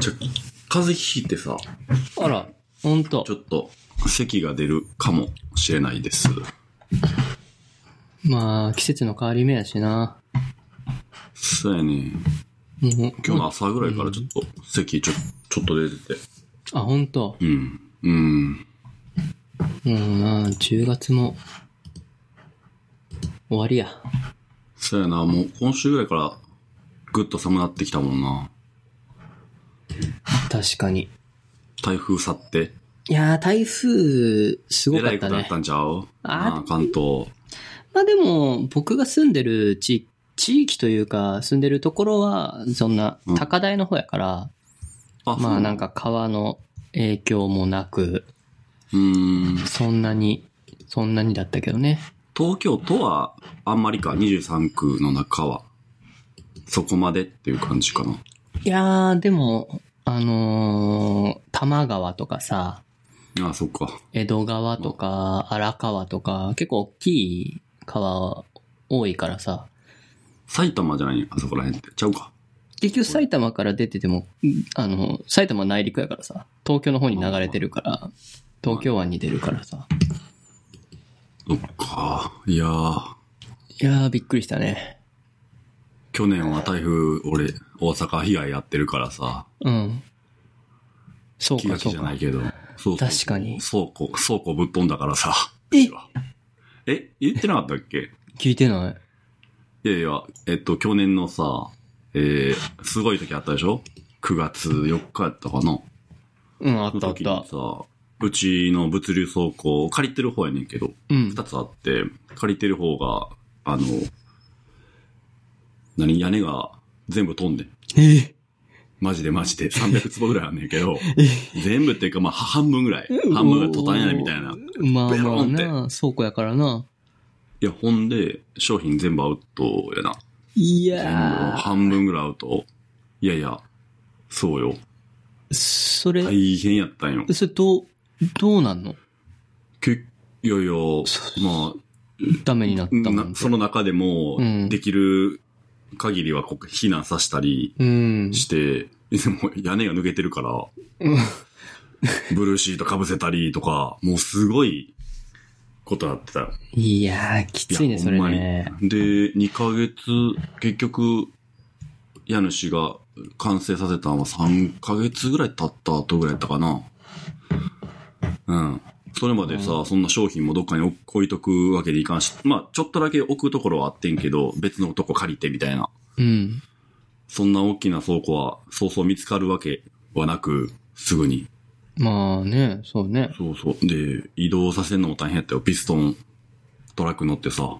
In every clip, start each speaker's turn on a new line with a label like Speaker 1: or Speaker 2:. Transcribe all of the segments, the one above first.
Speaker 1: ちょ、風邪ひいてさ、
Speaker 2: あら、ほんと
Speaker 1: ちょ。っと、咳が出るかもしれないです。
Speaker 2: まあ、季節の変わり目やしな。
Speaker 1: そうやね。
Speaker 2: もう
Speaker 1: 今日の朝ぐらいからちょっと、咳ちょ、ちょっと出てて。
Speaker 2: あ、ほんと。
Speaker 1: うん。うん。
Speaker 2: うん、まあ、10月も、終わりや。
Speaker 1: そうやな、もう今週ぐらいから、ぐっと寒なってきたもんな。
Speaker 2: 確かに。
Speaker 1: 台風去って。
Speaker 2: いやー、台風、すご
Speaker 1: え
Speaker 2: からっ
Speaker 1: いこ
Speaker 2: た
Speaker 1: とあっ
Speaker 2: ね
Speaker 1: た。んちゃう
Speaker 2: あ
Speaker 1: あ関東。
Speaker 2: まあでも、僕が住んでる地、地域というか、住んでるところは、そんな
Speaker 1: うん、
Speaker 2: 高台の方やから、
Speaker 1: あ、
Speaker 2: まあなん
Speaker 1: か。
Speaker 2: か川の影響もなく、
Speaker 1: うーん。
Speaker 2: そんなに、そんなにだったけどね。
Speaker 1: 東京都は、あんまりか、23区の中は。そこまでっていう感じかな。
Speaker 2: いやー、でも、あのー、多摩川とかさ、
Speaker 1: あそっか。
Speaker 2: 江戸川とか、荒川とか、結構大きい川多いからさ、
Speaker 1: 埼玉じゃないあそこら辺って。ちゃうか。
Speaker 2: 結局埼玉から出てても、あの、埼玉内陸やからさ、東京の方に流れてるから、東京湾に出るからさ。
Speaker 1: そっか。いやー、
Speaker 2: いやー、びっくりしたね。
Speaker 1: 去年は台風、俺、大阪被害やってるからさ、
Speaker 2: うん。そう
Speaker 1: 気
Speaker 2: か、
Speaker 1: が
Speaker 2: そ
Speaker 1: 気
Speaker 2: う
Speaker 1: じゃな
Speaker 2: か
Speaker 1: い。けど。そうそう
Speaker 2: 確かに
Speaker 1: 倉庫、倉庫ぶっ飛んだからさ。
Speaker 2: え
Speaker 1: うちはえ言ってなかったっけ
Speaker 2: 聞いてない。
Speaker 1: いやいや、えっと、去年のさ、えー、すごい時あったでしょ ?9 月4日やったかな
Speaker 2: うん、あ
Speaker 1: あ
Speaker 2: ったあっ
Speaker 1: の
Speaker 2: た
Speaker 1: 時に。さ、うちの物流倉庫、借りてる方やねんけど、
Speaker 2: うん
Speaker 1: 二。つあって、借りてる方が、あの、何、屋根が全部飛んでん
Speaker 2: えー
Speaker 1: マジでマジで。300坪ぐらいあんねんけど、全部っていうか、まあ、半分ぐらい。半分がトタン屋根みたいな。
Speaker 2: まあ
Speaker 1: ベ
Speaker 2: ま
Speaker 1: ロ
Speaker 2: あ
Speaker 1: ンって
Speaker 2: な、倉庫やからな。
Speaker 1: いや、ほんで、商品全部アウトやな。
Speaker 2: い
Speaker 1: 全部、
Speaker 2: や
Speaker 1: 半分ぐらいアウト。いやいや、そうよ。
Speaker 2: ー、それ、
Speaker 1: 大変やったんよ。
Speaker 2: それどう、どうなんの
Speaker 1: けいやいや、まあ、
Speaker 2: ダメになった
Speaker 1: うん
Speaker 2: も。
Speaker 1: なんその中でも
Speaker 2: う、ん
Speaker 1: できる限りはこう避難させたり
Speaker 2: うん。
Speaker 1: して、でも屋根が抜けてるから、
Speaker 2: うん
Speaker 1: ブルーシート被せたりとか、もうすごいことやってた。
Speaker 2: いやー、きついね、
Speaker 1: や
Speaker 2: それね
Speaker 1: ほ。んまにで、2ヶ月、結局、家主が完成させたのは3ヶ月ぐらい経った後ぐらいだったかな。うん。それまでさ、そんな商品もどっかに置置いとくわけにいかんし、まあ、ちょっとだけ置くところはあってんけど、別のとこ借りてみたいな。
Speaker 2: うん。
Speaker 1: そんな大きな倉庫は、そうそう見つかるわけはなく、すぐに。
Speaker 2: まあね、そうね。
Speaker 1: そうそう。で、移動させるのも大変やったよ。ピストン、トラック乗ってさ。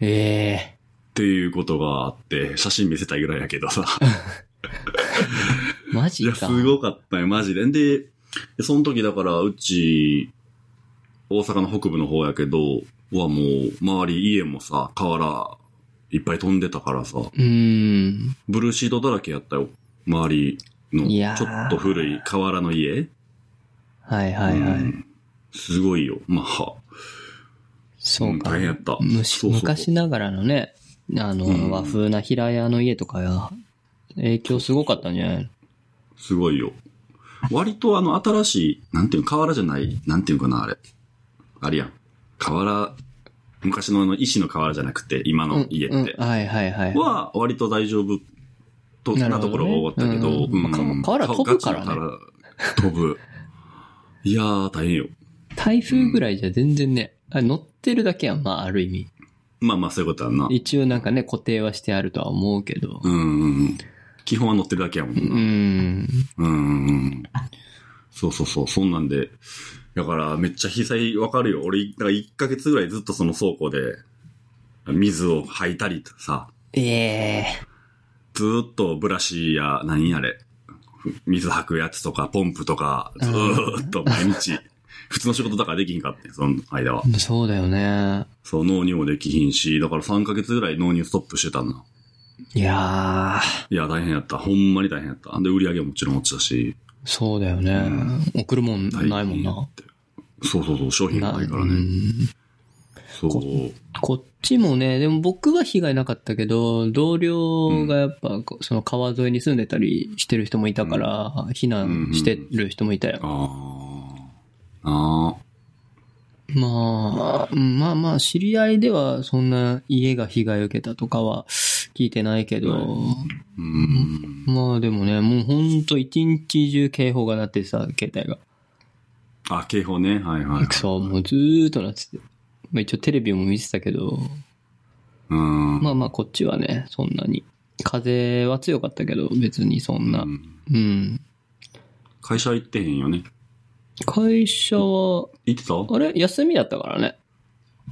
Speaker 2: え
Speaker 1: っていうことがあって、写真見せたいぐらいやけどさ。
Speaker 2: えマ
Speaker 1: い
Speaker 2: ジ
Speaker 1: や、
Speaker 2: か。
Speaker 1: すごかったよ、マジで。で、その時だから、うち、大阪の北部の方やけど、はもう、周り家もさ、瓦、いっぱい飛んでたからさ、
Speaker 2: うーん。
Speaker 1: ブルーシートだらけやったよ。周りの、
Speaker 2: いやー
Speaker 1: ちょっと古い瓦の家。
Speaker 2: はいはいは
Speaker 1: う
Speaker 2: い。
Speaker 1: んすごいよ。まあ、
Speaker 2: そうか。
Speaker 1: 大変やった。
Speaker 2: む
Speaker 1: そ
Speaker 2: し
Speaker 1: うそう
Speaker 2: 昔ながらのね、あの、
Speaker 1: うん
Speaker 2: 和風な平屋の家とかや、影響すごかったんじゃないの
Speaker 1: すごいよ。割とあの、新しい、なんていうの、瓦じゃない、なんていうのかな、あれ。あれやん。瓦、昔のあの、石の瓦じゃなくて、今の家って。
Speaker 2: うんうんはいはいはい。
Speaker 1: は、割と大丈夫とな,、
Speaker 2: なるほど
Speaker 1: と
Speaker 2: ね
Speaker 1: ころが多かったけど、
Speaker 2: うんまあか瓦飛ぶからね
Speaker 1: ガチの瓦飛ぶ。いやー、大変よ。
Speaker 2: 台風ぐらいじゃ全然ね、あ乗ってるだけやん、まあある意味。
Speaker 1: まあまあ、そういうことやんな。
Speaker 2: 一応なんかね、固定はしてあるとは思うけど。
Speaker 1: うんうんうん。基本は乗ってるだけやもんな。
Speaker 2: うーん。
Speaker 1: うんうんうん。そうそうそう、そんなんで。だから、めっちゃ被災わかるよ。俺、だから1ヶ月ぐらいずっとその倉庫で、水を吐いたりとさ、
Speaker 2: ええ
Speaker 1: ずーっとブラシや、何あれ、ふ水吐くやつとか、ポンプとか、ずーっと毎日、普通の仕事だからできひんかってん、その間は。
Speaker 2: そうだよね。
Speaker 1: そう、納入もできひんし、だから3ヶ月ぐらい納入ストップしてたんだ。
Speaker 2: いやー、
Speaker 1: いや、大変やった。ほんまに大変やった。で、売り上げももちろん落ちたし、
Speaker 2: そうだよね。送るもんないもんな。
Speaker 1: そうそうそう、商品がないからね。
Speaker 2: うん
Speaker 1: そう。
Speaker 2: こっちもね、でも僕は被害なかったけど、同僚がやっぱ、こうその川沿いに住んでたりしてる人もいたから、避難してる人もいたよ。
Speaker 1: ああ。あ
Speaker 2: まあ、うんまあまあ、知り合いではそんな家が被害を受けたとかは聞いてないけど、
Speaker 1: あ。うん。
Speaker 2: まあでもね、もうほんと一日中警報が鳴ってさ、携帯が。
Speaker 1: あ、警報ね。はいはい。
Speaker 2: そう、もうずーっと鳴ってて。まあ一応テレビも見てたけど、
Speaker 1: うん。
Speaker 2: まあまあこっちはね、そんなに。風は強かったけど、別にそんな
Speaker 1: う。ん
Speaker 2: うん。
Speaker 1: 会社行ってへんよね。
Speaker 2: 会社は、
Speaker 1: 行ってた
Speaker 2: あれ休みだったからね。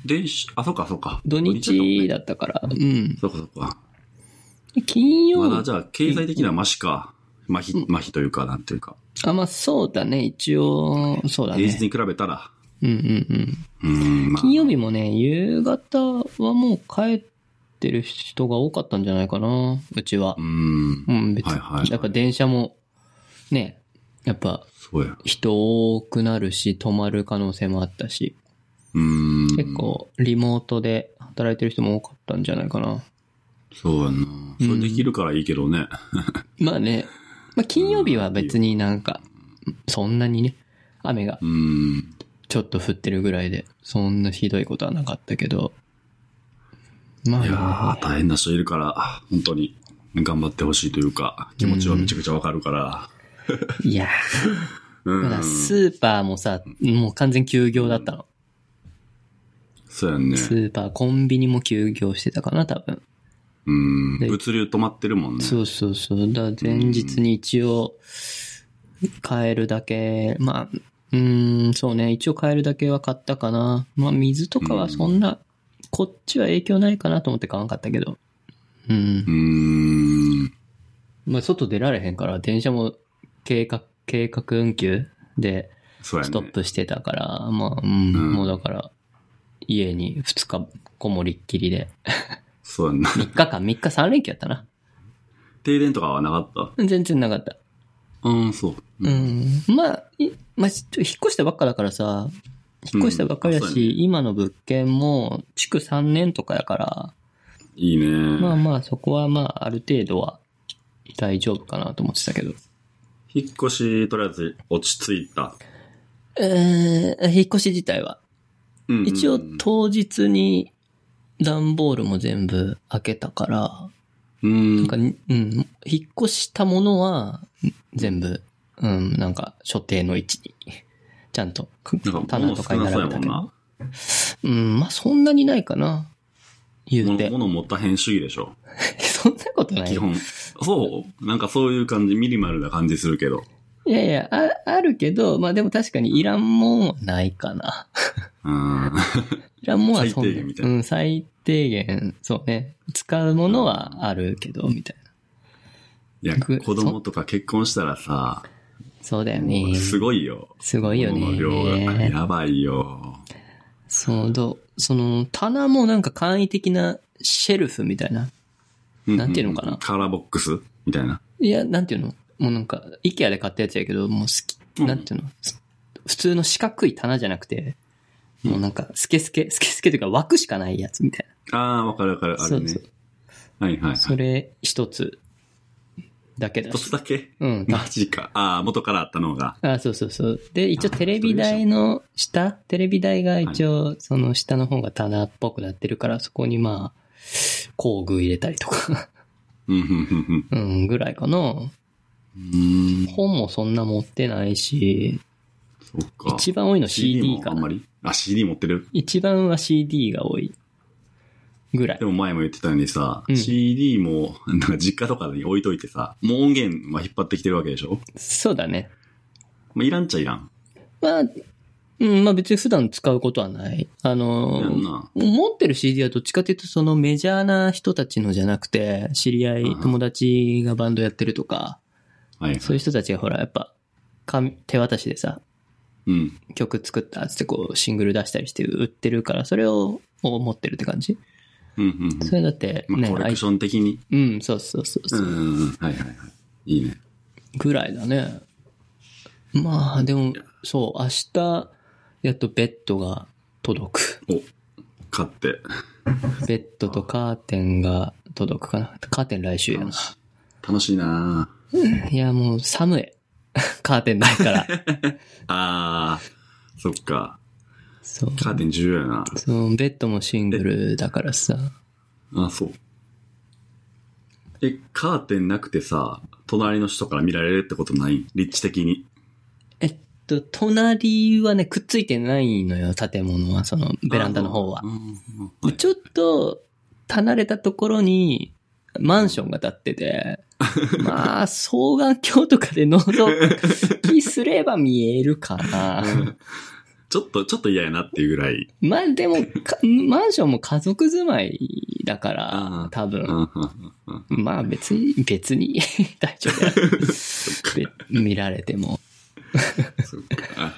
Speaker 1: 電子、あ、そっかそっか。
Speaker 2: 土日だったから。うん。
Speaker 1: そっかそっか。
Speaker 2: 金曜
Speaker 1: まだじゃあ、経済的なマシか。麻痺、麻痺というか、なんていうか。
Speaker 2: あ、まあそうだね、一応、そうだ
Speaker 1: 平日
Speaker 2: ね。
Speaker 1: に比べたら。
Speaker 2: うんうんうん。
Speaker 1: うん、まあ
Speaker 2: 金曜日もね、夕方はもう帰ってる人が多かったんじゃないかな、うちは
Speaker 1: う。ん
Speaker 2: う。ん、別
Speaker 1: はいはいはい
Speaker 2: やっぱ電車も、ね、やっぱ
Speaker 1: そうや。
Speaker 2: 人多くなるし、止まる可能性もあったし、
Speaker 1: うん。
Speaker 2: 結。構リモートで働いてる人も多かったんじゃないかな。
Speaker 1: そうやな。それできるからいいけどね。
Speaker 2: まあね、まあ金曜日は別になんか、そんなにね、雨が
Speaker 1: うん。
Speaker 2: ちょっと降ってるぐらいで、そんなひどいことはなかったけど、まあ
Speaker 1: いや
Speaker 2: ね、
Speaker 1: ー、大変な人いるから、本当に頑張ってほしいというか、気持ちはめちゃくちゃわかるから。
Speaker 2: いや
Speaker 1: う
Speaker 2: ー、まだ
Speaker 1: ん。
Speaker 2: スーパーもさ、もう完全休業だったの。
Speaker 1: そうやんね。
Speaker 2: スーパー、コンビニも休業してたかな、多分。
Speaker 1: うん。
Speaker 2: で
Speaker 1: 物流止まってるもんね。
Speaker 2: そうそうそう。だから前日に一応、買えるだけ、まあ、うーん、そうね、一応買えるだけは買ったかな。まあ、水とかはそんな、こっちは影響ないかなと思って買わんかったけど。うん
Speaker 1: う。ーん。
Speaker 2: まあ、外出られへんから、電車も計画、計画運休で
Speaker 1: そうやね。
Speaker 2: ストップしてたから、まあ、うん、
Speaker 1: うん
Speaker 2: もうだから、家に2日こもりっきりで、
Speaker 1: そうやんな。
Speaker 2: 3日間、3日3連休やったな。
Speaker 1: 停電とかはなかっ
Speaker 2: 全然なかった。
Speaker 1: た。うん、そう。
Speaker 2: う。ん。まあ、いまあ、ちょっと引っ越したばっかだからさ、引っ越したばっかりだ
Speaker 1: うんあ
Speaker 2: し、
Speaker 1: そうやね
Speaker 2: 今の物件も、築3年とかやから、
Speaker 1: いいね。
Speaker 2: まあまあ、そこはまあ、ある程度は大丈夫かなと思ってたけど。
Speaker 1: 引っ越し、とりあえず落ち着いた。
Speaker 2: えー、引っ越し自体は。
Speaker 1: うん
Speaker 2: 一応
Speaker 1: うん
Speaker 2: 当日に段ボールも全部開けたから、
Speaker 1: うん。
Speaker 2: なんかに、うん、引っ越したものはん全部、うん、なんか所定の位置に、ちゃんと
Speaker 1: なんか、
Speaker 2: 棚
Speaker 1: 物
Speaker 2: と
Speaker 1: 少
Speaker 2: かに
Speaker 1: なそう
Speaker 2: 並
Speaker 1: や
Speaker 2: べた
Speaker 1: もん
Speaker 2: け
Speaker 1: な。
Speaker 2: ど。うん、まあそんなにないかな。言う
Speaker 1: 物
Speaker 2: て。
Speaker 1: 物持った変主義でしょ。
Speaker 2: そんなことない
Speaker 1: 基
Speaker 2: よ。
Speaker 1: 本。そうなんかそういう感じ、ミニマルな感じするけど。
Speaker 2: いやいやあ、あるけど、まあでも確かにいらんもんはないかな。
Speaker 1: うん。
Speaker 2: いらんもんは
Speaker 1: 最
Speaker 2: そん
Speaker 1: 低限みたいな
Speaker 2: うん、最低限、そうね。使うものはあるけど、みたいな。
Speaker 1: いや、
Speaker 2: 僕
Speaker 1: 子供とか結婚したらさ、
Speaker 2: そうだよ
Speaker 1: も
Speaker 2: ね
Speaker 1: う。すごいよ。
Speaker 2: すごいよね
Speaker 1: 物の量が。やばいよ。
Speaker 2: そう、どうその、棚もなんか簡易的なシェルフみたいな。なんていうのかな
Speaker 1: うカラーボックスみたいな。
Speaker 2: いや、なんていうのもうなんか、イケアで買ったやつやけど、もう好き、
Speaker 1: うん
Speaker 2: なんていうのす普通の四角い棚じゃなくて、もうなんか、スケスケ、スケスケというか枠しかないやつみたい
Speaker 1: ああー、わかるわかる。
Speaker 2: な。
Speaker 1: あ
Speaker 2: そ
Speaker 1: る
Speaker 2: う
Speaker 1: ね
Speaker 2: そう。。
Speaker 1: はいはいはい。
Speaker 2: それ一つだけだ
Speaker 1: 一
Speaker 2: し
Speaker 1: つ。だけ
Speaker 2: うん。
Speaker 1: マジか。ああ、元からあったのが。
Speaker 2: あ、そうそうそう。で、一応テレビ台の下、テレビ台が一応、その下の方が棚っぽくなってるから、そこにまあ、工具入れたりとか、
Speaker 1: うん、うん、うん
Speaker 2: うん、ぐらいかな。
Speaker 1: うん。うーん。
Speaker 2: 本もそんな持ってないし、
Speaker 1: そっか。
Speaker 2: 一番多いの CD
Speaker 1: も
Speaker 2: か
Speaker 1: あん
Speaker 2: な
Speaker 1: ま。りあ、CD 持ってる
Speaker 2: 一番は CD が多いぐらい
Speaker 1: で。も前も言ってたようにさ、
Speaker 2: うん
Speaker 1: CD も、なんか実家とかに置いといてさ、もう音源は引っ張ってきてるわけでしょ
Speaker 2: そうだね。
Speaker 1: まあ、いらんっちゃいらん。
Speaker 2: まあ、うん、まあ別に普段使うことはない。あ
Speaker 1: や
Speaker 2: の
Speaker 1: ん、な。
Speaker 2: 持ってる CD はどっちかというとそのメジャーな人たちのじゃなくて、知り合い、
Speaker 1: うん
Speaker 2: 友達がバンドやってるとか、
Speaker 1: はい。
Speaker 2: そういう人たちがほら、やっぱ、紙手渡しでさ、
Speaker 1: うん。
Speaker 2: 曲作ったっつってこう、シングル出したりして売ってるから、それを、を持ってるって感じ。
Speaker 1: うん、うんうん。
Speaker 2: それだって、
Speaker 1: ま
Speaker 2: ね、
Speaker 1: あ、コレクシ
Speaker 2: あ
Speaker 1: ョン的に。
Speaker 2: いうん、そうそうそう
Speaker 1: う
Speaker 2: そう、
Speaker 1: んうんうん。はいはいはい。いいね。
Speaker 2: ぐらいだね。ま あ、でも、そう、明日、やっとベッドが届く。
Speaker 1: お、買って。
Speaker 2: ベッドとカーテンが届くかな。カーテン来週やな
Speaker 1: 楽。し楽しいない
Speaker 2: や、もう寒い。 カーテンないから。
Speaker 1: あー、そっか。
Speaker 2: そう。
Speaker 1: カーテン重要やな。
Speaker 2: そう、ベッドもシングルだからさ。
Speaker 1: あ、そう。え、カーテンなくてさ、隣の人から見られるってことない立地的に。
Speaker 2: えっと、隣はね、くっついてないのよ、建物は、その、ベランダの方は
Speaker 1: う。んうん
Speaker 2: ちょっと、離れたところに、マンションが建っ てて、まあ、双眼鏡とかで覗きすれば見えるかな。
Speaker 1: ちょっと、ちょっと嫌やなっていうぐらい。
Speaker 2: まあ、でもかマンションも家族住まいだか
Speaker 1: あ
Speaker 2: ら
Speaker 1: あ、
Speaker 2: 多
Speaker 1: う
Speaker 2: 分。
Speaker 1: んうんうんうん
Speaker 2: まあ別に、別に 大丈夫だよ。 べ見られても、
Speaker 1: そっか。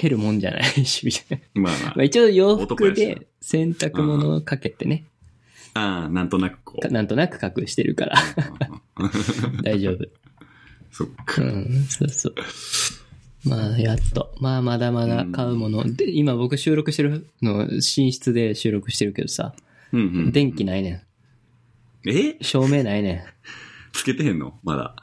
Speaker 2: 減るもんじゃないし、みたいな。
Speaker 1: まあ
Speaker 2: まあ一応洋
Speaker 1: 男
Speaker 2: 服
Speaker 1: やしな
Speaker 2: で洗濯物をかけてね、
Speaker 1: まあ、あーなんとなくこう。
Speaker 2: なんとなく隠してるから、 大丈夫。
Speaker 1: そっ
Speaker 2: う
Speaker 1: か。
Speaker 2: ん、そうそう。まあ、やっと。まあ、まだまだ買うもの。で、今僕収録してるの、寝室で収録してるけどさ、
Speaker 1: うんうん。
Speaker 2: 電気ないね
Speaker 1: え
Speaker 2: ん。照明ないね
Speaker 1: つけてへんのまだ。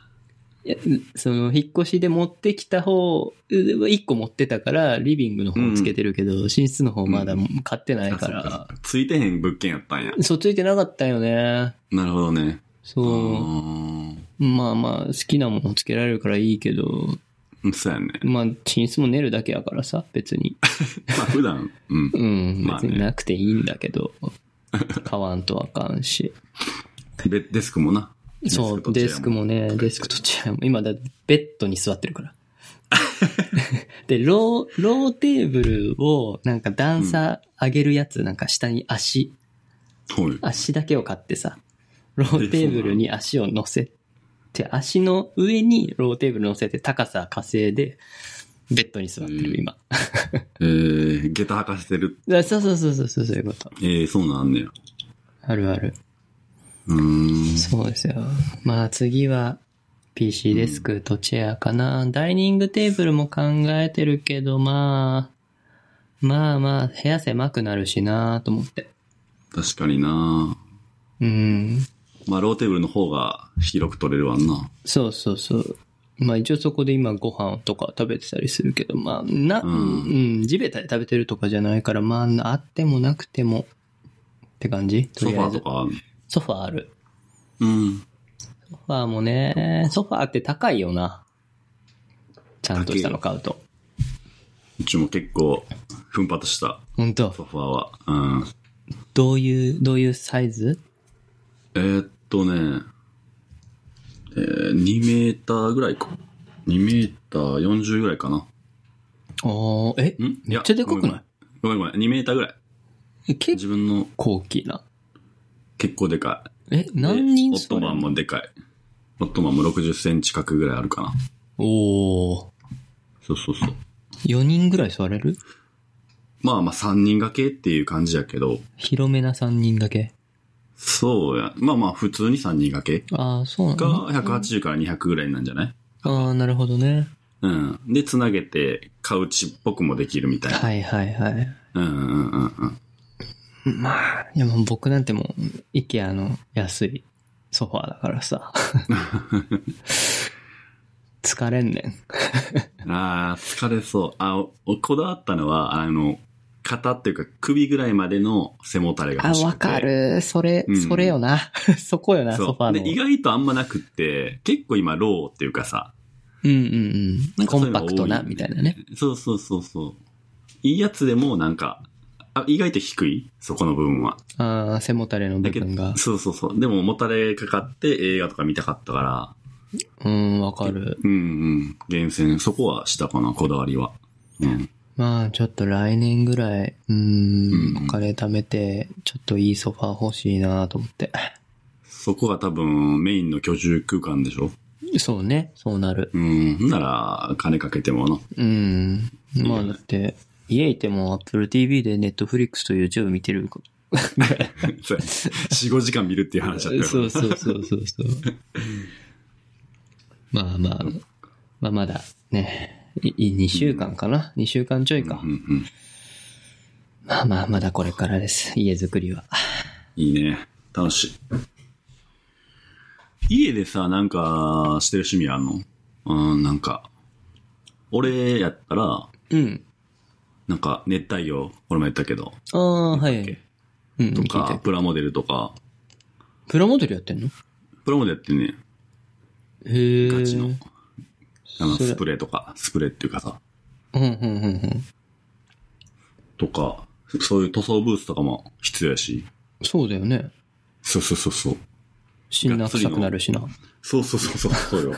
Speaker 2: ん。いやその、引っ越しで持ってきた方、1個持ってたから、リビングの方つけてるけど、寝室の方まだ買ってないか
Speaker 1: あそっ
Speaker 2: ら、
Speaker 1: ついてへん物件やったんや。
Speaker 2: そうついてなかったよね。
Speaker 1: なるほどね。う
Speaker 2: そ
Speaker 1: ーん。
Speaker 2: う。まあまあ、好きなものつけられるからいいけど、
Speaker 1: うんそうやね。
Speaker 2: まあ、寝室も寝るだけやからさ、別に。
Speaker 1: まあ普段、うん。
Speaker 2: うん、
Speaker 1: まあ
Speaker 2: 別
Speaker 1: ね
Speaker 2: になくていいんだけ ど、買わんとあかんし。
Speaker 1: ベデスクもな。
Speaker 2: そう、デスクもね、デスクとチェアも、今だ、ベッドに座ってるから。 で、ロー、ローテーブルを、なんか段差上げるやつ、なんか下に足、
Speaker 1: はい。
Speaker 2: 足だけを買ってさ、ローテーブルに足を乗せて、足の上にローテーブル乗せて高さ稼いで、ベッドに座ってる、今。
Speaker 1: えー、下駄履かせてる。
Speaker 2: あそうそうそうそう、そういうこと。
Speaker 1: えー、そうなんねや。
Speaker 2: あるある。
Speaker 1: うーん。
Speaker 2: そうですよ。まあ次は PC デスクとチェアかな。ダイニングテーブルも考えてるけど、まあ、まあまあ、部屋狭くなるしなと思って。
Speaker 1: 確かにな
Speaker 2: うん。
Speaker 1: まあローテーブルの方が広く取れるわんな。
Speaker 2: そうそうそう。まあ一応そこで今ご飯とか食べてたりするけど、まあな、う
Speaker 1: うんん、
Speaker 2: 地べたで食べてるとかじゃないから、まああってもなくてもって感じと
Speaker 1: ソフ
Speaker 2: りあえ
Speaker 1: ァー
Speaker 2: ず
Speaker 1: とかある
Speaker 2: ソファーある。
Speaker 1: うん。
Speaker 2: ソファーもね、ソファーって高いよな。ちゃんとしたの買うと。
Speaker 1: うちも結構、奮発した、
Speaker 2: 本当
Speaker 1: ソファーは。うん。
Speaker 2: どういう、どういうサイズ
Speaker 1: えー、っとね、えー、2メーターぐらいか。2メーター40ぐらいかな。
Speaker 2: ああ、え
Speaker 1: んい
Speaker 2: めっ
Speaker 1: や
Speaker 2: ちゃでかくな
Speaker 1: ごめんごめん、2メーターぐらい。
Speaker 2: い結
Speaker 1: 自分の
Speaker 2: 構大きいな。
Speaker 1: 結構でかい。
Speaker 2: え、
Speaker 1: で
Speaker 2: 何人
Speaker 1: オットマンもでかい。オットマンも60センチ角ぐらいあるかな。
Speaker 2: おお
Speaker 1: そうそうそう。
Speaker 2: 4人ぐらい座れる
Speaker 1: まあまあ3人掛けっていう感じやけど、
Speaker 2: 広めな3人だけ。
Speaker 1: そうや。まあまあ普通に3人掛け
Speaker 2: ああ、そうなんだ。
Speaker 1: が180から200ぐらいなんじゃない
Speaker 2: ああ、なるほどね。
Speaker 1: うん。で、つなげて、カウチっぽくもできるみたいな。
Speaker 2: はいはいはい。
Speaker 1: うんうんうんうん。
Speaker 2: まあ、いやもう僕なんてもう、IKEA の安いソファーだから さ。疲れんねん。
Speaker 1: ああ、疲れそう。あおおこだわったのは、あの、肩っていうか首ぐらいまでの背もたれが
Speaker 2: あ、
Speaker 1: 欲しくて。
Speaker 2: わか。る。それ、
Speaker 1: うん
Speaker 2: それよな。 そこよな、ソ
Speaker 1: そ
Speaker 2: ファー
Speaker 1: う。
Speaker 2: の。
Speaker 1: で、意外とあんまなくって、結構今、ローっていうかさ、
Speaker 2: うんうんう。
Speaker 1: なんんか
Speaker 2: コ
Speaker 1: そういう
Speaker 2: ン
Speaker 1: の
Speaker 2: パ
Speaker 1: が
Speaker 2: クトな、
Speaker 1: 多いよね
Speaker 2: みたいなね。
Speaker 1: そうそうそうそう。いいやつでもなんか、あ意外と低いそこの部分は。
Speaker 2: ああ、背もたれの部
Speaker 1: だけ
Speaker 2: 分
Speaker 1: ど
Speaker 2: が、。
Speaker 1: そうそうそう。でも、もたれかかって映画とか見たかったから、
Speaker 2: うん、わかる。
Speaker 1: うんうん。厳選、そこはしたかな、こだわりは。うん。
Speaker 2: まあ、ちょっと来年ぐらい、うーん、
Speaker 1: うん
Speaker 2: お金貯めて、ちょっといいソファー欲しいなと思 って。
Speaker 1: そこが多分、メインの居住空間でしょ
Speaker 2: そうね、そうなる。
Speaker 1: うん。ほんなら、金かけてもな。
Speaker 2: うん。まあ、
Speaker 1: いいよ
Speaker 2: だ
Speaker 1: ね
Speaker 2: って、家いても Apple TV で Netflix と YouTube 見てるか。
Speaker 1: そうやね4、5時間見るっていう話だったよ
Speaker 2: そうそうそうそうそう。 まあまあ、まあまだね、いい2週間かな、2週間ちょいか。
Speaker 1: うんうん。
Speaker 2: まあまあ、まだこれからです。家作りは。
Speaker 1: いいね。楽しい。家でさ、なんか、してる趣味あんのうん、なんか。俺やったら、
Speaker 2: うん。
Speaker 1: なんか、熱帯魚、これも言ったけど、
Speaker 2: ああ、は
Speaker 1: だっ
Speaker 2: い
Speaker 1: け。
Speaker 2: うん、
Speaker 1: と
Speaker 2: 聞い
Speaker 1: か
Speaker 2: て、。
Speaker 1: プラモデルとか、
Speaker 2: プラモデルやってんの
Speaker 1: プラモデルやってね、
Speaker 2: へえ。
Speaker 1: ガチの。あの、
Speaker 2: それ
Speaker 1: スプレーとか、スプレーっていうかさ、
Speaker 2: うん、うん、うん、うん。
Speaker 1: とか、そういう塗装ブースとかも必要やし。
Speaker 2: そうだよね。
Speaker 1: そうそうそうそう。
Speaker 2: 死んだ臭くなるしな。
Speaker 1: そうそうそうそう、そう よ。だ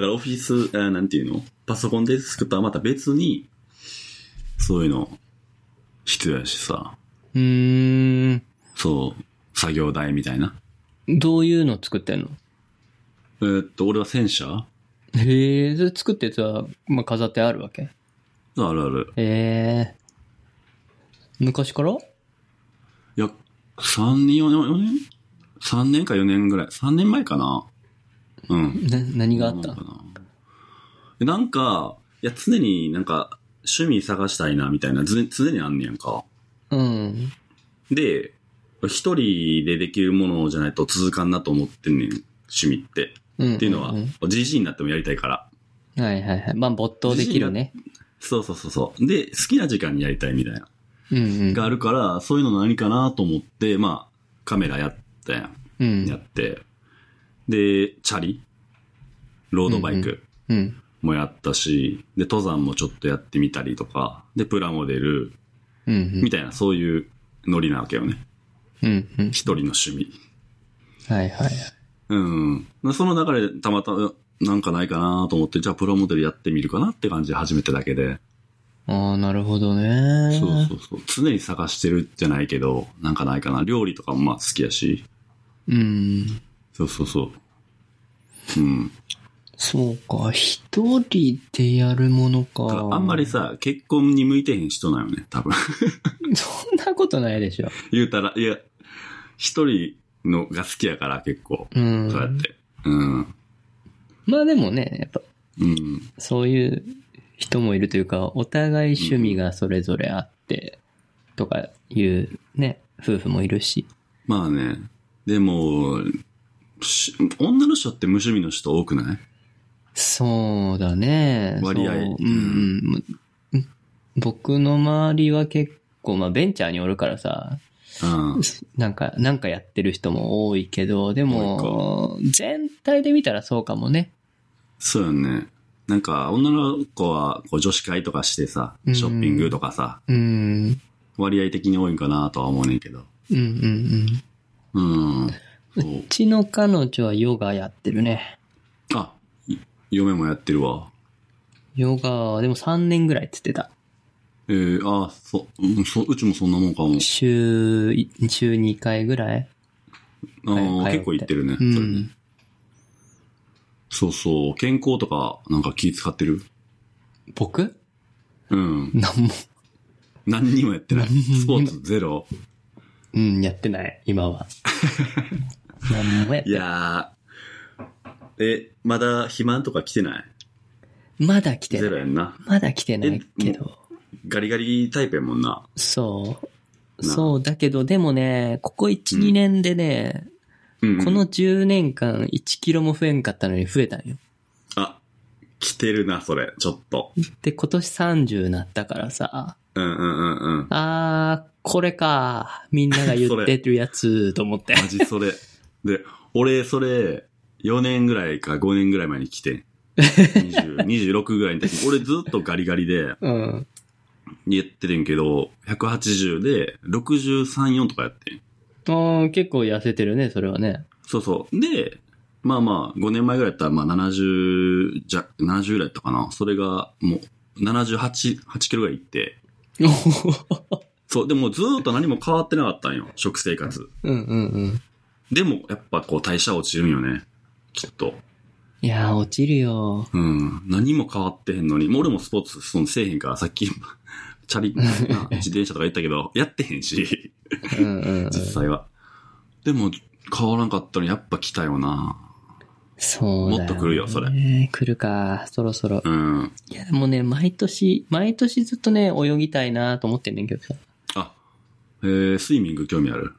Speaker 1: からオフィス、えーなんていうのパソコンで作ったらまた別に、そういうの、必要やしさ、
Speaker 2: うーん。
Speaker 1: そう、作業台みたいな。
Speaker 2: どういうの作ってんの
Speaker 1: えーっと、俺は戦車
Speaker 2: へえ、それ作ったやつは、まあ、飾ってあるわけ
Speaker 1: あるある。
Speaker 2: へえ。昔から
Speaker 1: いや、3年、4年、4年 ?3 年か4年ぐらい。3年前かなうん。
Speaker 2: な、何があった
Speaker 1: なんかななんか、いや、常になんか、趣味探したいな、みたいな、ず常にあんねやんか。
Speaker 2: うん。
Speaker 1: で、一人でできるものじゃないと続かんなと思ってんねん、趣味って。
Speaker 2: うん。
Speaker 1: っていうのは
Speaker 2: ん、
Speaker 1: じじいになってもやりたいから。
Speaker 2: んはいはいはい。まあ、没頭できるね。
Speaker 1: そうそうそうそう。で、好きな時間にやりたいみたいな。
Speaker 2: うんうん。
Speaker 1: があるから、そういうの何かなと思って、まあ、カメラやったやん。
Speaker 2: うん。
Speaker 1: やって。で、チャリロードバイク
Speaker 2: うん。
Speaker 1: もやったし、で、登山もちょっとやってみたりとか、で、プラモデル、
Speaker 2: うん
Speaker 1: みたいな、そういうノリなわけよね。
Speaker 2: うん。うんうん。
Speaker 1: 一人の趣味。
Speaker 2: はいはい。
Speaker 1: うん。その中でたまたまなんかないかなと思って、じゃあプロモデルやってみるかなって感じで始めただけで。
Speaker 2: ああ、なるほどね。
Speaker 1: そうそうそう。常に探してるじゃないけど、なんかないかな。料理とかもまあ好きやし。
Speaker 2: うん。
Speaker 1: そうそうそう。うん。
Speaker 2: そうか。一人でやるもの
Speaker 1: だから
Speaker 2: か。
Speaker 1: あんまり。さ、結婚に向いてへん人なんよね、多分。
Speaker 2: そんなことないでしょ。
Speaker 1: 言うたら、いや、一人のが好きやから結構。
Speaker 2: うん。
Speaker 1: そうやって。うん。
Speaker 2: まあでもね、やっぱ、
Speaker 1: うん。
Speaker 2: そういう人もいるというか、お互い趣味がそれぞれあって、とかいうね、夫婦もいるし。
Speaker 1: まあね。でも、し女の人って無趣味の人多くない
Speaker 2: そうだね。
Speaker 1: 割合
Speaker 2: そう
Speaker 1: う
Speaker 2: うんんうんうん。僕の周りは結構、まあベンチャーにおるからさ、
Speaker 1: うん。
Speaker 2: なんか、なんかやってる人も多いけど、でも、全体で見たらそうかもね。
Speaker 1: そうよね。なんか、女の子は、こう、女子会とかしてさ、
Speaker 2: うん
Speaker 1: ショッピングとかさ、
Speaker 2: うん。
Speaker 1: 割合的に多いんかなとは思うねんけど。
Speaker 2: うんうんう
Speaker 1: う
Speaker 2: ん。
Speaker 1: ん。そう
Speaker 2: うちの彼女はヨガやってるね。
Speaker 1: あ、い嫁もやってるわ。
Speaker 2: ヨガはでも3年ぐらいって言ってた。
Speaker 1: えー、あ、そ、うんそ、うちもそんなもんかも。
Speaker 2: 週い、週2回ぐらい
Speaker 1: あー
Speaker 2: はい
Speaker 1: 結構行ってるね。
Speaker 2: う
Speaker 1: それね
Speaker 2: ん。
Speaker 1: そうそう。健康とか、なんか気使ってる
Speaker 2: 僕
Speaker 1: うん。
Speaker 2: なんも、
Speaker 1: 何にもやって ない。
Speaker 2: 何にも
Speaker 1: スポーツゼロ。
Speaker 2: うん、やってない、今 は。なんもやっ
Speaker 1: いやー。え、まだ肥満とか来てない
Speaker 2: まだ来て
Speaker 1: ゼ
Speaker 2: ない。
Speaker 1: ロやんな。
Speaker 2: まだ来てないけど。
Speaker 1: ガリガリタイプやもんな。
Speaker 2: そう。
Speaker 1: な
Speaker 2: そう、だけど、でもね、ここ1、2年で
Speaker 1: う
Speaker 2: ね、
Speaker 1: んうん
Speaker 2: この10年間1キロも増えんかったのに増えたんよ。
Speaker 1: あ、来てるな、それ、ちょっと。
Speaker 2: で、今年30になったからさ、
Speaker 1: うんうんうんうん。
Speaker 2: あー、これか、みんなが言ってるやつ、と思って。
Speaker 1: マジ それ。で、俺、それ、4年ぐらいか5年ぐらい前に来てん。20 26ぐらいの時に、俺ずっとガリガリで
Speaker 2: うん。
Speaker 1: 言っててんけど、180で63、4とかやってん。
Speaker 2: あー結構痩せてるね、それ はね。
Speaker 1: そうそう。で、まあまあ、5年前ぐらいやったら、まあ70じゃ、70ぐらいやったかな。それが、もう、78、8キロぐらいいって。そう、でもずーっと何も変わってなかったんよ。食生活。
Speaker 2: うんうんうん。
Speaker 1: でも、やっぱこう代謝落ちるんよね。きっと。
Speaker 2: いやー、落ちるよ。
Speaker 1: うん。何も変わってへんのに。もう俺もスポーツ、そのせえへんから、さっき、 チャリ、な自転車とか言ったけど、やってへんし、
Speaker 2: うんうんうん。
Speaker 1: 実際は。でも、変わらんかったのやっぱ来たよな。
Speaker 2: そうだ
Speaker 1: もっと来るよそ
Speaker 2: れ。来るか、そろそろ。
Speaker 1: うん。
Speaker 2: いや、もうね、毎年、毎年ずっとね、泳ぎたいなと思ってんねんけどさ。
Speaker 1: あ、えー、スイミング興味ある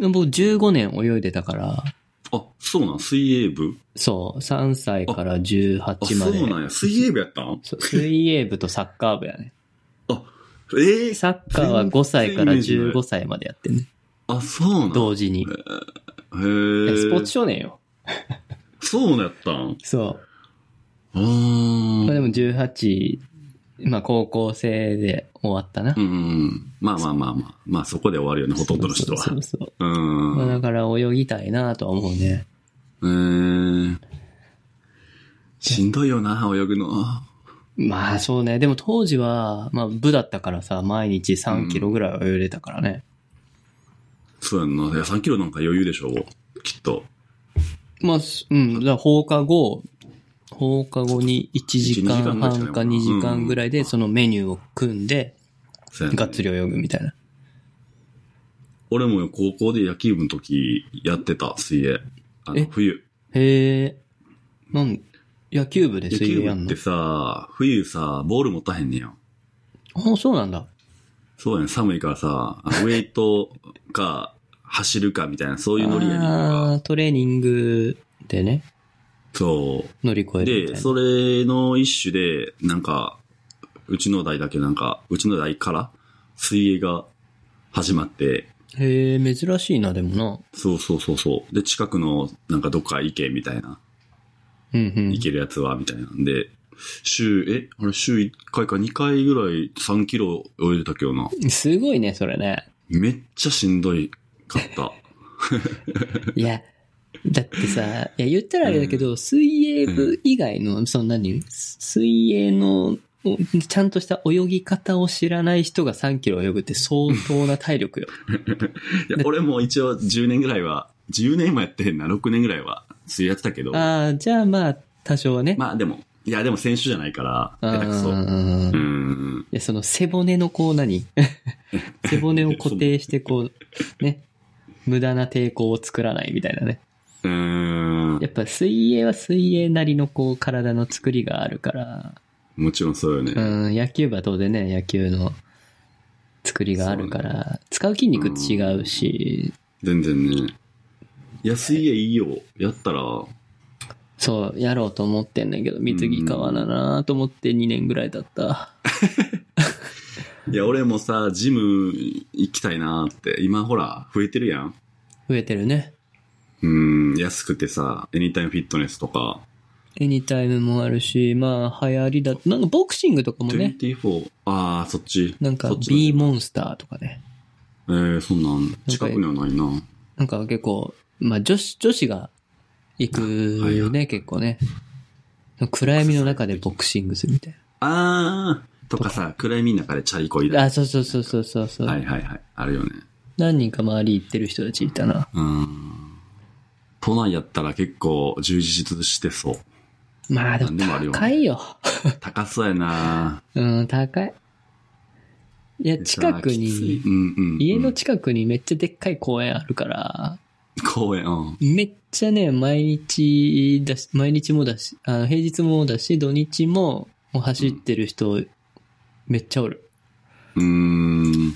Speaker 2: 僕15年泳いでたから、
Speaker 1: あ、そうなん水泳部
Speaker 2: そう、3歳から18
Speaker 1: あ、そ
Speaker 2: まで。
Speaker 1: うなんや。水泳部やった ん
Speaker 2: そう水泳部とサッカー部やね。
Speaker 1: ええ
Speaker 2: サッカーは5歳から15歳までやってんね。
Speaker 1: あ、そうなん
Speaker 2: 同時に。
Speaker 1: へえ。
Speaker 2: スポーツ少年よ。
Speaker 1: そうなんやったん
Speaker 2: そう。
Speaker 1: あー
Speaker 2: まあでも18、まあ高校生で終わったな
Speaker 1: う。んうん。まあまあまあまあ。まあそこで終わるよね、ほとんどの人は。
Speaker 2: そうそうそう
Speaker 1: う
Speaker 2: まあ
Speaker 1: ん。
Speaker 2: だから泳ぎたいなとは思うね。
Speaker 1: えー、しんどいよな、泳ぐの。
Speaker 2: まあそうね。でも当時は、まあ部だったからさ、毎日3キロぐらいは泳いでたからね。
Speaker 1: そうやんな。いや、3キロなんか余裕でしょきっと。
Speaker 2: まあ、すうん。だから放課後、放課後に1時間
Speaker 1: 1 2時間ぐらいじゃな
Speaker 2: 半
Speaker 1: い
Speaker 2: か
Speaker 1: かな
Speaker 2: 2時間ぐらいでそのメニューを組んで、
Speaker 1: そうやんな
Speaker 2: がっつり泳ぐみたいな。
Speaker 1: 俺も高校で野球部の時やってた、水泳。あの
Speaker 2: え、
Speaker 1: 冬。
Speaker 2: へえ。なん、野球部で
Speaker 1: 野
Speaker 2: 水
Speaker 1: 球
Speaker 2: 泳や
Speaker 1: 部
Speaker 2: ん
Speaker 1: っ
Speaker 2: の
Speaker 1: てさ、冬さ、ボール持たへんねや。
Speaker 2: あ、そうなんだ。
Speaker 1: そうやね、寒いからさ、 あのウェイトか、走るかみたいな、そういうノリやねん
Speaker 2: あ
Speaker 1: か。
Speaker 2: ートレーニングでね、
Speaker 1: そう。
Speaker 2: 乗り越えるみたい
Speaker 1: で、
Speaker 2: な。
Speaker 1: それの一種で、なんか、うちの代だけなんか、うちの代から水泳が始まって、
Speaker 2: へえ、珍しいな、でもな。
Speaker 1: そうそうそうそう。で、近くのなんかどっか行けみたいな、
Speaker 2: うんうん。
Speaker 1: 行けるやつはみたいなんで、週、えあれ週1回か2回ぐらい3キロ泳いでたけどな。
Speaker 2: すごいね、それね。
Speaker 1: めっちゃしんどいかった。
Speaker 2: いや、だってさ、いや、言ったらあれだけど、水泳部以外の、そんなに、水泳の、おちゃんとした泳ぎ方を知らない人が3キロ泳ぐって相当な体力よ。
Speaker 1: いや俺も一応10年ぐらいは、10年もやってへんな、6年ぐらいは水泳やってたけど、
Speaker 2: ああ、じゃあまあ、多少はね。
Speaker 1: まあでも、いやでも選手じゃないから、
Speaker 2: あ
Speaker 1: 下手くそ。う
Speaker 2: ーい
Speaker 1: ん。
Speaker 2: や、その背骨のこ う何背骨を固定してこう、ね。無駄な抵抗を作らないみたいなね。
Speaker 1: うーん
Speaker 2: やっぱ水泳は水泳なりのこう体の作りがあるから、
Speaker 1: もちろんそうよね。
Speaker 2: うん、野球部は当然ね、野球の作りがあるから、使う筋肉違うし、
Speaker 1: 全然ね。安い家いいよ。やったら、
Speaker 2: そう、やろうと思ってんだけど、水着川だなと思って2年ぐらい経った。
Speaker 1: いや、俺もさ、ジム行きたいなって、今ほら、増えてるやん。
Speaker 2: 増えてるね。
Speaker 1: うーん、安くてさ、エニタイムフィットネスとか、
Speaker 2: エニタイムもあるし、まあ、流行りだ。なんかボクシングとかもね、
Speaker 1: 24、あー、そっち。
Speaker 2: なんか
Speaker 1: そっちだ
Speaker 2: B モンスターとかね。
Speaker 1: えー、そんなん、近くにはないな。
Speaker 2: なんか結構、まあ女子、女子が行くよね、
Speaker 1: はいは
Speaker 2: 結構ね。暗闇の中でボクシングするみたい
Speaker 1: あー、とかさ、暗闇の中でチャリこい
Speaker 2: な。
Speaker 1: だ。
Speaker 2: あ、そうそうそうそうそうそう、
Speaker 1: はいはいはい。あるよね。
Speaker 2: 何人か周り行ってる人たちいたな。
Speaker 1: うーん。都内やったら結構充実して そう。
Speaker 2: まあで
Speaker 1: なん
Speaker 2: も
Speaker 1: でもあるよね
Speaker 2: 高いよ。
Speaker 1: 高そうやな
Speaker 2: うん、高い。いや、近く
Speaker 1: きつい
Speaker 2: に、
Speaker 1: うんうんうん、
Speaker 2: 家の近くにめっちゃでっかい公園あるから、
Speaker 1: 公園、うん。
Speaker 2: めっちゃね、毎日だし、毎日もだし、あの平日もだし、土日ももう走ってる人、めっちゃおる。
Speaker 1: うーん。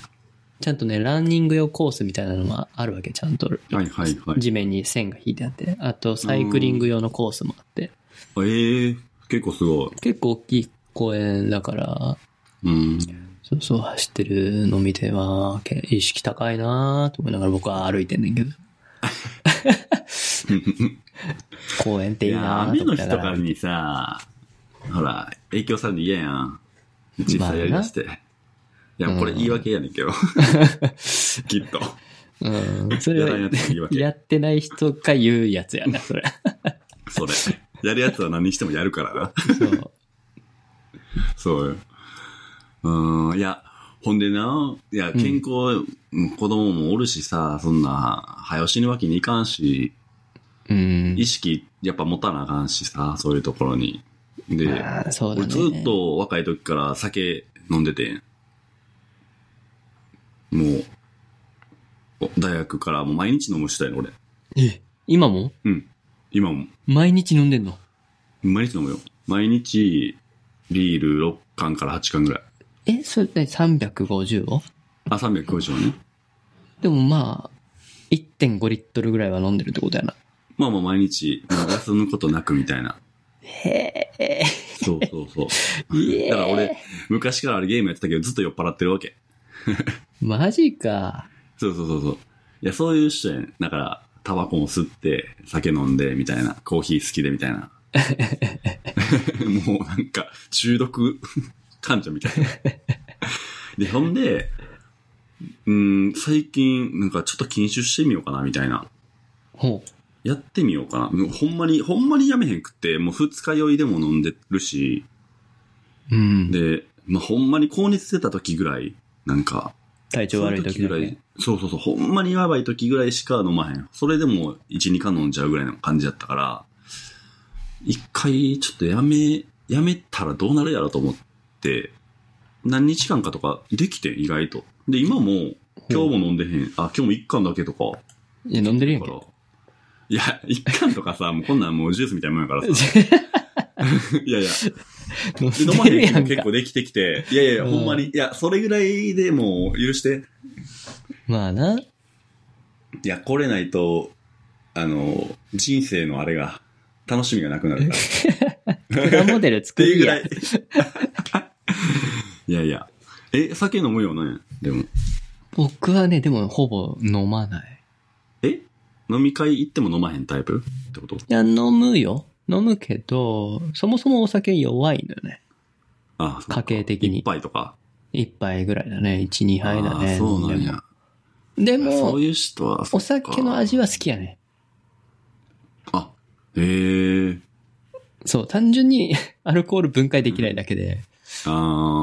Speaker 2: ちゃんとね、ランニング用コースみたいなのがあるわけ、ちゃんと。
Speaker 1: はいはいはい。
Speaker 2: 地面に線が引いてあって、あとサイクリング用のコースもあって、
Speaker 1: ええ結構すごい。
Speaker 2: 結構大きい公園だから、
Speaker 1: うん。
Speaker 2: そうそう、走ってるの見ては、け意識高いなーと思いながら僕は歩いてんねんけど。公園っていいなー
Speaker 1: 雨
Speaker 2: と思
Speaker 1: の
Speaker 2: い
Speaker 1: 日
Speaker 2: な
Speaker 1: と
Speaker 2: がら。
Speaker 1: かにさ、ほら、影響されるの嫌やん。実際やりだして。いや、これ言い訳やねんけ ど。きっと。
Speaker 2: うん。それ
Speaker 1: やらんや
Speaker 2: は
Speaker 1: つの言い訳
Speaker 2: やってない人が言うやつやな、それ。
Speaker 1: それ。やるやつは何にしてもやるからな。
Speaker 2: そう。
Speaker 1: そうよ。うーん、いや、ほんでな、いや、健康、子供もおるしさ、そんな、早死ぬわけにいかんし、
Speaker 2: うん
Speaker 1: 意。識やっぱ持たなあかんしさ、そういうところに。で、
Speaker 2: あーそうだ
Speaker 1: 俺
Speaker 2: ね。
Speaker 1: ずっと若い時から酒飲んでてん。もう、お大学からもう毎日飲むしたいの俺。
Speaker 2: え、今も
Speaker 1: うん。今も、
Speaker 2: 毎日飲んでんの
Speaker 1: 毎日飲むよ。毎日、ビール6缶から8缶ぐらい。
Speaker 2: え、それ何350を
Speaker 1: あ、350はね。
Speaker 2: でもまあ、1.5リットルぐらいは飲んでるってことやな。
Speaker 1: まあまあ毎日、もう休むことなくみたいな。
Speaker 2: へえ。
Speaker 1: そうそうそう。
Speaker 2: いえ
Speaker 1: だから俺、昔からあれゲームやってたけど、ずっと酔っ払ってるわけ。
Speaker 2: マジか。
Speaker 1: そうそうそうそう。いや、そういう人やねん。だから、タバコも吸って、酒飲んで、みたいな。コーヒー好きで、みたい な。もうなんか、中毒患者みたいな。で、ほんで、うん、最近、なんかちょっと禁酒してみようかな、みたいな。
Speaker 2: ほう。
Speaker 1: やってみようかな。もうほんまに、ほんまにやめへんくって、もう二日酔いでも飲んでるし、
Speaker 2: うん。
Speaker 1: で、まあ、ほんまに高熱出た時ぐらい、なんか、
Speaker 2: 体調悪い時
Speaker 1: その
Speaker 2: だ
Speaker 1: ぐらい
Speaker 2: け。。
Speaker 1: そうそうそう、ほんまにやばい時ぐらいしか飲まへん。それでも1、2缶飲んじゃうぐらいの感じだったから、一回ちょっとやめ、やめたらどうなるやろと思って、何日間かとかできてん意外と。で、今も、今日も飲んでへん。あ、今日も1缶だけとか。
Speaker 2: いや、飲んでるや
Speaker 1: だ
Speaker 2: ん
Speaker 1: か
Speaker 2: け
Speaker 1: ら。。いや、1缶とかさ、もう こんなんもうジュースみたいなもんやからさ。 いやいや、
Speaker 2: 飲
Speaker 1: で飲
Speaker 2: ん
Speaker 1: ま
Speaker 2: で
Speaker 1: へ
Speaker 2: る
Speaker 1: ん日
Speaker 2: や
Speaker 1: も
Speaker 2: ん
Speaker 1: 結
Speaker 2: か
Speaker 1: 構。できてき て、いやいやいや、
Speaker 2: うん
Speaker 1: ほんまに、いや、それぐらいでもう許して。
Speaker 2: まあな。
Speaker 1: いや、来れないと、あの、人生のあれが、楽しみがなくな るから。っ
Speaker 2: プラモデル
Speaker 1: て
Speaker 2: 作
Speaker 1: いう
Speaker 2: り
Speaker 1: ぐら
Speaker 2: や
Speaker 1: い。。 いやいや。え、酒飲むよねでも。
Speaker 2: 僕はね、でもほぼ飲まない。
Speaker 1: え飲み会行っても飲まへんタイプってこと
Speaker 2: いや、飲むよ。飲むけど、そもそもお酒弱いのよね。
Speaker 1: あそう
Speaker 2: 家計的に
Speaker 1: 一。杯とか。
Speaker 2: 一杯ぐらいだね。一、二杯だね。
Speaker 1: あそうなんや。
Speaker 2: で
Speaker 1: そ
Speaker 2: も
Speaker 1: う、いう人は、
Speaker 2: お酒の味
Speaker 1: は。
Speaker 2: は好きやね。
Speaker 1: あ、へえ。
Speaker 2: そう、単純に アルコール分解できないだけで、
Speaker 1: あ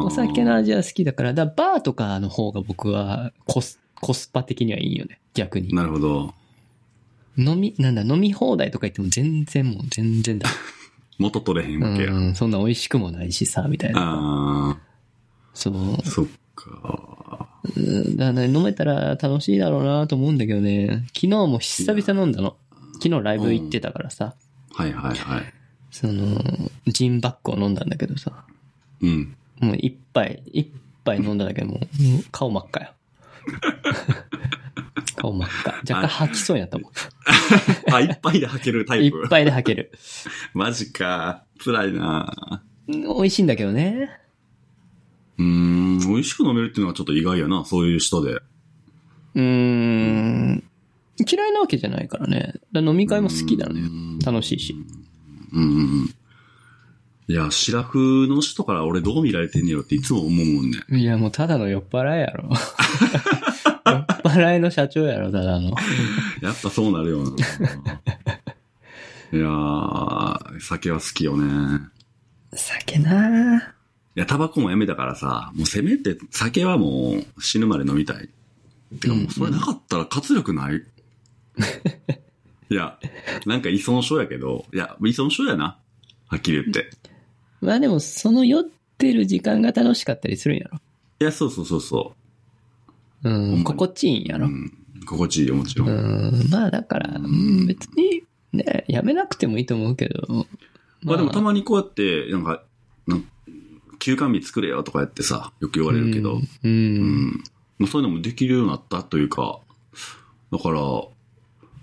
Speaker 1: あ。
Speaker 2: お酒の味は好きだから、だからバーとかの方が僕はコスコスパ的にはいいよね。逆に。
Speaker 1: なるほど。
Speaker 2: 飲み、なんだ、飲み放題とか言っても全然もう全然だ。
Speaker 1: 元取れへん
Speaker 2: う
Speaker 1: わけや。
Speaker 2: ん、そんな美味しくもないしさ、みたいな。
Speaker 1: あ
Speaker 2: そう。
Speaker 1: あ、そっか。
Speaker 2: うんだからね、飲めたら楽しいだろうなと思うんだけどね。昨日も久々飲んだの。昨日ライブ行ってたからさ、
Speaker 1: はいはいはい。
Speaker 2: その、ジンバックを飲んだんだけどさ、
Speaker 1: うん。
Speaker 2: もう一杯、一杯飲んだだけでもう、顔真っ赤よ。 顔真っ赤。若干吐きそうになったもん。
Speaker 1: あ、一杯で吐けるタイ
Speaker 2: 一
Speaker 1: プ。
Speaker 2: 杯で吐ける。
Speaker 1: マジか。辛いな
Speaker 2: 美味しいんだけどね。
Speaker 1: うーん、美味しく飲めるっていうのはちょっと意外やな、そういう人で。
Speaker 2: うーん。嫌いなわけじゃないからね。だから飲み会も好きだね。楽しいし。
Speaker 1: うんうんうん。いや、シラフの人から俺どう見られてんねやろっていつも思うもんね。
Speaker 2: いや、もうただの酔っ払いやろ。 酔っ払いの社長やろ、ただの。
Speaker 1: やっぱそうなる よな。いやー、酒は好きよね。
Speaker 2: 酒ない
Speaker 1: や、タバコもやめたからさ、もうせめて酒はもう死ぬまで飲みたい。てかもうそれなかったら活力ない、 いや、なんか依存症やけど、いや、依存症やな。はっきり言って。
Speaker 2: まあでも、その酔ってる時間が楽しかったりするんやろ。
Speaker 1: いや、そうそうそうそ
Speaker 2: う
Speaker 1: ま
Speaker 2: ん、
Speaker 1: に
Speaker 2: 心地いいんや
Speaker 1: う。う
Speaker 2: ろ。
Speaker 1: ん。心地いいよ、もちろん。
Speaker 2: うん、まあだから、うん、別に、ね、やめなくてもいいと思うけど。
Speaker 1: まあでもたまにこうやって、なんか、なん休館日作れよとかやってさ、よく言われるけど、うん。
Speaker 2: うん。うん
Speaker 1: まあそういうのもできるようになったというか、だから、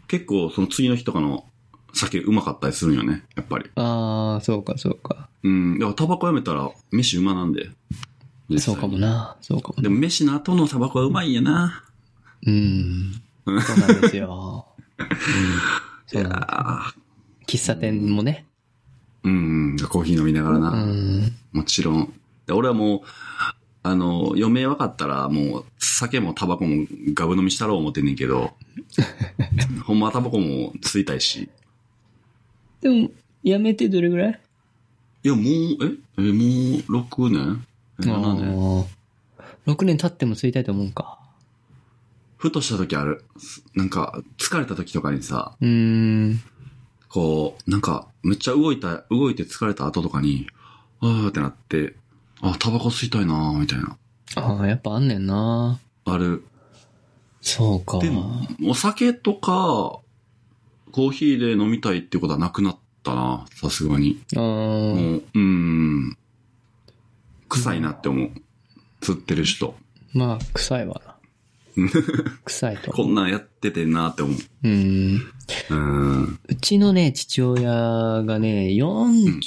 Speaker 1: 結構その次の日とかの酒うまかったりするんよね、やっぱり。
Speaker 2: ああ、そうか、そうか。
Speaker 1: うん。だからタバコやめたら、飯うまなんで。実際
Speaker 2: そうかも。な。そうかも
Speaker 1: で
Speaker 2: な。
Speaker 1: も飯の後のタバコはうまいんやな。
Speaker 2: うん。 そうなんですよ。うん、そうなんです
Speaker 1: あー
Speaker 2: 喫茶店もね。
Speaker 1: うん。コーヒー飲みながらな。
Speaker 2: うん。
Speaker 1: もちろん。で俺はもう、あの、余命分かったら、もう、酒もタバコもガブ飲みしたろう思ってんねんけ ど、ほんまはタバコも吸いたいし。
Speaker 2: でも、やめてどれぐらい
Speaker 1: いや、もう、ええ、もう6年え
Speaker 2: あ
Speaker 1: ?7 年
Speaker 2: ー6年経っても吸いたいと思うか。
Speaker 1: ふとした時ある。すなんか、疲れた時とかにさ、
Speaker 2: うーん。
Speaker 1: こう、なんか、めっちゃ動いた、動いて疲れた後とかに、あーってなって、あ、タバコ吸いたいなーみたいな。
Speaker 2: ああ、やっぱあんねんな。
Speaker 1: ある。
Speaker 2: そうか。
Speaker 1: でも、お酒とか、コーヒーで飲みたいってことはなくなったな、さすがに。
Speaker 2: あー
Speaker 1: もう、うん。臭いなって思う。吸ってる人。
Speaker 2: まあ、臭いわな。
Speaker 1: う
Speaker 2: 臭いと。
Speaker 1: こんなんやっててんなって思う。
Speaker 2: うん。
Speaker 1: うーん。
Speaker 2: うちのね、父親がね、40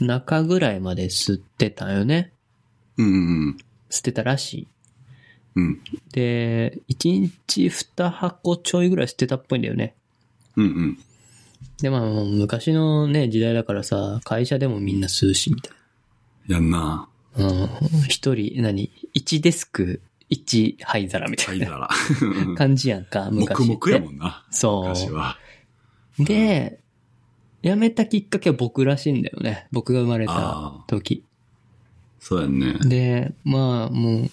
Speaker 2: 中ぐらいまで吸ってたよね。
Speaker 1: うんうん
Speaker 2: 吸ってたらし
Speaker 1: うん。うん。
Speaker 2: い。で、1日2箱ちょいぐらい吸ってたっぽいんだよね。
Speaker 1: うんうん。
Speaker 2: で、まあ、もう昔のね、時代だからさ、会社でもみんな吸うし、みたい
Speaker 1: やんな
Speaker 2: な。うん。一人、何一デスク、一灰皿みた
Speaker 1: 貝
Speaker 2: いな
Speaker 1: 皿。
Speaker 2: 感じやんか、昔って。
Speaker 1: 黙々やもんな。
Speaker 2: そ
Speaker 1: 昔は。
Speaker 2: う。で、辞めたきっかけは僕らしいんだよね。僕が生まれた
Speaker 1: あ
Speaker 2: 時。
Speaker 1: そうやんね。
Speaker 2: で、まあ、もう、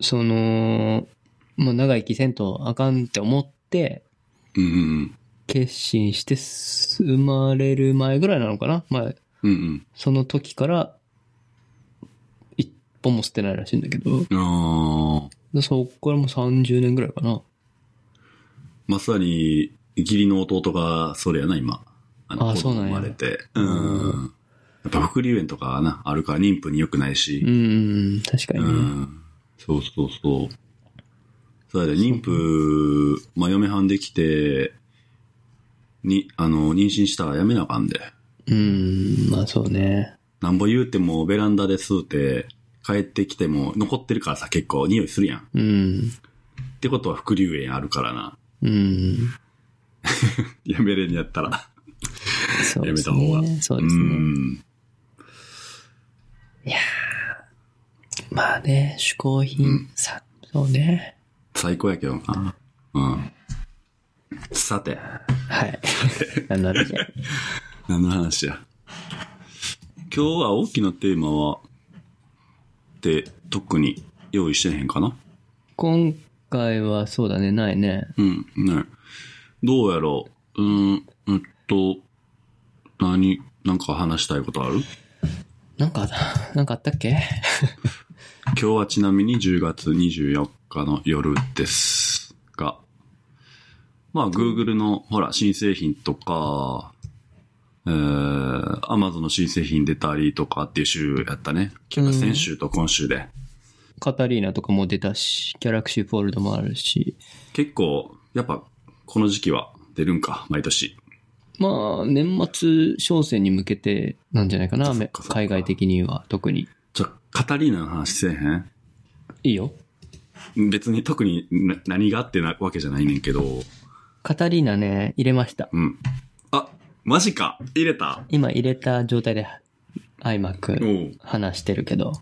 Speaker 2: その、もう長生きせんとあかんって思って、
Speaker 1: うんうん
Speaker 2: 決心して生まれる前ぐらいなのかなまあ、
Speaker 1: うん。うん
Speaker 2: その時から、一本も捨てないらしいんだけど、
Speaker 1: うん。ああ。
Speaker 2: でそこからもう30年ぐらいかな。
Speaker 1: まさに、義理の弟が、それやな、今。あ
Speaker 2: あそうなんや
Speaker 1: 子供生まれて。う
Speaker 2: うん
Speaker 1: ん。やっぱ、副流炎とかはな、あるから、妊婦に良くないし
Speaker 2: う。ん、確かに
Speaker 1: う
Speaker 2: ね。
Speaker 1: ん。そうそうそう。そうやで、妊婦、まあ、嫁はんできて、に、あの、妊娠したらやめなあかんで。
Speaker 2: うん、まあそうね。
Speaker 1: なんぼ言うても、ベランダで吸うて、帰ってきても、残ってるからさ、結構、匂いするやん。
Speaker 2: うん、
Speaker 1: ってことは、副流炎あるからな。
Speaker 2: うん。
Speaker 1: やめれんやったら。
Speaker 2: そう
Speaker 1: や
Speaker 2: で
Speaker 1: め
Speaker 2: す
Speaker 1: た方が
Speaker 2: ね。そうですね。
Speaker 1: ん。
Speaker 2: まあね、嗜好品、さ、そうね。
Speaker 1: 最高やけどな。うん。さて、
Speaker 2: はい。何の話や
Speaker 1: 何の話や。今日は大きなテーマは、って、特に用意してへんかな
Speaker 2: 今回はそうだね、ないね。
Speaker 1: うん、ね。どうやろううーん、うんと、何、なんか話したいことある
Speaker 2: なんか、なんかあったっけ
Speaker 1: 今日はちなみに10月24日の夜ですが、まあ Google のほら新製品とか、えー、Amazon の新製品出たりとかっていう週やったね。
Speaker 2: うん
Speaker 1: 先週と今週で。
Speaker 2: カタリーナとかも出たし、ギャラクシーフォールドもあるし。
Speaker 1: 結構、やっぱこの時期は出るんか、毎年。
Speaker 2: まあ、年末商戦に向けてなんじゃないかな、
Speaker 1: そっか
Speaker 2: め
Speaker 1: そっか
Speaker 2: 海外的には特に。
Speaker 1: ちょ、カタリーナの話せえへ
Speaker 2: いいよ。
Speaker 1: ん別に特にな何があってなわけじゃないねんけど、
Speaker 2: カタリーナね、入れました。
Speaker 1: うん。あ、マジか入れた
Speaker 2: 今入れた状態で、アイマッ
Speaker 1: お
Speaker 2: ク
Speaker 1: う
Speaker 2: 話してるけど。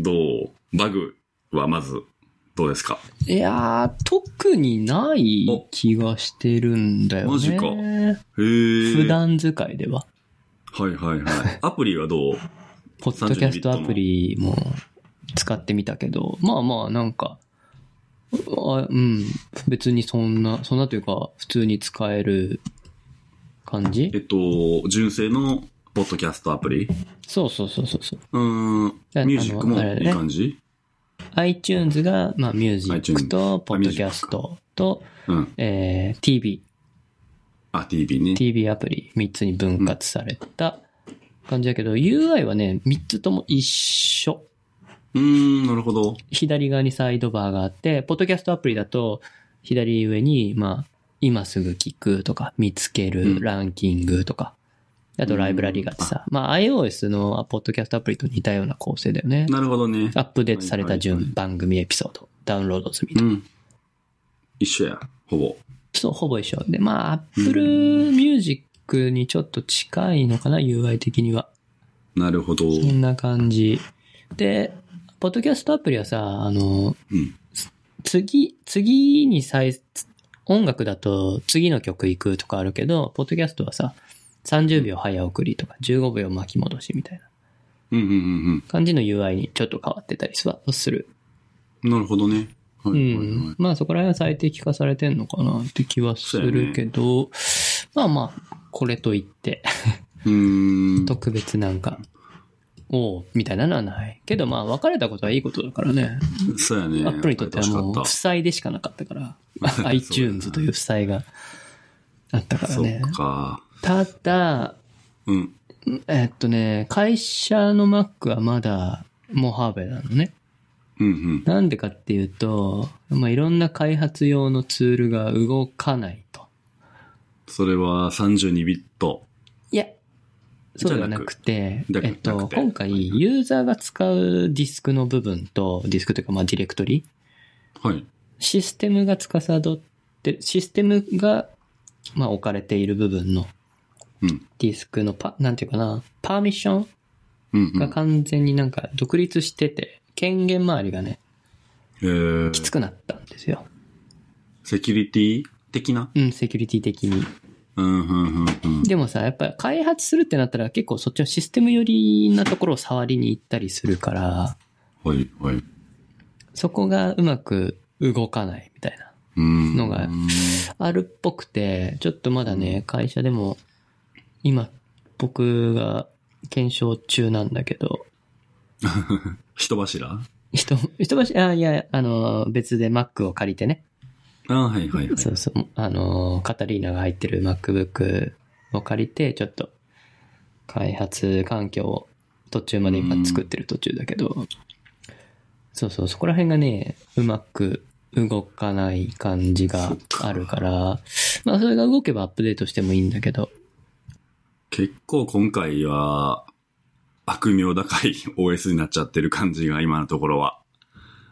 Speaker 1: どうバグはまず、どうですか
Speaker 2: いやー、特にない気がしてるんだよね。
Speaker 1: おマジかへえ。
Speaker 2: 普段使いでは。
Speaker 1: はいはいはい。 アプリはどう
Speaker 2: ポッドキャストアプリも使ってみたけど、まあまあなんか、あうん、別にそんな、そんなというか、普通に使える感じ
Speaker 1: えっと、純正のポッドキャストアプリ
Speaker 2: そうそうそうそうそう。
Speaker 1: うーん。
Speaker 2: あ
Speaker 1: ミュージックも
Speaker 2: あのあれだね
Speaker 1: いい感じ、
Speaker 2: iTunes が、まあミュージック
Speaker 1: iTunes
Speaker 2: と、ポッドキャストと、
Speaker 1: うん。
Speaker 2: えー、TV、
Speaker 1: あ、TV ね。
Speaker 2: TV アプリ3つに分割された感じだけど、UI はね、3つとも一緒。
Speaker 1: うーん、なるほど。
Speaker 2: 左側にサイドバーがあって、ポッドキャストアプリだと、左上に、まあ、今すぐ聞くとか、見つけ
Speaker 1: う
Speaker 2: る、
Speaker 1: ん
Speaker 2: ランキングとか、あとライブラリがあってさ、まあ iOS のポッドキャストアプリと似たような構成だよね。
Speaker 1: なるほどね
Speaker 2: ア。ップデートされた
Speaker 1: はい
Speaker 2: 順
Speaker 1: は、
Speaker 2: 番組エピソード、ダウンロード済み
Speaker 1: う
Speaker 2: と。
Speaker 1: ん。一緒や。ほぼ。
Speaker 2: そう、ほぼ一緒。で、まあ、Apple Music にちょっと近いのかな、UI 的には。
Speaker 1: なるほど。
Speaker 2: そんな感じ。で、ポッドキャストアプリはさ、あの、
Speaker 1: うん。
Speaker 2: 次、次に再、音楽だと次の曲行くとかあるけど、ポッドキャストはさ、30秒早送りとか15秒巻き戻しみたいな
Speaker 1: うんうんうん
Speaker 2: 感じの UI にちょっと変わってたりはする。
Speaker 1: うん。なるほどね。は
Speaker 2: う
Speaker 1: いはいはい
Speaker 2: ん。。まあそこら辺は最適化されてんのかなって気はするけど、まあまあ、これといって、
Speaker 1: うーん。
Speaker 2: 特別なんか、おう、みたいなのはない。けどまあ別れたことはいいことだからね。
Speaker 1: そうやね。
Speaker 2: アップルにとってはもう、
Speaker 1: 楽
Speaker 2: 負
Speaker 1: し
Speaker 2: 債でしかなかっ たから、iTunes という負債があった
Speaker 1: か
Speaker 2: か
Speaker 1: った
Speaker 2: ら
Speaker 1: そ
Speaker 2: ね。
Speaker 1: っか。
Speaker 2: ただ、
Speaker 1: うん。
Speaker 2: えっとね、会社の Mac はまだ、モハーベなのね。
Speaker 1: うん
Speaker 2: なんでかっていうと、まあ、いろんな開発用のツールが動かないと。
Speaker 1: それは32ビット。
Speaker 2: いや、そうではなくて、
Speaker 1: じゃな
Speaker 2: え
Speaker 1: く
Speaker 2: っ
Speaker 1: じゃな
Speaker 2: と
Speaker 1: く、て
Speaker 2: 今回、ユーザーが使うディスクの部分と、ディスクというか、まあ、ディレクトリ、
Speaker 1: はい。
Speaker 2: システムが司ってる、システムが、まあ、置かれている部分の
Speaker 1: うん。
Speaker 2: ディスクのパ、なんていうかな、パーミッション
Speaker 1: うん、うん。
Speaker 2: が完全になんか独立してて、権限周りがね、
Speaker 1: えー、
Speaker 2: きつくなったんですよ。
Speaker 1: セキュリティ的な
Speaker 2: うん、セキュリティ的に。
Speaker 1: うん、うん、うん、うん。
Speaker 2: でもさ、やっぱ開発するってなったら結構そっちのシステム寄りなところを触りに行ったりするから、
Speaker 1: はい、はい。う
Speaker 2: そこがうまく動かないみたいな。
Speaker 1: ーん。
Speaker 2: のが
Speaker 1: う
Speaker 2: あるっぽくて、ちょっとまだね、会社でも、今、僕が検証中なんだけど、
Speaker 1: ーん人柱あ
Speaker 2: 人、人橋、あ、いや、あの、別で Mac を借りてね。
Speaker 1: ーはい、はい、はい。
Speaker 2: そうそう、あの、カタリーナが入ってる MacBook を借りて、ちょっと、開発環境を途中まで今作ってる途中だけど、そうそう、そこら辺がね、うまく動かない感じがあるから、まあそれが動けばアップデートしてもいいんだけど、
Speaker 1: 結構今回は、悪名高い OS になっちゃってる感じが今のところは。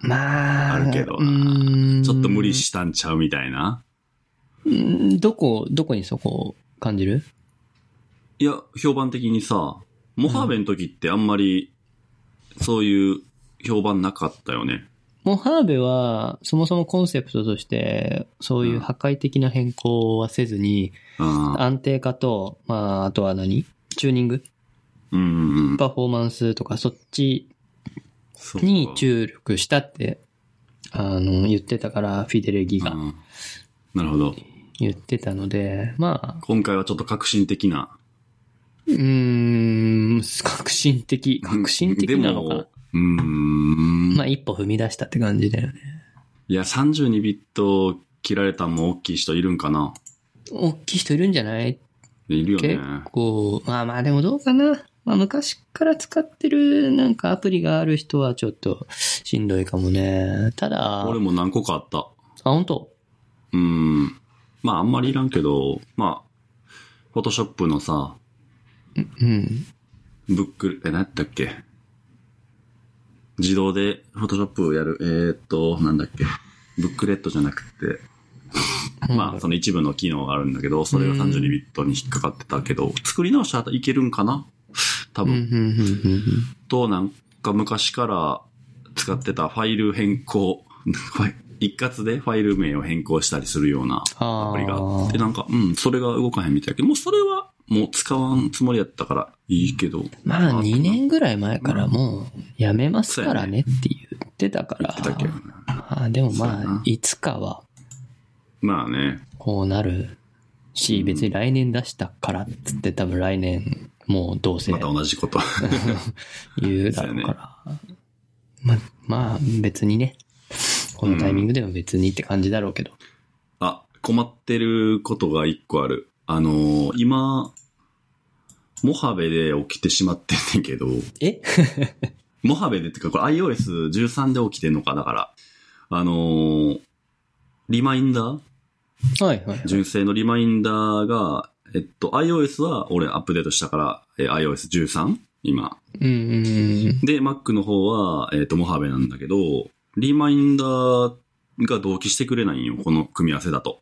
Speaker 2: まあ、
Speaker 1: あるけど
Speaker 2: うーん
Speaker 1: ちょっと無理したんちゃうみたいな。
Speaker 2: うーんどこ、どこにそこを感じる
Speaker 1: いや、評判的にさ、モハーベの時ってあんまり、そういう評判なかったよね。
Speaker 2: モハーベは、そもそもコンセプトとして、そういう破壊的な変更はせずに、
Speaker 1: ああ。
Speaker 2: 安定化と、まあ、あとは何チューニング
Speaker 1: うんうんうん。
Speaker 2: パフォーマンスとか、そっち
Speaker 1: そうか
Speaker 2: に注力したって、あの、言ってたから、フィデレギ
Speaker 1: う
Speaker 2: が
Speaker 1: んなるほど。
Speaker 2: 言ってたので、まあ、
Speaker 1: 今回はちょっと革新的な。
Speaker 2: うーん、革新的、革新的なのか
Speaker 1: で
Speaker 2: な
Speaker 1: も。うーん。
Speaker 2: まあ、一歩踏み出したって感じだよね。
Speaker 1: いや、32ビット切られたんも大きい人いるんかな。
Speaker 2: 大きい人いるんじゃない
Speaker 1: いるよね
Speaker 2: 結。構、まあまあでもどうかな。まあ昔から使ってるなんかアプリがある人はちょっとしんどいかもね。ただ、あ
Speaker 1: 俺、も何個かあった。
Speaker 2: 本当
Speaker 1: うん。まあ、あんまりいらんけど、まあ、フォトショップのさ、
Speaker 2: うん。
Speaker 1: ブック、え、何やったっけ自動でフォトショップをやる、えー、っと、なんだっけブックレットじゃなくて、まあ、その一部の機能があるんだけど、それが32ビットに引っかかってたけど、作り直したらいけるんかな多
Speaker 2: うん、う
Speaker 1: 分。
Speaker 2: ん、うん、うん。
Speaker 1: と、なんか昔から使ってたファイル変更、 ファイ一括でファイル名を変更したりするような
Speaker 2: あ
Speaker 1: アプリがあって、
Speaker 2: ー
Speaker 1: なんか、うん、それが動かへんみたいだけど、もうそれはもう使わんつもりやったからいいけど。
Speaker 2: まあ
Speaker 1: と
Speaker 2: 2年ぐらい前からもうやめますからねって言ってたか
Speaker 1: 言
Speaker 2: ら
Speaker 1: ってたっけ。
Speaker 2: あーでも
Speaker 1: そうや
Speaker 2: まあ
Speaker 1: ない
Speaker 2: つかは
Speaker 1: まあね。
Speaker 2: こうなるし、別に来年出したからっつって多分来年もうどうせ
Speaker 1: また同じこと。
Speaker 2: 言うだろうから。ま、まあ、別にね。このタイミングでも別にって感じだろうけど。
Speaker 1: あ、困ってることが一個ある。あのー今、モハベで起きてしまってんねんけど、
Speaker 2: え
Speaker 1: モハベでってか、これ iOS13 で起きてんのか、だから。あのーリマインダー
Speaker 2: はいはい。
Speaker 1: 純正のリマインダーが、えっと、iOS は俺アップデートしたから、えー iOS13? 今。
Speaker 2: うんうんうん。
Speaker 1: で、Mac の方は、えっと、モハベなんだけど、リマインダーが同期してくれないんよ、この組み合わせだと。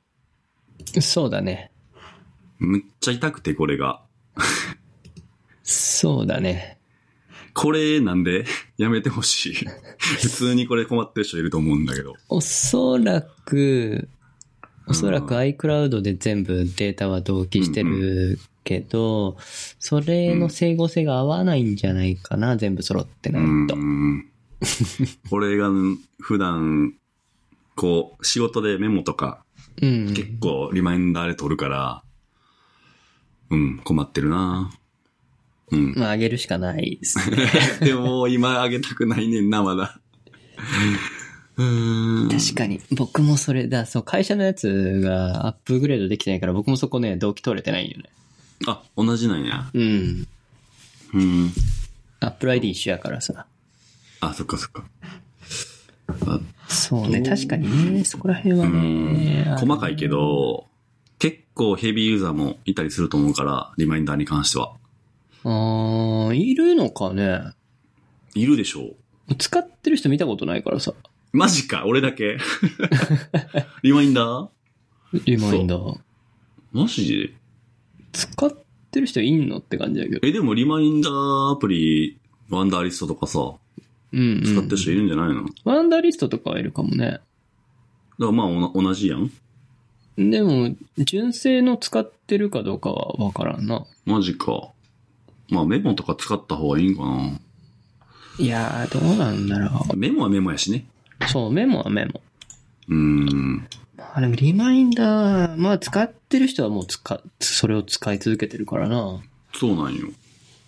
Speaker 2: そうだね。
Speaker 1: むっちゃ痛くて、これが。
Speaker 2: そうだね。
Speaker 1: これなんで やめてほしい。普通にこれ困ってる人いると思うんだけど。
Speaker 2: おそらく、おそらく iCloud で全部データは同期してるけど、それの整合性が合わないんじゃないかな、全部揃って
Speaker 1: う
Speaker 2: ないと。
Speaker 1: ん。これが普段、こう、仕事でメモとか
Speaker 2: うん。
Speaker 1: 結構リマインダーで撮るから、うん、困ってるな うん。
Speaker 2: まあ、あげるしかないですね。
Speaker 1: でも、今あげたくないねんな、まだ。うーん。
Speaker 2: 確かに。僕もそれだ、そう、会社のやつがアップグレードできてないから、僕もそこね、同期取れてないんよね。
Speaker 1: あ、同じなんや。
Speaker 2: うん。
Speaker 1: うん。
Speaker 2: Apple ID 一緒やからさ。
Speaker 1: あ、そっかそっか。あ
Speaker 2: そうね、確かにね、そこら辺はね。
Speaker 1: うん
Speaker 2: あの
Speaker 1: 細かいけ。ど、結構ヘビーユーザーもいたりすると思うから、リマインダーに関しては。
Speaker 2: あーいるのかね。
Speaker 1: いるでしょう
Speaker 2: 使ってる人見たことないからさ。
Speaker 1: マジか、俺だ け。リマインダー
Speaker 2: リマインダー。
Speaker 1: マジ
Speaker 2: 使ってる人いんのって感じだけど。
Speaker 1: え、でもリマインダーアプリ、ワンダーリストとかさ、
Speaker 2: うん、うん。
Speaker 1: 使ってる人いるんじゃないの、だか
Speaker 2: ワンダーリストとかはいるかもね。
Speaker 1: らまあおな同じやん。
Speaker 2: でも、純正の使ってるかどうかはわからんな。
Speaker 1: マジか。まあメモとか使った方がいいんかな。
Speaker 2: いやー、どうなんだろ
Speaker 1: メモはメモやしね。
Speaker 2: う。そう、メモはメモ。
Speaker 1: うーん。
Speaker 2: まあでも、リマインダー、まあ使ってる人はもう使、それを使い続けてるからな。
Speaker 1: そうなんよ。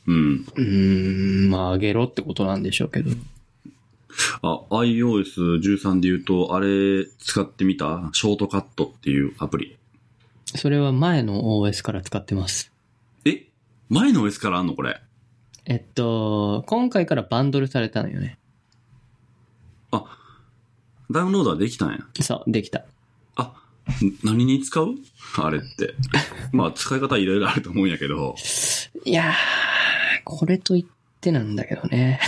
Speaker 1: うん。
Speaker 2: うーん、まああげろってことなんでしょうけど。
Speaker 1: あ、iOS13 で言うと、あれ使ってみたショートカットっていうアプリ。
Speaker 2: それは前の OS から使ってます。
Speaker 1: え前の OS からあんのこれ。
Speaker 2: えっと、今回からバンドルされたのよね。
Speaker 1: ダウンロードはできたんや。
Speaker 2: そう、できた。
Speaker 1: あ、ん何に使うあれって。まあ、使い方いろいろあると思うんやけど。
Speaker 2: いやー、これと言ってなんだけどね。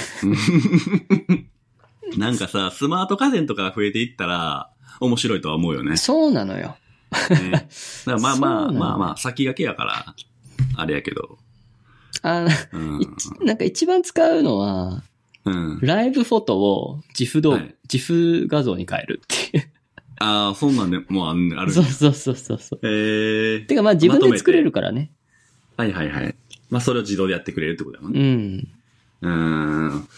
Speaker 1: なんかさ、スマート家電とかが増えていったら、面白いとは思うよね。
Speaker 2: そうなのよ。
Speaker 1: ねだからまあま
Speaker 2: そうな
Speaker 1: あ、
Speaker 2: の
Speaker 1: まあまあ、先駆けやから、あれやけど。
Speaker 2: あ
Speaker 1: うん
Speaker 2: い。なんか一番使うのは、
Speaker 1: うん。
Speaker 2: ライブフォトを自負動、
Speaker 1: はい
Speaker 2: 自負画像に変えるっていう。
Speaker 1: ああ、そんなんで、もうあんあるん
Speaker 2: そ
Speaker 1: や
Speaker 2: う。そうそうそうそう。
Speaker 1: ええー。
Speaker 2: てかまあ自分
Speaker 1: まとめ
Speaker 2: で
Speaker 1: て
Speaker 2: 作れるからね。
Speaker 1: はいはいはい。まあ、それを自動でやってくれるってことだもん
Speaker 2: う
Speaker 1: ね。
Speaker 2: ん。
Speaker 1: うーん。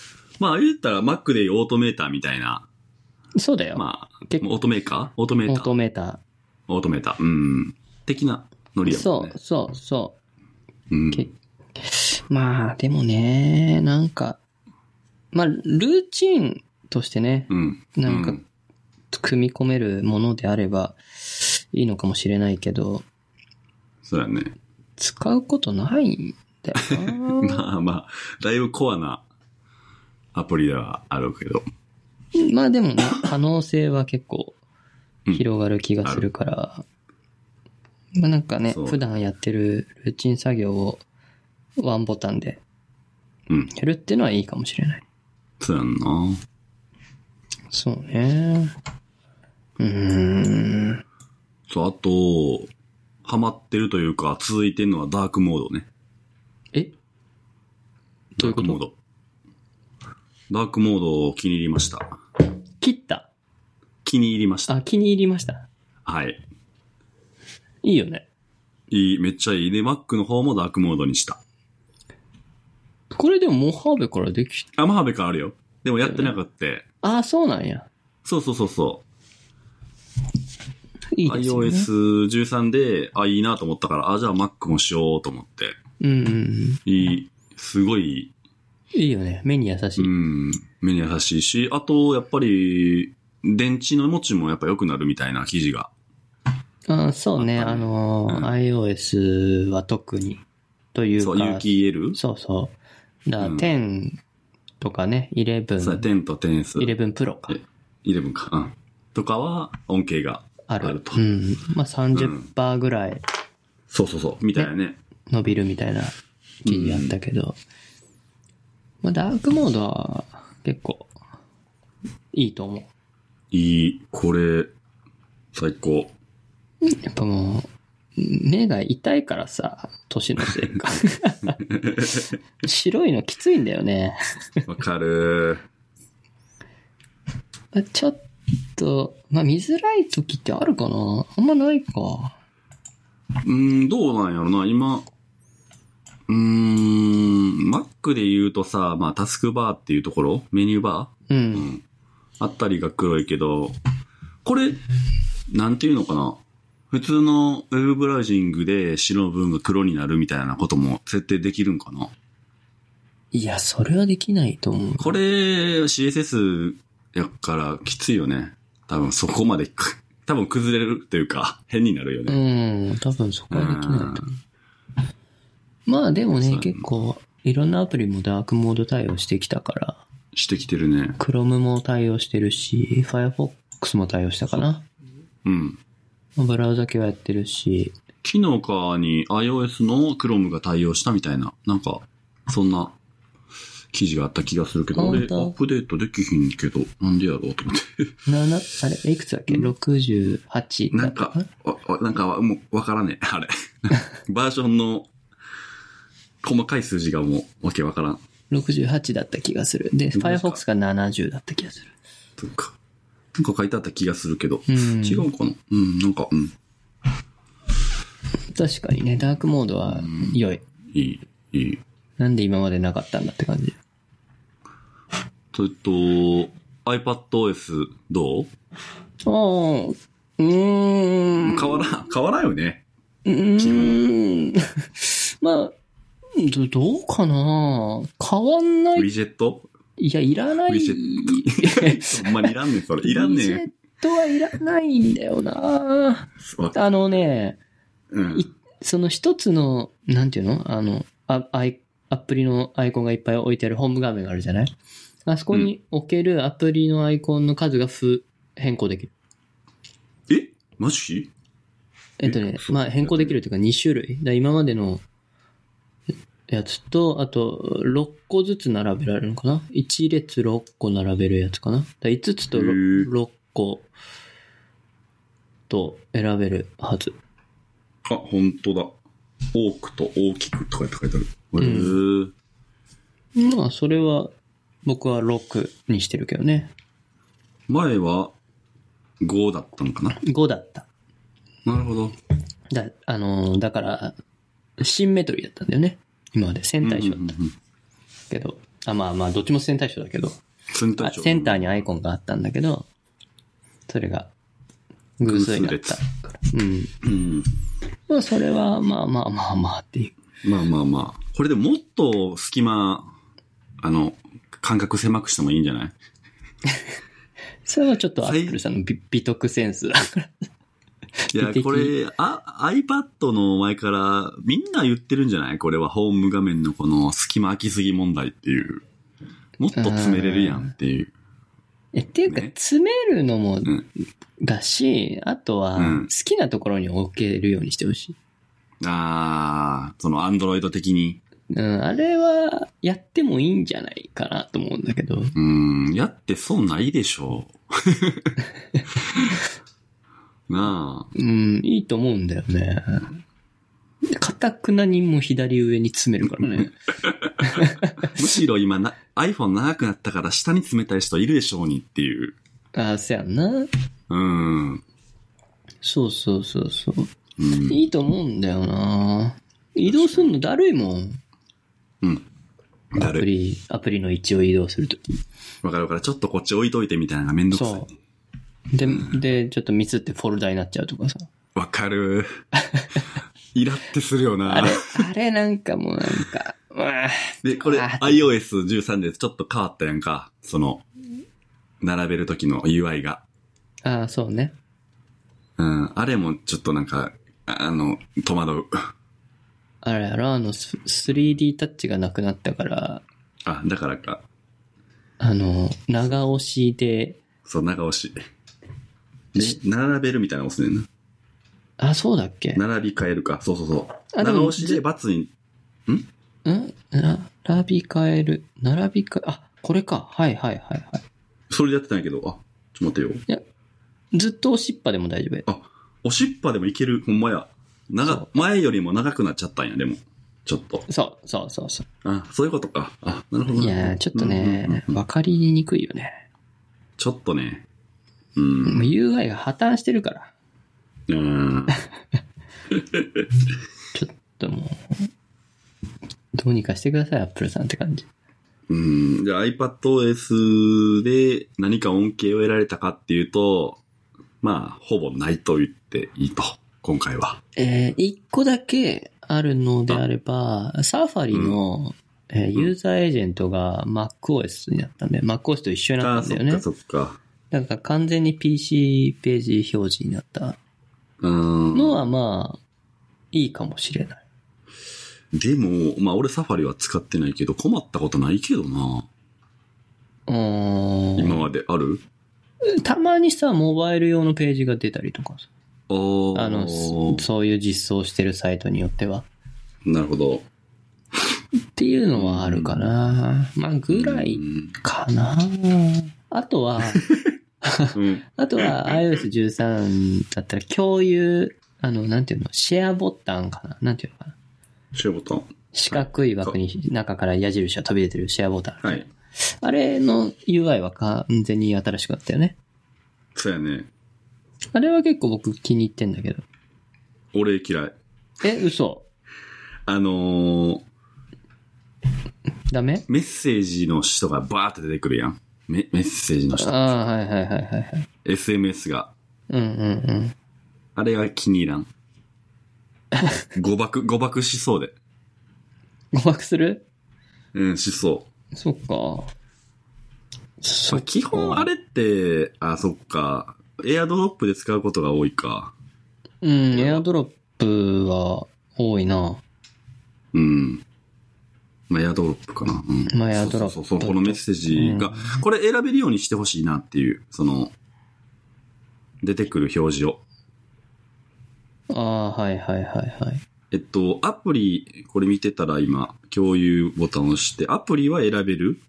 Speaker 1: まあ、言ったら Mac でいうオートメーターみたいな。
Speaker 2: そうだよ。
Speaker 1: まあ、
Speaker 2: 結構
Speaker 1: オートメーカーオートメ
Speaker 2: オ
Speaker 1: ータ
Speaker 2: ート
Speaker 1: ー
Speaker 2: メータ
Speaker 1: オートメーター。うん。的なノリ
Speaker 2: ー。
Speaker 1: やもん
Speaker 2: そ
Speaker 1: ね
Speaker 2: う。そうそう。
Speaker 1: うん
Speaker 2: けまあ、でもね、なんか、まあ、ルーチンとしてね、
Speaker 1: うん。
Speaker 2: なんか
Speaker 1: うん
Speaker 2: 組み込めるものであればいいのかもしれないけど、
Speaker 1: そうやね。
Speaker 2: 使うことないんだよな。
Speaker 1: まあまあ、だいぶコアなアプリではあるけど。
Speaker 2: まあでもね、可能性は結構
Speaker 1: うん
Speaker 2: 広がる気がするから、まあなんかね、
Speaker 1: そう
Speaker 2: 普段やってるルーチン作業をワンボタンで
Speaker 1: うん。
Speaker 2: やるっていうのはいいかもしれない。
Speaker 1: そうやんな。
Speaker 2: そうね。うーん。
Speaker 1: そう、あと、ハマってるというか、続いてるのはダークモードね。
Speaker 2: えどういうこと
Speaker 1: ダークモード。ダークモードを気に入りました。
Speaker 2: 切った
Speaker 1: 気に入りました。
Speaker 2: あ、気に入りました。
Speaker 1: はい。
Speaker 2: いいよね。
Speaker 1: いい、めっちゃいい。で、Mac の方もダークモードにした。
Speaker 2: これでもモハーベからでき
Speaker 1: あ、まあハベカあるよ。でもやってなかった。
Speaker 2: ああ、そうなんや。
Speaker 1: そうそうそうそう。
Speaker 2: いいですよね。
Speaker 1: iOS13 で、あ、いいなと思ったから、あ、じゃあ Mac もしようと思って。
Speaker 2: うんうんうん。
Speaker 1: いい、すごい、
Speaker 2: いいよね。目に優し
Speaker 1: う
Speaker 2: い。
Speaker 1: ん、目に優しいし、あと、やっぱり、電池の持ちもやっぱ良くなるみたいな記事が。
Speaker 2: あーそうね。
Speaker 1: あった
Speaker 2: あ
Speaker 1: ね
Speaker 2: のー
Speaker 1: うん
Speaker 2: iOS は特に。というか。
Speaker 1: そう、有機 EL?
Speaker 2: そうそう。だから
Speaker 1: うん
Speaker 2: 10とかね、
Speaker 1: そう、
Speaker 2: 11、
Speaker 1: 10と10ス。
Speaker 2: 11プロか。
Speaker 1: 11か。うん。とかは、恩恵が
Speaker 2: あ
Speaker 1: あ
Speaker 2: る。
Speaker 1: ると。
Speaker 2: うん。まあ30%ぐらい
Speaker 1: そうそうそう、みたいなね。
Speaker 2: 伸びるみたいな記事あったけど。まあダークモードは結構いいと思う。
Speaker 1: いい、これ、最高。
Speaker 2: やっぱもう、目が痛いからさ、年のせい か。白いのきついんだよね。
Speaker 1: わかる。
Speaker 2: まあちょっと、まあ見づらい時ってあるかなあんまないか。
Speaker 1: うん、どうなんやろな、今。うーん、Mac で言うとさ、まあ、タスクバーっていうところメニューバー
Speaker 2: うん。
Speaker 1: あったりが黒いけど、これ、なんていうのかな。普通のウェブブラウジングで白の部分が黒になるみたいなことも設定できるんかな。
Speaker 2: いや、それはできないと思う。
Speaker 1: これ、CSS やからきついよね。多分そこまで く、多分崩れるというか、変になるよ
Speaker 2: う
Speaker 1: ね。
Speaker 2: ん、多分そこはできないと思う
Speaker 1: う。
Speaker 2: まあでも
Speaker 1: そう
Speaker 2: ね、
Speaker 1: ね
Speaker 2: 結構、いろんなアプリもダークモード対応してきたから、
Speaker 1: してきてるね。
Speaker 2: Chrome も対応してるし、Firefox も対応したかな。
Speaker 1: うん。
Speaker 2: ブラウザ系はやってるし、
Speaker 1: 昨日かに iOS の Chrome が対応したみたいな、なんか、そんな記事があった気がするけど、俺、ア
Speaker 2: 本当
Speaker 1: ップデートできひんけど、なんでやろうと思って。
Speaker 2: な、な、あれ、いくつだっけ ?68 だ
Speaker 1: な
Speaker 2: っ
Speaker 1: ん
Speaker 2: た
Speaker 1: か
Speaker 2: かな、
Speaker 1: わわなんかわ、もう、わからねえ、あ れ。バージョンの、細かい数字がもう、わけわからん。
Speaker 2: ?68 だった気がする。で、
Speaker 1: 本当ですか
Speaker 2: Firefox が70だった気がする。
Speaker 1: とか。なんか書いてあった気がするけど。
Speaker 2: うん
Speaker 1: 違うかなうん、なんか、うん。
Speaker 2: 確かにね、ダークモードは良い。
Speaker 1: いい、いい。
Speaker 2: なんで今までなかったんだって感じ。
Speaker 1: と、えっと、iPadOS どう
Speaker 2: ああ、うーん。
Speaker 1: 変わらん、変わらんよね。
Speaker 2: うーん。まあ、ど、どうかな変わんな
Speaker 1: ウ
Speaker 2: い。
Speaker 1: ィジェッ ト
Speaker 2: いや、いらない。
Speaker 1: ウィジェット。ほんまにいらんねん、それ。いらんね
Speaker 2: ウィジェ
Speaker 1: ん。
Speaker 2: ットはいらないんだよな
Speaker 1: わ
Speaker 2: あのね、
Speaker 1: うん。
Speaker 2: その一つの、なんていうのあの、あアイアプリのアイコンがいっぱい置いてあるホーム画面があるじゃないあそこに置けるアプリのアイコンの数がふ変更できる。
Speaker 1: えマジ
Speaker 2: えっとね
Speaker 1: え、そう
Speaker 2: まあ変更できるというか2種類。だから今までのやつと、あと6個ずつ並べられるのかな ?1 列6個並べるやつかなだから5つと
Speaker 1: へー
Speaker 2: 6, 個と選べるはず。
Speaker 1: あ、ほんとだ。多くと大きくとかって書いてある。
Speaker 2: ん
Speaker 1: へー
Speaker 2: まあそれは僕は6にしてるけどね。
Speaker 1: 前は5だったのかな
Speaker 2: 5だった。
Speaker 1: なるほど。
Speaker 2: だ、あのーだから、シンメトリーだったんだよね。今まで線対称だ
Speaker 1: うん
Speaker 2: った
Speaker 1: うんうん
Speaker 2: けど。あ、まあまあどっちも線対称だけど。
Speaker 1: センタ
Speaker 2: あ
Speaker 1: ー
Speaker 2: センターにアイコンがあったんだけど、それが偶数になった。うん。
Speaker 1: うん。
Speaker 2: まあ、それは、まあまあまあまあっていう。
Speaker 1: まあまあまあ。これでもっと隙間、あの、間隔狭くしてもいいんじゃない
Speaker 2: それはちょっとア
Speaker 1: はい
Speaker 2: ップルさんの美美徳センス だから。
Speaker 1: いや
Speaker 2: 素、敵
Speaker 1: これ、あ、iPad の前からみんな言ってるんじゃないこれはホーム画面のこの隙間空きすぎ問題っていう。もっと詰めれるやんっていう。
Speaker 2: えっていうか、
Speaker 1: ね
Speaker 2: 詰めるのも
Speaker 1: ん
Speaker 2: だし、あとは、
Speaker 1: うん
Speaker 2: 好きなところに置けるようにしてほしい。
Speaker 1: あー、そのアンドロイド的に。
Speaker 2: うん、あれは、やってもいいんじゃないかなと思うんだけど。
Speaker 1: うん、やってそうないでしょ う。なあ。
Speaker 2: うん、いいと思うんだよね。かたくなにもう左上に詰めるからね。
Speaker 1: むしろ今な、iPhone 長くなったから下に詰めたい人いるでしょうにっていう。
Speaker 2: ああ、そやんな。
Speaker 1: うん。うん。
Speaker 2: そうそうそうそう。いいと思うんだよな移動すんのだるいもん。
Speaker 1: だ
Speaker 2: アプ
Speaker 1: るい。
Speaker 2: リ、アプリの位置を移動するとき。
Speaker 1: わかるわかる。ちょっとこっち置いといてみたいなのがめんどくさ
Speaker 2: そ
Speaker 1: い。
Speaker 2: う。で、で、ちょっとミスってフォルダになっちゃうとかさ。
Speaker 1: わかる。 イラってするよな。
Speaker 2: あれ、あれなんかもうなんか、うわぁ
Speaker 1: で、これ
Speaker 2: あー
Speaker 1: iOS13 でちょっと変わったやんか。その、並べる時の UI が。
Speaker 2: ああ、そうね。
Speaker 1: うん。あれもちょっとなんか、ああの、戸惑う。
Speaker 2: あれやろ、あの、ス 3D タッチがなくなったから、
Speaker 1: あ、だからか。
Speaker 2: あの、長押しで、
Speaker 1: そう、長押し。で並べるみたいなの押すねんな。
Speaker 2: あ、そうだっけ
Speaker 1: 並び替えるか。そうそうそう。
Speaker 2: あでも
Speaker 1: 長押しで×に。
Speaker 2: ん並び替える。並び替え、あ、これか。はいはいはいは
Speaker 1: それでやってたんやけど、あ、ちょっと待てよ。
Speaker 2: い。ずっと押しっぱでも大丈夫や。
Speaker 1: あ、おしっぱでもいける、ほんまや。
Speaker 2: そ
Speaker 1: 長
Speaker 2: う、
Speaker 1: 前よりも長くなっちゃったんや、でも。ちょっと。
Speaker 2: そうそうそうそう。
Speaker 1: あ、そういうことか。あ、なるほど。
Speaker 2: い
Speaker 1: なるほ
Speaker 2: や
Speaker 1: ど
Speaker 2: ー、ちょっと
Speaker 1: うんうんうん
Speaker 2: ね、わかりにくいよね。
Speaker 1: ちょっとね。う。
Speaker 2: もうん UI が破綻してるから。
Speaker 1: うん。
Speaker 2: ちょっともう、どうにかしてください、アップルさんって感じ。
Speaker 1: うん。じゃあ iPadOS で何か恩恵を得られたかっていうと、まあ、ほぼないと言っていいと。今回は。
Speaker 2: えー、一個だけあるのであれば、サーファリの、えーユーザーエージェントが MacOS になったんで、MacOS と一緒にな
Speaker 1: あ
Speaker 2: っ
Speaker 1: ー、
Speaker 2: たんだ
Speaker 1: そ
Speaker 2: よ
Speaker 1: っか
Speaker 2: ね。
Speaker 1: そっか。
Speaker 2: だから完全に PC ページ表示になった
Speaker 1: うん。
Speaker 2: のはまあ、いいかもしれない。
Speaker 1: でも、まあ俺サファリは使ってないけど、困ったことないけどな。
Speaker 2: うん
Speaker 1: 今。まである
Speaker 2: たまにさ、モバイル用のページが出たりとかさ。
Speaker 1: あー
Speaker 2: あの、そそういう実装してるサイトによっては。
Speaker 1: なるほど。
Speaker 2: っていうのはあるかな。まあ、ぐらい
Speaker 1: うん
Speaker 2: かな。あ とは、
Speaker 1: うん。
Speaker 2: あとは iOS13 だったら共有、あの、なんていうの、シェアボタンかななんていうのかな
Speaker 1: シェアボタン。
Speaker 2: 四角い枠に中から矢印が飛び出てるシェアボタン。
Speaker 1: はい。
Speaker 2: あれの UI は完全に新しくなったよね。
Speaker 1: そうやね。
Speaker 2: あれは結構僕気に入ってんだけど。
Speaker 1: 俺嫌い。
Speaker 2: え、嘘
Speaker 1: あのー、
Speaker 2: ダメ
Speaker 1: メッセージの人がバーって出てくるやん。メメッセージの
Speaker 2: あ
Speaker 1: 人。
Speaker 2: あ、はいはいはいはいはい。
Speaker 1: SMS が。
Speaker 2: うんうんうん。
Speaker 1: あれは気に入 らん。誤爆、誤爆しそうで。
Speaker 2: 誤爆する
Speaker 1: うん、しそう。
Speaker 2: そっか。
Speaker 1: まあ
Speaker 2: そっか
Speaker 1: 基本あれって、あ、そっか。エアドロップで使うことが多いか。
Speaker 2: うん、エアドロップは多いな。
Speaker 1: うん。まあ、エアドロップかな。うん。
Speaker 2: まあエアドロップ
Speaker 1: そうそうそう、このメッセージが、これ選べるようにしてほしいなっていう、その、出てくる表示を。
Speaker 2: ああ、はいはいはいはい。
Speaker 1: えっと、アプリ、これ見てたら今、共有ボタンを押して、アプリは選べる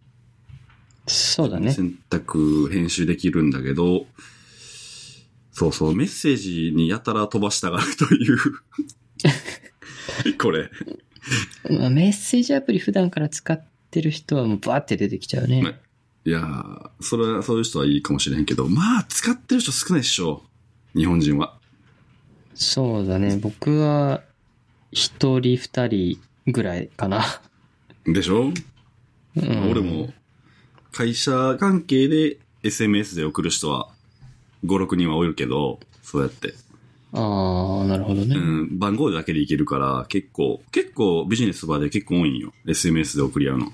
Speaker 2: そうだね。
Speaker 1: 選択、編集できるんだけど、そうそう、メッセージにやたら飛ばしたがると いう。これ。
Speaker 2: まあメッセージアプリ普段から使ってる人はもうバーって出てきちゃうね。
Speaker 1: はいいやー、それは、そういう人はいいかもしれんけど、まあ、使ってる人少ないっしょ。日本人は。
Speaker 2: そうだね。僕は、一人二人ぐらいかな。
Speaker 1: でしょ、
Speaker 2: うん
Speaker 1: 俺。も、会社関係で SMS で送る人は、5、6人はおるけど、そうやって。
Speaker 2: ああ、なるほどね。
Speaker 1: うん、番号だけでいけるから、結構、結構ビジネス場で結構多いんよ。SMS で送り合うの。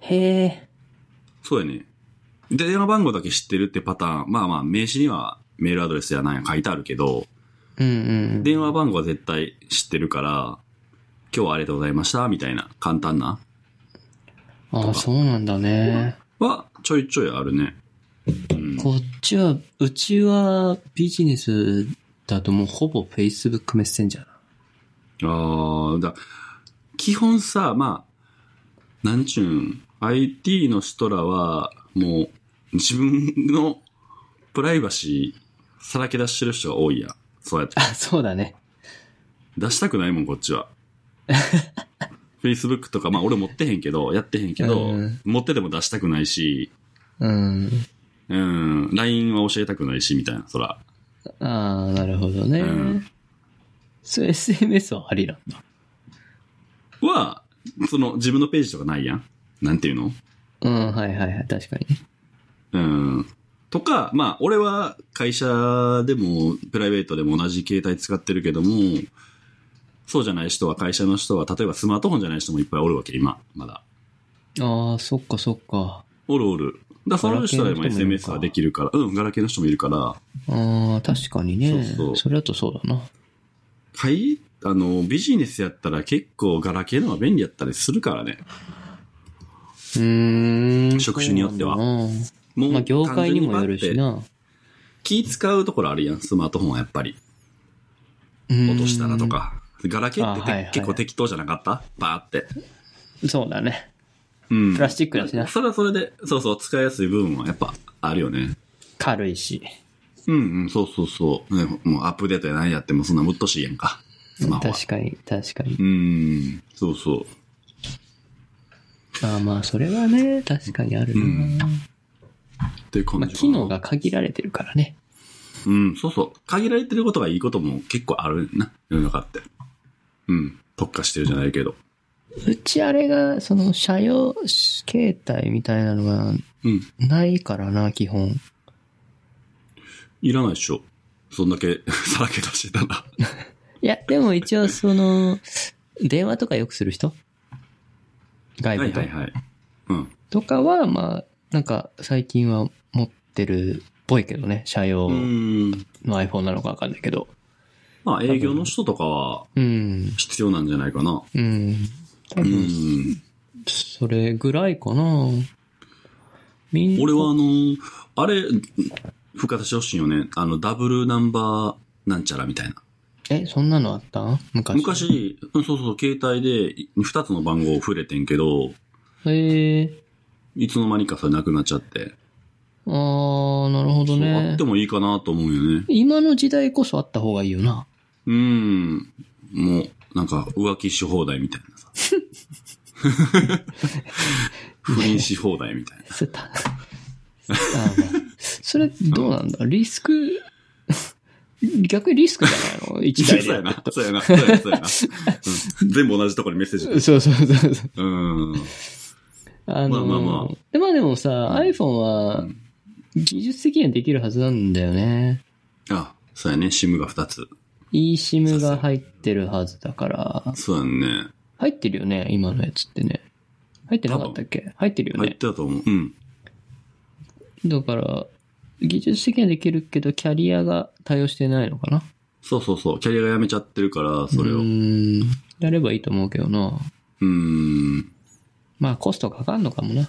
Speaker 2: へえ。
Speaker 1: そうやね。で、電話番号だけ知ってるってパターン、まあまあ、名刺にはメールアドレスやなんや書いてあるけど、
Speaker 2: うんうん。
Speaker 1: 電話番号は絶対知ってるから、今日はありがとうございました、みたいな、簡単な、
Speaker 2: ああ、そうなんだね。
Speaker 1: は、ちょいちょいあるね。うん。
Speaker 2: こっちは、うちはビジネスだともうほぼ Facebook メッセンジャーだ。
Speaker 1: ああ、だ、基本さ、まあ、なんちゅうん、IT の人らは、もう、自分のプライバシー、さらけ出してる人が多いやん。そうやって
Speaker 2: あ、。そうだね。
Speaker 1: 出したくないもん、こっち は。Facebook とか、まあ俺持ってへんけど、やってへんけど、
Speaker 2: うん
Speaker 1: 持ってても出したくないし、
Speaker 2: うん。
Speaker 1: うん、LINE は教えたくないし、みたいな、そら。
Speaker 2: ああ、なるほどね。
Speaker 1: うん
Speaker 2: そう SMS はありなんだ。
Speaker 1: は、その、自分のページとかないやん。なんていうの
Speaker 2: うん、はいはいはい、確かにね。
Speaker 1: うん。とか、まあ、俺は会社でも、プライベートでも同じ携帯使ってるけども、そうじゃない人は、会社の人は、例えばスマートフォンじゃない人もいっぱいおるわけ、今、まだ。
Speaker 2: ああ、そっかそっか。
Speaker 1: おるおる。だから、そういう人は今
Speaker 2: ガラケーの人もいる
Speaker 1: SMS
Speaker 2: か
Speaker 1: はできるから、うん、ガラケーの人もいるから、
Speaker 2: ああ、確かにね。
Speaker 1: そ
Speaker 2: そう
Speaker 1: そう
Speaker 2: れだとそうだな。
Speaker 1: はい、あの、ビジネスやったら結構ガラケーの方が便利やったりするからね。
Speaker 2: うーん。
Speaker 1: 職種によっては
Speaker 2: そうなんだな
Speaker 1: も
Speaker 2: まあ、業界にもよるし。
Speaker 1: 完全にバッて
Speaker 2: な。
Speaker 1: 気使うところあるやん、スマートフォンはやっぱり。落
Speaker 2: 落
Speaker 1: としたらと。か。ガラケーってて
Speaker 2: あはいはい
Speaker 1: 結構適当じゃなかったバーって。
Speaker 2: そうだね。
Speaker 1: うん。
Speaker 2: プラスチックだしな。
Speaker 1: それはそれで、そうそう、使いやすい部分はやっぱあるよね。
Speaker 2: 軽いし。
Speaker 1: うんうん、そうそうそう。ね、もうアップデートや何やってもそんなうっとしいやんか。スマホは。
Speaker 2: 確かに、確かに
Speaker 1: う。ん、そうそう。
Speaker 2: ああ、まあ、それはね、確かにあるな。
Speaker 1: うんっていう感
Speaker 2: まあ、
Speaker 1: じかな
Speaker 2: 機能が限られてるからね。
Speaker 1: うん、そうそう。限られてることがいいことも結構あるな、世の中って。うん。特化してるじゃないけど。
Speaker 2: うちあれが、その、車用携帯みたいなのが
Speaker 1: うん。
Speaker 2: ないからな、基本。
Speaker 1: いらないっしょ。そんだけ さらけ出してたら。
Speaker 2: いや、でも一応その、電話とかよくする人外
Speaker 1: は
Speaker 2: 部
Speaker 1: い
Speaker 2: と,、
Speaker 1: はいはい。うん。
Speaker 2: とかは、まあ、なんか最近は持ってるっぽいけどね。社用
Speaker 1: うん。
Speaker 2: の iPhone なのかわかんないけど。
Speaker 1: まあ営業の人とかは
Speaker 2: うん。
Speaker 1: 必要なんじゃないかな。
Speaker 2: うん。多
Speaker 1: う
Speaker 2: 分、
Speaker 1: ん。
Speaker 2: それぐらいかな。みんな。
Speaker 1: 俺はあのーあれ、復活してほしいよね。あの、ダブルナンバーなんちゃらみたいな。
Speaker 2: え、そんなのあった昔。。
Speaker 1: 昔、うんそうそう、携帯で2つの番号触れてんけど、
Speaker 2: へえ
Speaker 1: いつの間にかそれなくなっちゃって。
Speaker 2: ー。あー、なるほど
Speaker 1: そうあ
Speaker 2: ね
Speaker 1: って。もいいかなと思うよね。
Speaker 2: 今の時代こそあった方がいいよ な。
Speaker 1: うん。もう、なんか浮気し放題みたいな さ。不倫し放題みたいな。
Speaker 2: それたあーまあそれ、どうなんだリスク、 逆にリスクじゃないの一台で
Speaker 1: そうや
Speaker 2: やってる
Speaker 1: な
Speaker 2: と。。
Speaker 1: そうやな。そうやな。そうやな。うん全部同じところにメッセージ
Speaker 2: そうそうそうそう。
Speaker 1: うん。
Speaker 2: あの
Speaker 1: まあまあまあ
Speaker 2: でまあでもさ、iPhone は
Speaker 1: ん
Speaker 2: 技術的にはできるはずなんだよね。
Speaker 1: あ、そうやね。シムが2つ。
Speaker 2: eSIM が入ってるはずだから。
Speaker 1: そうやんね。
Speaker 2: 入ってるよね、今のやつってね。入ってなかったっけ入ってるよ
Speaker 1: 入っ
Speaker 2: ね。
Speaker 1: てたと思う。うん。
Speaker 2: だから、技術的にはできるけど、キャリアが対応してないのかな。
Speaker 1: そうそうそう。キャリアがやめちゃってるから、それを。
Speaker 2: う
Speaker 1: う
Speaker 2: ーん。やればいいと思うけどな。
Speaker 1: ーん。
Speaker 2: まあ、コストかかんのかもな。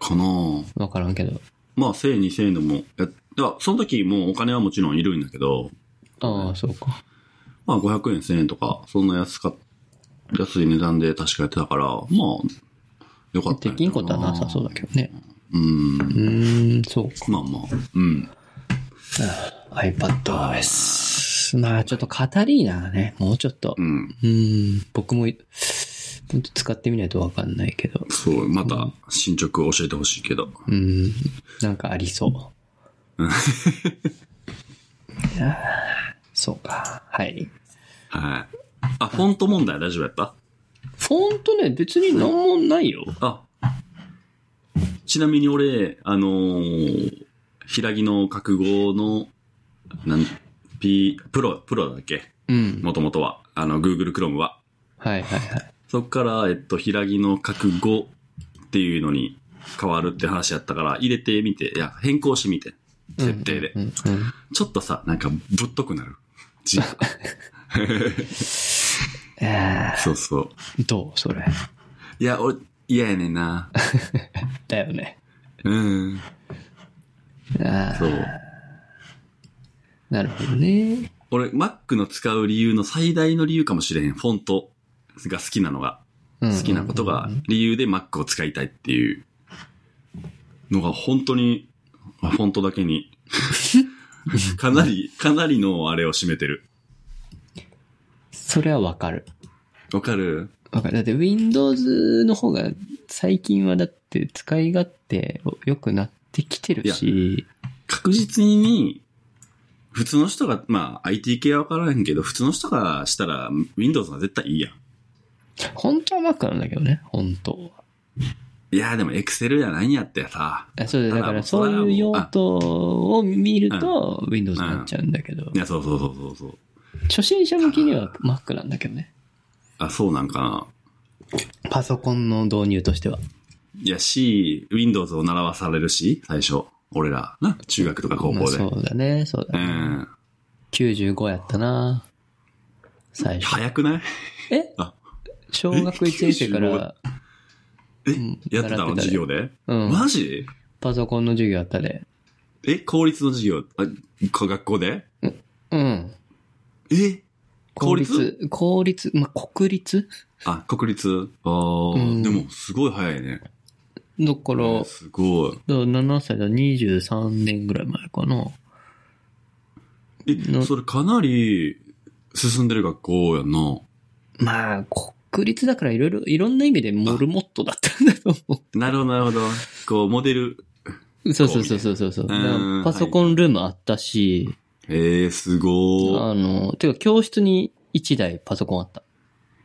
Speaker 1: かなぁ。
Speaker 2: わからんけど。
Speaker 1: まあ、1000円、2000円でもやっ、いや、その時もうお金はもちろんいるんだけど、
Speaker 2: ああ、そうか。
Speaker 1: まあ、500円、1000円とか、そんな安か、安い値段で確かやってたから、まあ、よかったん
Speaker 2: で
Speaker 1: やけど
Speaker 2: きんことはなさそうだけどね。
Speaker 1: う。うん。
Speaker 2: うーん、そうか。
Speaker 1: まあまあ、うん。
Speaker 2: iPadOS。まあ、ちょっとカタリーナがね、もうちょっと
Speaker 1: う。ん。
Speaker 2: うん、僕も、ほんと使ってみないとわかんないけど。
Speaker 1: そう、また、進捗を教えてほしいけど。
Speaker 2: うん、なんかありそう。いやーそうか。はい。
Speaker 1: はい。あ、フォント問題大丈夫やった
Speaker 2: フォントね、別になんもないよ。
Speaker 1: あ、ちなみに俺、あのー、平木の覚悟の、なん、P、プロ、プロだっけ
Speaker 2: うん。
Speaker 1: もともとは。あの、Google Chrome は。
Speaker 2: はいはいはい。
Speaker 1: そっから、えっと、平木の覚悟っていうのに変わるって話やったから、入れてみて、いや、変更してみて。設定で。
Speaker 2: うんうんうん
Speaker 1: ちょっとさ、なんか、ぶっとくなる。 字
Speaker 2: え
Speaker 1: そうそう。
Speaker 2: ーどうそれ。
Speaker 1: いや、俺、嫌やねんな。
Speaker 2: だよね。
Speaker 1: うん。
Speaker 2: あ
Speaker 1: そ
Speaker 2: あ、
Speaker 1: う。
Speaker 2: なるほどね。
Speaker 1: 俺、Mac の使う理由の最大の理由かもしれへん。フォントが好きなのが、
Speaker 2: うん
Speaker 1: 好きなことが理由で Mac を使いたいっていうのが本当に、あフォントだけ に、かなり、かなりのあれを占めてる。
Speaker 2: それはわかる。
Speaker 1: わかる
Speaker 2: わかる。だって Windows の方が最近はだって使い勝手良くなってきてるし、
Speaker 1: 確実に、普通の人が、まあ IT 系はわからへんけど、普通の人がしたら Windows は絶対いいやん。
Speaker 2: 本当は Mac なんだけどね、本当は。
Speaker 1: いやーでも Excel じゃないんやってさ。
Speaker 2: あそうだ
Speaker 1: た
Speaker 2: だ
Speaker 1: だ
Speaker 2: からそういう用途を見ると Windows
Speaker 1: うん
Speaker 2: になっちゃうんだけど
Speaker 1: い、や、そうそうそうそうそう。
Speaker 2: 初心者向きには Mac なんだけどね。
Speaker 1: あ、そうなんかな。
Speaker 2: パソコンの導入としては。
Speaker 1: いやし、Windows を習わされるし、最初。俺ら。な、中学とか高
Speaker 2: まあ
Speaker 1: 校で。
Speaker 2: そうだね、そうだ
Speaker 1: う
Speaker 2: ね。
Speaker 1: ん。
Speaker 2: 95やったな最初。
Speaker 1: 早くない
Speaker 2: え
Speaker 1: あ
Speaker 2: 小学1年生から、
Speaker 1: え、
Speaker 2: ん
Speaker 1: やってたの
Speaker 2: 習ってたで
Speaker 1: 授業で、
Speaker 2: うん、
Speaker 1: マジ
Speaker 2: パソコンの授業あったで。
Speaker 1: え、公立の授業、あ、か学校で
Speaker 2: うん。
Speaker 1: え
Speaker 2: 公
Speaker 1: 公
Speaker 2: 立
Speaker 1: 立
Speaker 2: 公立、まあ、国立
Speaker 1: あ、国立ああ、
Speaker 2: うん
Speaker 1: でも、すごい早いね。
Speaker 2: だから、
Speaker 1: すごい。
Speaker 2: 7歳だ、23年ぐらい前かな。
Speaker 1: え、
Speaker 2: の
Speaker 1: それかなり進んでる学校やんな。
Speaker 2: まあ、国立だからいろいろ、いろんな意味でモルモットだったんだと思
Speaker 1: なるほど、なるほど。こう、モデル。
Speaker 2: う。 そうそうそうそうそうそう。だ
Speaker 1: うん
Speaker 2: からパソコンルームあったし、
Speaker 1: えー、すごい。
Speaker 2: あの、てか教室に1台パソコンあった。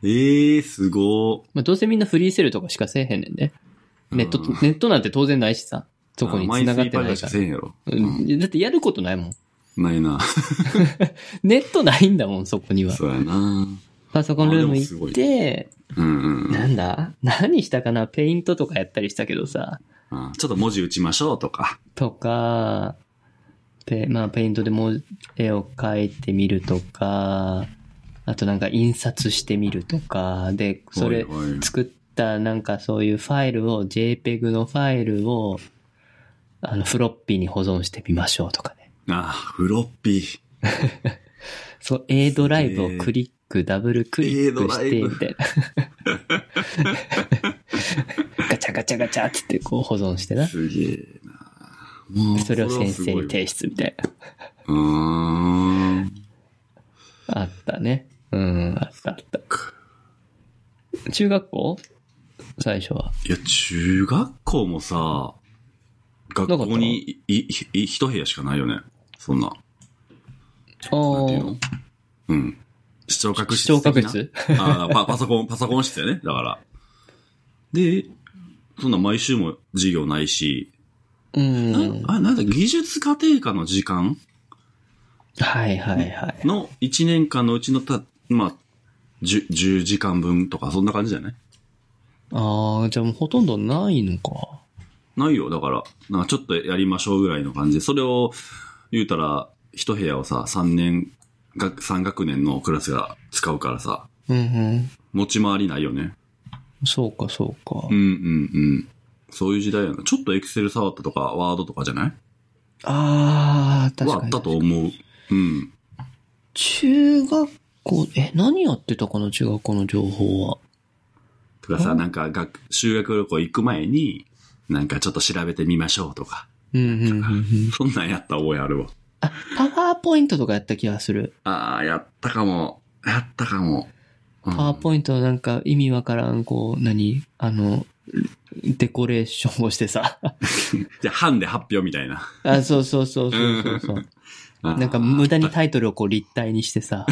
Speaker 1: えー、すごい。
Speaker 2: まあ、どうせみんなフリーセルとかしかせえへんねんで。ネット、
Speaker 1: うん
Speaker 2: ネットなんて当然ないしさ。そこに
Speaker 1: あマイ
Speaker 2: 繋
Speaker 1: ス
Speaker 2: が
Speaker 1: イ
Speaker 2: って
Speaker 1: パー
Speaker 2: な
Speaker 1: が
Speaker 2: い
Speaker 1: し
Speaker 2: か
Speaker 1: からせ。んやろ。
Speaker 2: うんだってやることないもん。
Speaker 1: ないな。
Speaker 2: ネットないんだもん、そこには。
Speaker 1: そうやな。
Speaker 2: パソコンルーム
Speaker 1: あでもす
Speaker 2: 行
Speaker 1: ご
Speaker 2: っ
Speaker 1: い
Speaker 2: て、
Speaker 1: うんうん。
Speaker 2: なんだ何したかなペイントとかやったりしたけどさ。
Speaker 1: あちょっと文字打ちましょうとか。
Speaker 2: とか、ペまあ、ペイントでもう絵を描いてみるとか、あとなんか印刷してみるとか、で、それ
Speaker 1: はいはい
Speaker 2: 作ったなんかそういうファイルを、JPEG のファイルをあの、フロッピーに保存してみましょうとかね。
Speaker 1: あ、フロッピー。
Speaker 2: そう、A ドライブをクリック、ダブルクリ
Speaker 1: A
Speaker 2: ックして、
Speaker 1: ドライブ
Speaker 2: みたいな。 ガチャガチャガチャっつってこう保存してな。
Speaker 1: すげえな。もう、
Speaker 2: それを先生に
Speaker 1: これは
Speaker 2: 提出みたいな。
Speaker 1: すごいわうーん。
Speaker 2: あったね。うん、あったあった。中学校最初は。
Speaker 1: いや、中学校もさ、学校にい、い、い一部屋しかないよね。そんな。
Speaker 2: あ
Speaker 1: なんていうの
Speaker 2: ー
Speaker 1: うん。視聴覚室
Speaker 2: 視聴覚
Speaker 1: 的な。
Speaker 2: 室
Speaker 1: あーパパソコン、パソコン室だよね。だから。で、そんな毎週も授業ないし、
Speaker 2: う。
Speaker 1: なんあ、なんだ、技術家庭科の時間
Speaker 2: はいはいはい。
Speaker 1: の1年間のうちのた、まあ、10, 10時間分とか、そんな感じだよね。
Speaker 2: ああ、じゃあもうほとんどないのか。
Speaker 1: ないよ、だから。なんかちょっとやりましょうぐらいの感じで、それを、言うたら、一部屋をさ、3年、学、3学年のクラスが使うからさ、
Speaker 2: うんうん。
Speaker 1: 持ち回りないよね。
Speaker 2: そうかそうか。
Speaker 1: うんうんうん。そういう時代やな。ちょっとエクセル触ったとか、ワードとかじゃない
Speaker 2: ああ、確
Speaker 1: はあ
Speaker 2: か
Speaker 1: っ
Speaker 2: に
Speaker 1: た。と思う。うん。
Speaker 2: 中学校、え、何やってたかな中学校の情報は。
Speaker 1: とかさ、なんか学、修学旅行行く前に、なんかちょっと調べてみましょうとか。
Speaker 2: うんうんうん うん。
Speaker 1: そんなんやった覚えあるわ。
Speaker 2: あ、パワーポイントとかやった気がする。
Speaker 1: ああ、やったかも。やったかも。うん
Speaker 2: パワーポイントのなんか意味わからん、こう、何あの、デコレーションをしてさ。
Speaker 1: じゃあ、班で発表みたいな。
Speaker 2: あ、そうそうそうそうそうそう。なんか無駄にタイトルをこう立体にしてさ。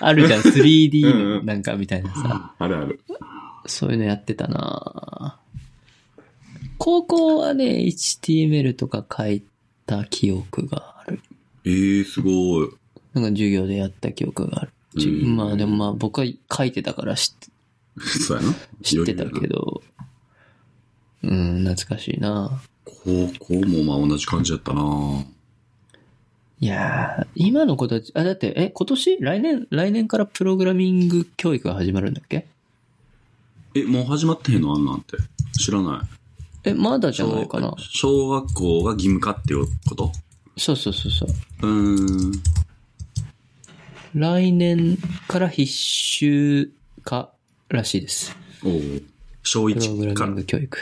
Speaker 2: あるじゃん、3D のなんかみたいなさ。
Speaker 1: あるある。
Speaker 2: そういうのやってたな高校はね、HTML とか書いた記憶がある。
Speaker 1: えー、すごい。
Speaker 2: なんか授業でやった記憶がある。自分
Speaker 1: うん
Speaker 2: まあでもまあ僕は書いてたから知っ
Speaker 1: そうやな。
Speaker 2: 知ってたけど、うん、懐かしいな
Speaker 1: 高校もまあ同じ感じだったない
Speaker 2: やー、今の子たち、あ、だって、え、今年来年来年からプログラミング教育が始まるんだっけ
Speaker 1: え、もう始まってへんのあんなんて。知らない。
Speaker 2: え、まだじゃないかな
Speaker 1: 小学校が義務化っていうこと
Speaker 2: そうそうそうそう。
Speaker 1: うーん。
Speaker 2: 来年から必修化らしいです。
Speaker 1: おう小
Speaker 2: プログ
Speaker 1: 1
Speaker 2: ラ
Speaker 1: から
Speaker 2: ミン。グ教育。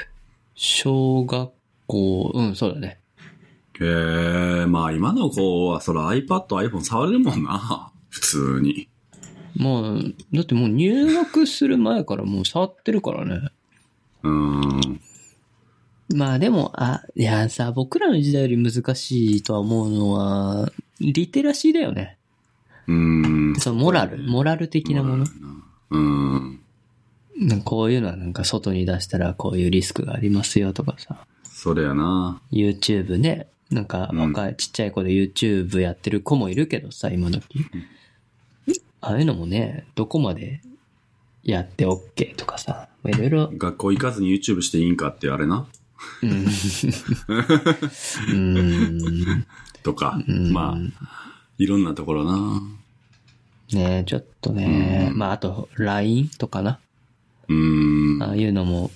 Speaker 2: 小学校、うん、そうだね。
Speaker 1: えー、まあ今の子はそら iPad、iPhone 触れるもんな。普通に。
Speaker 2: もう、だってもう入学する前からもう触ってるからね。
Speaker 1: うーん。
Speaker 2: まあでも、あ、いやさ、僕らの時代より難しいとは思うのは、リテラシーだよね。
Speaker 1: うーん。
Speaker 2: そのモラル、モラル的なもの。
Speaker 1: うーん。
Speaker 2: なんかこういうのはなんか外に出したらこういうリスクがありますよとかさ。
Speaker 1: それやな。
Speaker 2: YouTube ね。なんか若い、ちっちゃい子で YouTube やってる子もいるけどさ、今時。ああいうのもね、どこまでやって OK とかさ。まあいろいろ、
Speaker 1: 学校行かずに YouTube していいんかってあれな。
Speaker 2: うん うん。
Speaker 1: とか。
Speaker 2: うん
Speaker 1: まあ、いろんなところな。
Speaker 2: ねちょっとね。
Speaker 1: うん
Speaker 2: まああと、LINE とかな。
Speaker 1: うーん。
Speaker 2: ああいうのも、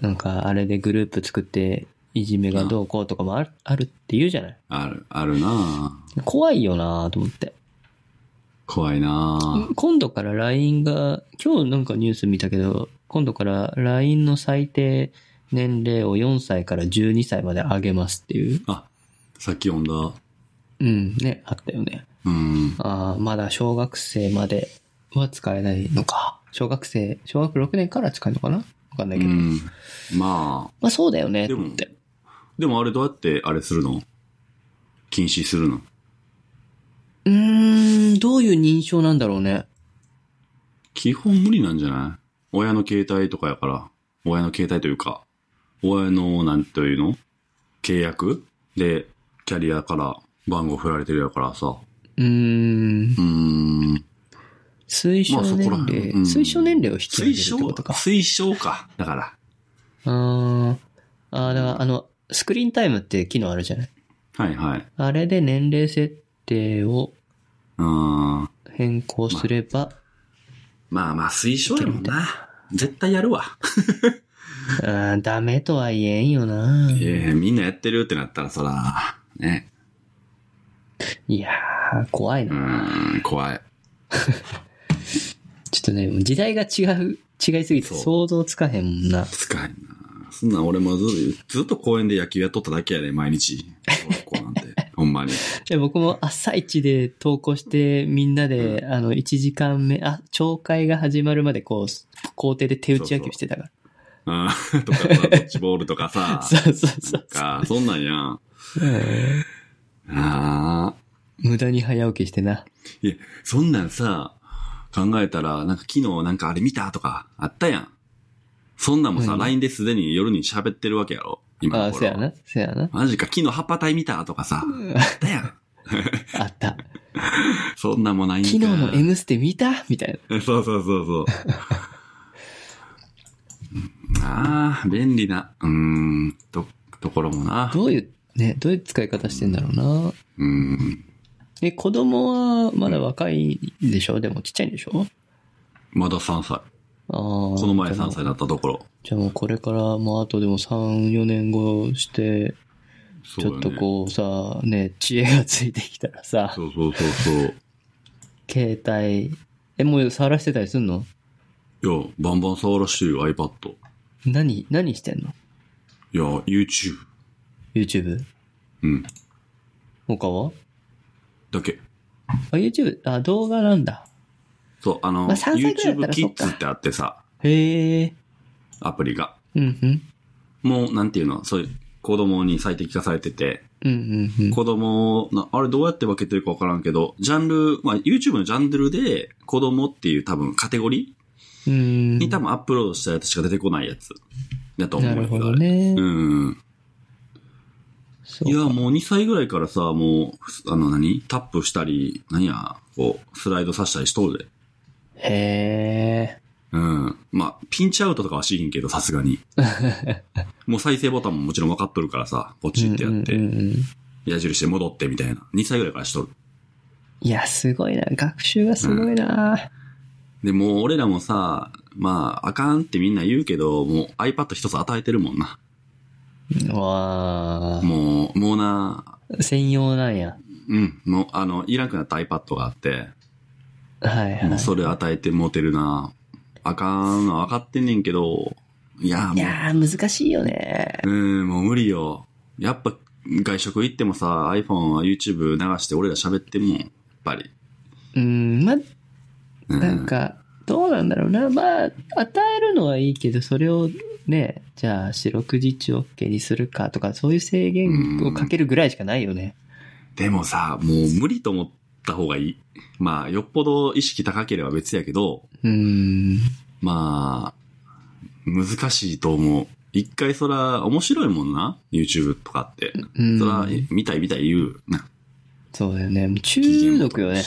Speaker 2: なんかあれでグループ作って、いじめがどうこうとかもあるあるって言うじゃない
Speaker 1: ある、あるな
Speaker 2: 怖いよなと思って。
Speaker 1: 怖いな
Speaker 2: 今度から LINE が、今日なんかニュース見たけど、今度から LINE の最低年齢を4歳から12歳まで上げますっていう。
Speaker 1: あ、さっき読んだ。
Speaker 2: うん、ね、あったよね。
Speaker 1: うん。
Speaker 2: ああ、まだ小学生までは使えないのか。小学生、小学6年から使えるのかなわかんないうけど。
Speaker 1: ん。ま
Speaker 2: まあそうだよねっ
Speaker 1: でも
Speaker 2: て。
Speaker 1: あ、でもあれどうやってあれするの禁止するの
Speaker 2: うーん、どういう認証なんだろうね。
Speaker 1: 基本無理なんじゃない親の携帯とかやから。親の携帯というか、親の、なんというの契約で、キャリアから番号振られてるやからさ。
Speaker 2: うーん
Speaker 1: う、ーん。
Speaker 2: 推奨
Speaker 1: まあそ
Speaker 2: 年
Speaker 1: こら
Speaker 2: 齢、
Speaker 1: 辺うん
Speaker 2: 推奨年齢を引き上げ
Speaker 1: 推
Speaker 2: る
Speaker 1: 奨
Speaker 2: ってことか。
Speaker 1: 推奨か。だから。
Speaker 2: ああ、ああ、だからあの、スクリーンタイムって機能あるじゃない
Speaker 1: はいはい。
Speaker 2: あれで年齢設定を
Speaker 1: うーん。
Speaker 2: 変更すれば、
Speaker 1: まあまあ、推奨やもんな。絶対やるわ。
Speaker 2: うん、ダメとは言えんよな。
Speaker 1: いやいやみんなやってるってなったら、そら、ね。
Speaker 2: いやー、怖いうな。
Speaker 1: ーん、怖い。
Speaker 2: ちょっとね、もう時代が違う、違いすぎて
Speaker 1: そう
Speaker 2: 想像つかへんもんな。
Speaker 1: 使えんな。そんなん俺もずずっと公園で野球やっとっただけやね、毎日。小学校なん て。ほんまに。
Speaker 2: で僕も朝一で投稿して、みんなで、あの、1時間目、あ、懲戒が始まるまでこう、校庭で手打ち野球してたから。
Speaker 1: あーとかさ、ドッジボールとかさ。
Speaker 2: そうそうそ
Speaker 1: なん
Speaker 2: う
Speaker 1: か、そんなんやん。
Speaker 2: うん
Speaker 1: ああ。
Speaker 2: 無駄に早起きしてな。
Speaker 1: いや、そんなんさ、考えたら、なんか昨日なんかあれ見たとか、あったやん。そんなんもさ、
Speaker 2: うん
Speaker 1: LINE ですでに夜に喋ってるわけやろ。今
Speaker 2: あ
Speaker 1: の
Speaker 2: あ、
Speaker 1: 頃
Speaker 2: そやな。そやな。
Speaker 1: マジか、昨日葉っぱ隊見たとかさ、あったやん。
Speaker 2: あった。
Speaker 1: そんなんもないんか。
Speaker 2: 昨日の M ステ見たみたい な。
Speaker 1: そうそうそうそう。ああ、便利な、うーん、と、ところもな。
Speaker 2: どういう、ね、どういう使い方してんだろうな。
Speaker 1: うーん。
Speaker 2: え、子供はまだ若いんでしょでもちっちゃいんでしょ
Speaker 1: まだ3歳。
Speaker 2: ああ。
Speaker 1: こ
Speaker 2: こ
Speaker 1: の前3歳だったところ。
Speaker 2: じゃあもうこれから、もうあとでも3、4年後して、
Speaker 1: そう
Speaker 2: ち
Speaker 1: だよ
Speaker 2: ょっ
Speaker 1: ね
Speaker 2: とこうさ、ね、知恵がついてきたらさ、
Speaker 1: そうそうそうそう。
Speaker 2: 携帯、え、もう触らせてたりすんの
Speaker 1: いや、バンバン触らしてるよ、iPad。
Speaker 2: 何、何してんの
Speaker 1: いや、YouTube。
Speaker 2: ?YouTube?
Speaker 1: うん。
Speaker 2: 他は
Speaker 1: だけ。
Speaker 2: あ、YouTube、あ、動画なんだ。
Speaker 1: そう、あの、
Speaker 2: まあ3歳ぐらいだった
Speaker 1: YouTube
Speaker 2: ら
Speaker 1: Kids
Speaker 2: そっか
Speaker 1: ってあってさ、
Speaker 2: へえ。
Speaker 1: アプリが。
Speaker 2: うんうん。
Speaker 1: もう、なんていうの、そういう、子供に最適化されてて、
Speaker 2: うんうんうん。
Speaker 1: 子供な、あれどうやって分けてるかわからんけど、ジャンル、まあ、YouTube のジャンルで、子供っていう多分カテゴリ
Speaker 2: う
Speaker 1: ー
Speaker 2: ん。
Speaker 1: に多分アップロードしたやつしか出てこないやつ。だと思う
Speaker 2: なんる
Speaker 1: だけ
Speaker 2: ほ
Speaker 1: ど
Speaker 2: ど。ね。
Speaker 1: あれうん。
Speaker 2: そう
Speaker 1: いや、もう2歳ぐらいからさ、もう、あの何、タップしたり、何や、こう、スライドさせたりしとるで。
Speaker 2: へえ。
Speaker 1: うん。まあ、ピンチアウトとかはしへんけど、さすが に。もう再生ボタンももちろん分かっとるからさ、こっちってやって、
Speaker 2: うんうんうんうん
Speaker 1: 矢印で戻ってみたいな。2歳ぐらいからしとる。
Speaker 2: いや、すごいな。学習がすごいな。
Speaker 1: で、もう俺らもさ、まあ、あかんってみんな言うけど、もう iPad 一つ与えてるもんな。
Speaker 2: うわー
Speaker 1: もう、もうな、
Speaker 2: 専用なんや。
Speaker 1: うん、もう、あの、いらんくなった iPad があって、
Speaker 2: はいは
Speaker 1: も。
Speaker 2: いう
Speaker 1: それ与えてもうてるな。あかんの分かってんねんけど、いや、も、
Speaker 2: いうやー、難しいよね。
Speaker 1: うん、もう無理よ。やっぱ、外食行ってもさ、iPhone は YouTube 流して俺ら喋ってんもん、やっぱり。
Speaker 2: うん、ま、
Speaker 1: うん、
Speaker 2: なんか、どうなんだろうな。まあ、与えるのはいいけど、それをね、じゃあ、四六時中 OK にするかとか、そういう制限をかけるぐらいしかないよね。
Speaker 1: でもさ、もう無理と思った方がいい。まあ、よっぽど意識高ければ別やけど、
Speaker 2: うん。
Speaker 1: まあ、難しいと思う。一回そら、面白いもんな、YouTube とかって。
Speaker 2: うん
Speaker 1: そら、見たい見たい言う。な
Speaker 2: そうだよね。もう中毒よね。。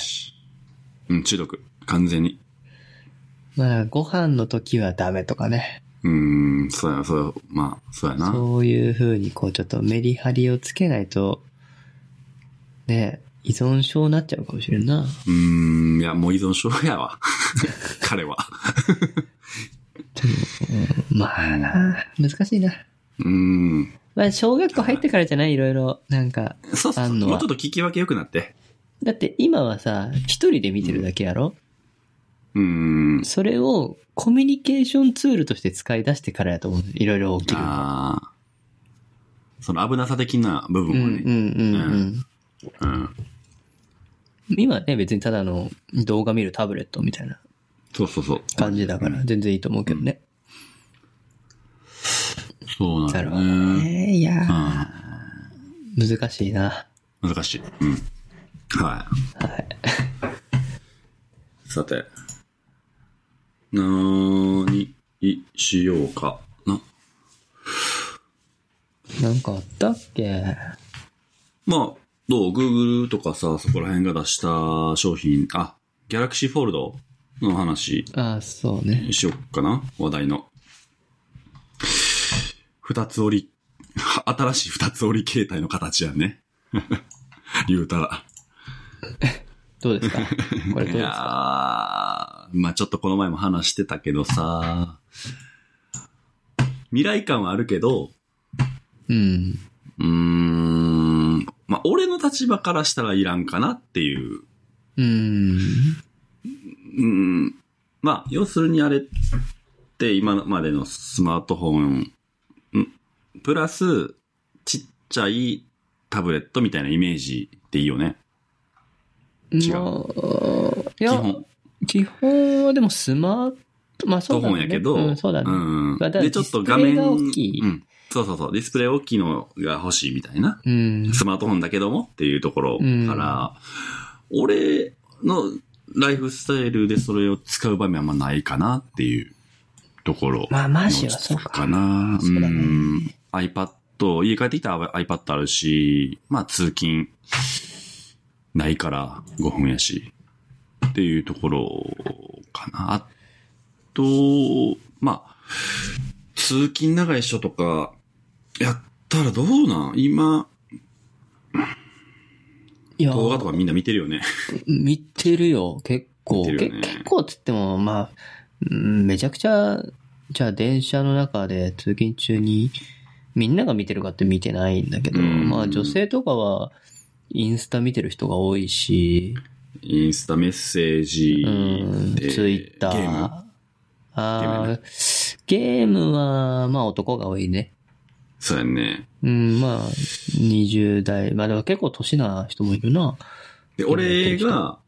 Speaker 1: うん、中毒。完全に。
Speaker 2: まあ、ご飯の時はダメとかね。
Speaker 1: うん、そうや、そうや、まあ、そうやな。
Speaker 2: そういう風に、こう、ちょっとメリハリをつけないと、ね、依存症になっちゃうかもしれんな。
Speaker 1: うーん、いや、もう依存症やわ。 彼は。
Speaker 2: まあな、難しいな。
Speaker 1: うーん。
Speaker 2: まあ、小学校入ってからじゃないいろいろ、なんか。
Speaker 1: そうそう
Speaker 2: あ
Speaker 1: そうん
Speaker 2: のは
Speaker 1: もうちょっと聞き分け良くなって。
Speaker 2: だって今はさ、一人で見てるだけやろ、
Speaker 1: うーん。
Speaker 2: それをコミュニケーションツールとして使い出してからやと思う。いろいろ起きる。
Speaker 1: ああ。その危なさ的な部
Speaker 2: うん
Speaker 1: 分
Speaker 2: う
Speaker 1: は
Speaker 2: んう
Speaker 1: ね。
Speaker 2: んう。
Speaker 1: うんうん。
Speaker 2: 今ね、別にただの動画見るタブレットみたいな
Speaker 1: そうそうそう。
Speaker 2: 感じだか
Speaker 1: う
Speaker 2: ら、
Speaker 1: ん
Speaker 2: 全然いいと思うけどね。
Speaker 1: そうな
Speaker 2: なる
Speaker 1: る
Speaker 2: ほど
Speaker 1: ね。
Speaker 2: ね。いや
Speaker 1: う
Speaker 2: ー
Speaker 1: ん。
Speaker 2: 難しいな。
Speaker 1: 難しい。うん。はい。さて。なーにしようかな。
Speaker 2: なんかあったっけ
Speaker 1: まあ、どう ?Google とかさ、そこら辺が出した商品、あ、Galaxy Fold の話
Speaker 2: ああ、そうね。
Speaker 1: しよっかな話題の。二つ折り、新しい二つ折り形態の形やね。 言うたら。
Speaker 2: どうです かこれどう
Speaker 1: い
Speaker 2: です
Speaker 1: やー
Speaker 2: か
Speaker 1: まあちょっとこの前も話してたけどさ、未来感はあるけど、
Speaker 2: うん。
Speaker 1: うーん、まあ、俺の立場からしたらいらんかなっていう。
Speaker 2: うん。
Speaker 1: うん、まあ、要するにあれって今までのスマートフォン、んプラス、ちっちゃいタブレットみたいなイメージでいいよね。違う
Speaker 2: まあい
Speaker 1: 基
Speaker 2: や、
Speaker 1: 本。
Speaker 2: 基本はでもスマート、まあそ
Speaker 1: ド
Speaker 2: うだ
Speaker 1: フォ
Speaker 2: ね。
Speaker 1: ンやけど、
Speaker 2: うん、そうだね。
Speaker 1: ん
Speaker 2: まあだから
Speaker 1: で、ちょっと画面、
Speaker 2: ディスプレイが大きい
Speaker 1: うん。そうそうそう、ディスプレイ大きいのが欲しいみたいな。
Speaker 2: うん。
Speaker 1: スマートフォンだけどもっていうところから、俺のライフスタイルでそれを使う場面はあんまないかなっていうところ。
Speaker 2: まあマジはそう
Speaker 1: か
Speaker 2: か。
Speaker 1: な。
Speaker 2: そうだね
Speaker 1: ん。iPad、家帰ってきたら iPad あるし、まあ通勤、ないから5分やし、っていうところかな。あと、まあ、通勤長い人とか、やったらどうなん今、
Speaker 2: いや、
Speaker 1: 動画とかみんな見てるよね。
Speaker 2: 見てるよ、結構。
Speaker 1: 見て
Speaker 2: け
Speaker 1: るよね
Speaker 2: 結構っつっても、まあ、うんめちゃくちゃ、じゃあ電車の中で通勤中に、みんなが見てるかって見てないんだけど、
Speaker 1: うん
Speaker 2: まあ女性とかは、インスタ見てる人が多いし、
Speaker 1: インスタメッセージ
Speaker 2: うん、
Speaker 1: で、
Speaker 2: ツイッター。
Speaker 1: ゲーム。
Speaker 2: あ
Speaker 1: ゲーム
Speaker 2: ーゲームは、まあ男が多いね。
Speaker 1: そうやね。
Speaker 2: うん、まあ、20代。まあでも結構年な人もいるな。
Speaker 1: で、
Speaker 2: ゲームやってる
Speaker 1: 俺
Speaker 2: 人
Speaker 1: が、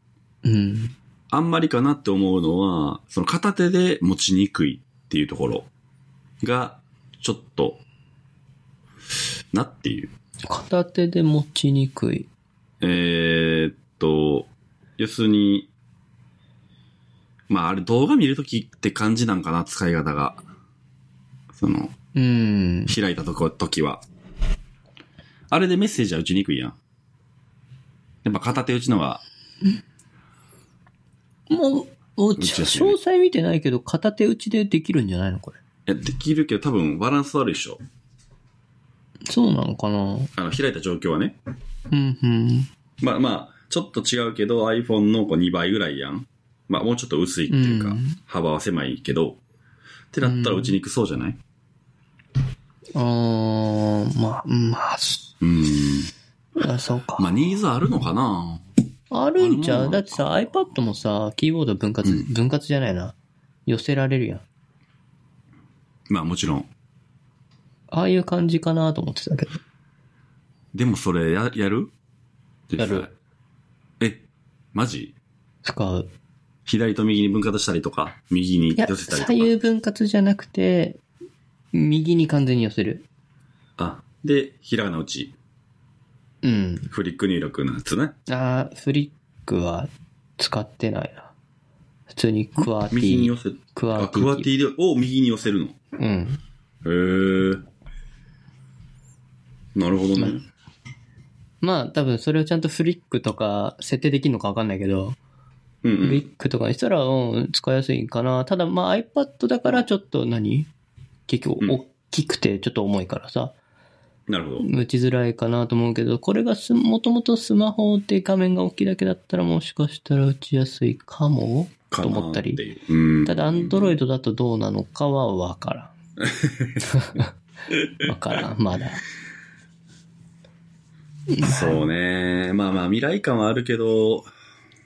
Speaker 2: うん。
Speaker 1: あんまりかなって思うのは、その片手で持ちにくいっていうところが、ちょっと、なっていう。
Speaker 2: 片手で持ちにくい。
Speaker 1: えーっと、要するに、まああれ動画見るときって感じなんかな、使い方が。その、
Speaker 2: うん。
Speaker 1: 開いたとこ、時は。あれでメッセージは打ちにくいやん。やっぱ片手打ちのが、
Speaker 2: もう、う
Speaker 1: 打ち
Speaker 2: ち
Speaker 1: やすいね
Speaker 2: 詳細見てないけど、片手打ちでできるんじゃないのこれ。
Speaker 1: いやできるけど多分バランス悪いでしょ。
Speaker 2: そうなのかな
Speaker 1: あの、開いた状況はね。
Speaker 2: うん、うん。
Speaker 1: まあまあ、ちょっと違うけど iPhone のこう2倍ぐらいやん。まあもうちょっと薄いっていうか、
Speaker 2: うん
Speaker 1: 幅は狭いけど、ってなったら
Speaker 2: うん
Speaker 1: 打ちにくそうじゃない
Speaker 2: あー、まあ、まあ、そ
Speaker 1: うん。
Speaker 2: あそうか。
Speaker 1: まあニーズあるのかな
Speaker 2: あるんちゃ
Speaker 1: あるもんなのか
Speaker 2: うだってさ、iPad もさ、キーボード分割、
Speaker 1: うん
Speaker 2: 分割じゃないな。寄せられるやん。
Speaker 1: まあもちろん。
Speaker 2: ああいう感じかなと思ってたけど。
Speaker 1: でもそれや、やる実
Speaker 2: やる。
Speaker 1: 際え、マジ
Speaker 2: 使う。
Speaker 1: 左と右に分割したりとか、右に
Speaker 2: いや、
Speaker 1: 寄せたりとか。
Speaker 2: 左右分割じゃなくて、右に完全に寄せる。
Speaker 1: あ、で、ひらがな打ち。
Speaker 2: うん。
Speaker 1: フリック入力のやつね。
Speaker 2: あーフリックは使ってないな。普通にクワーテ
Speaker 1: 右に寄
Speaker 2: ィー。
Speaker 1: せ、
Speaker 2: クワ
Speaker 1: あ、
Speaker 2: ーティ
Speaker 1: クワティでを右に寄せるの。
Speaker 2: うん。
Speaker 1: へえ。なるほどね。
Speaker 2: まあ多分それをちゃんとフリックとか設定できるのかわかんないけど、
Speaker 1: うんう
Speaker 2: フリ
Speaker 1: ん。
Speaker 2: ックとかにしたら、うん、使いやすいかな。ただまあ iPad だからちょっと何結局
Speaker 1: うん
Speaker 2: 大きくてちょっと重いからさ、
Speaker 1: なるほど。
Speaker 2: 打ちづらいかなと思うけど、これがす、もともとスマホで画面が大きいだけだったらもしかしたら打ちやすいかも
Speaker 1: か
Speaker 2: と思ったり。
Speaker 1: り。うん。
Speaker 2: ただ、アンドロイドだとどうなのかはわからん。わからん、まだ。
Speaker 1: そうね。まあまあ、未来感はあるけど、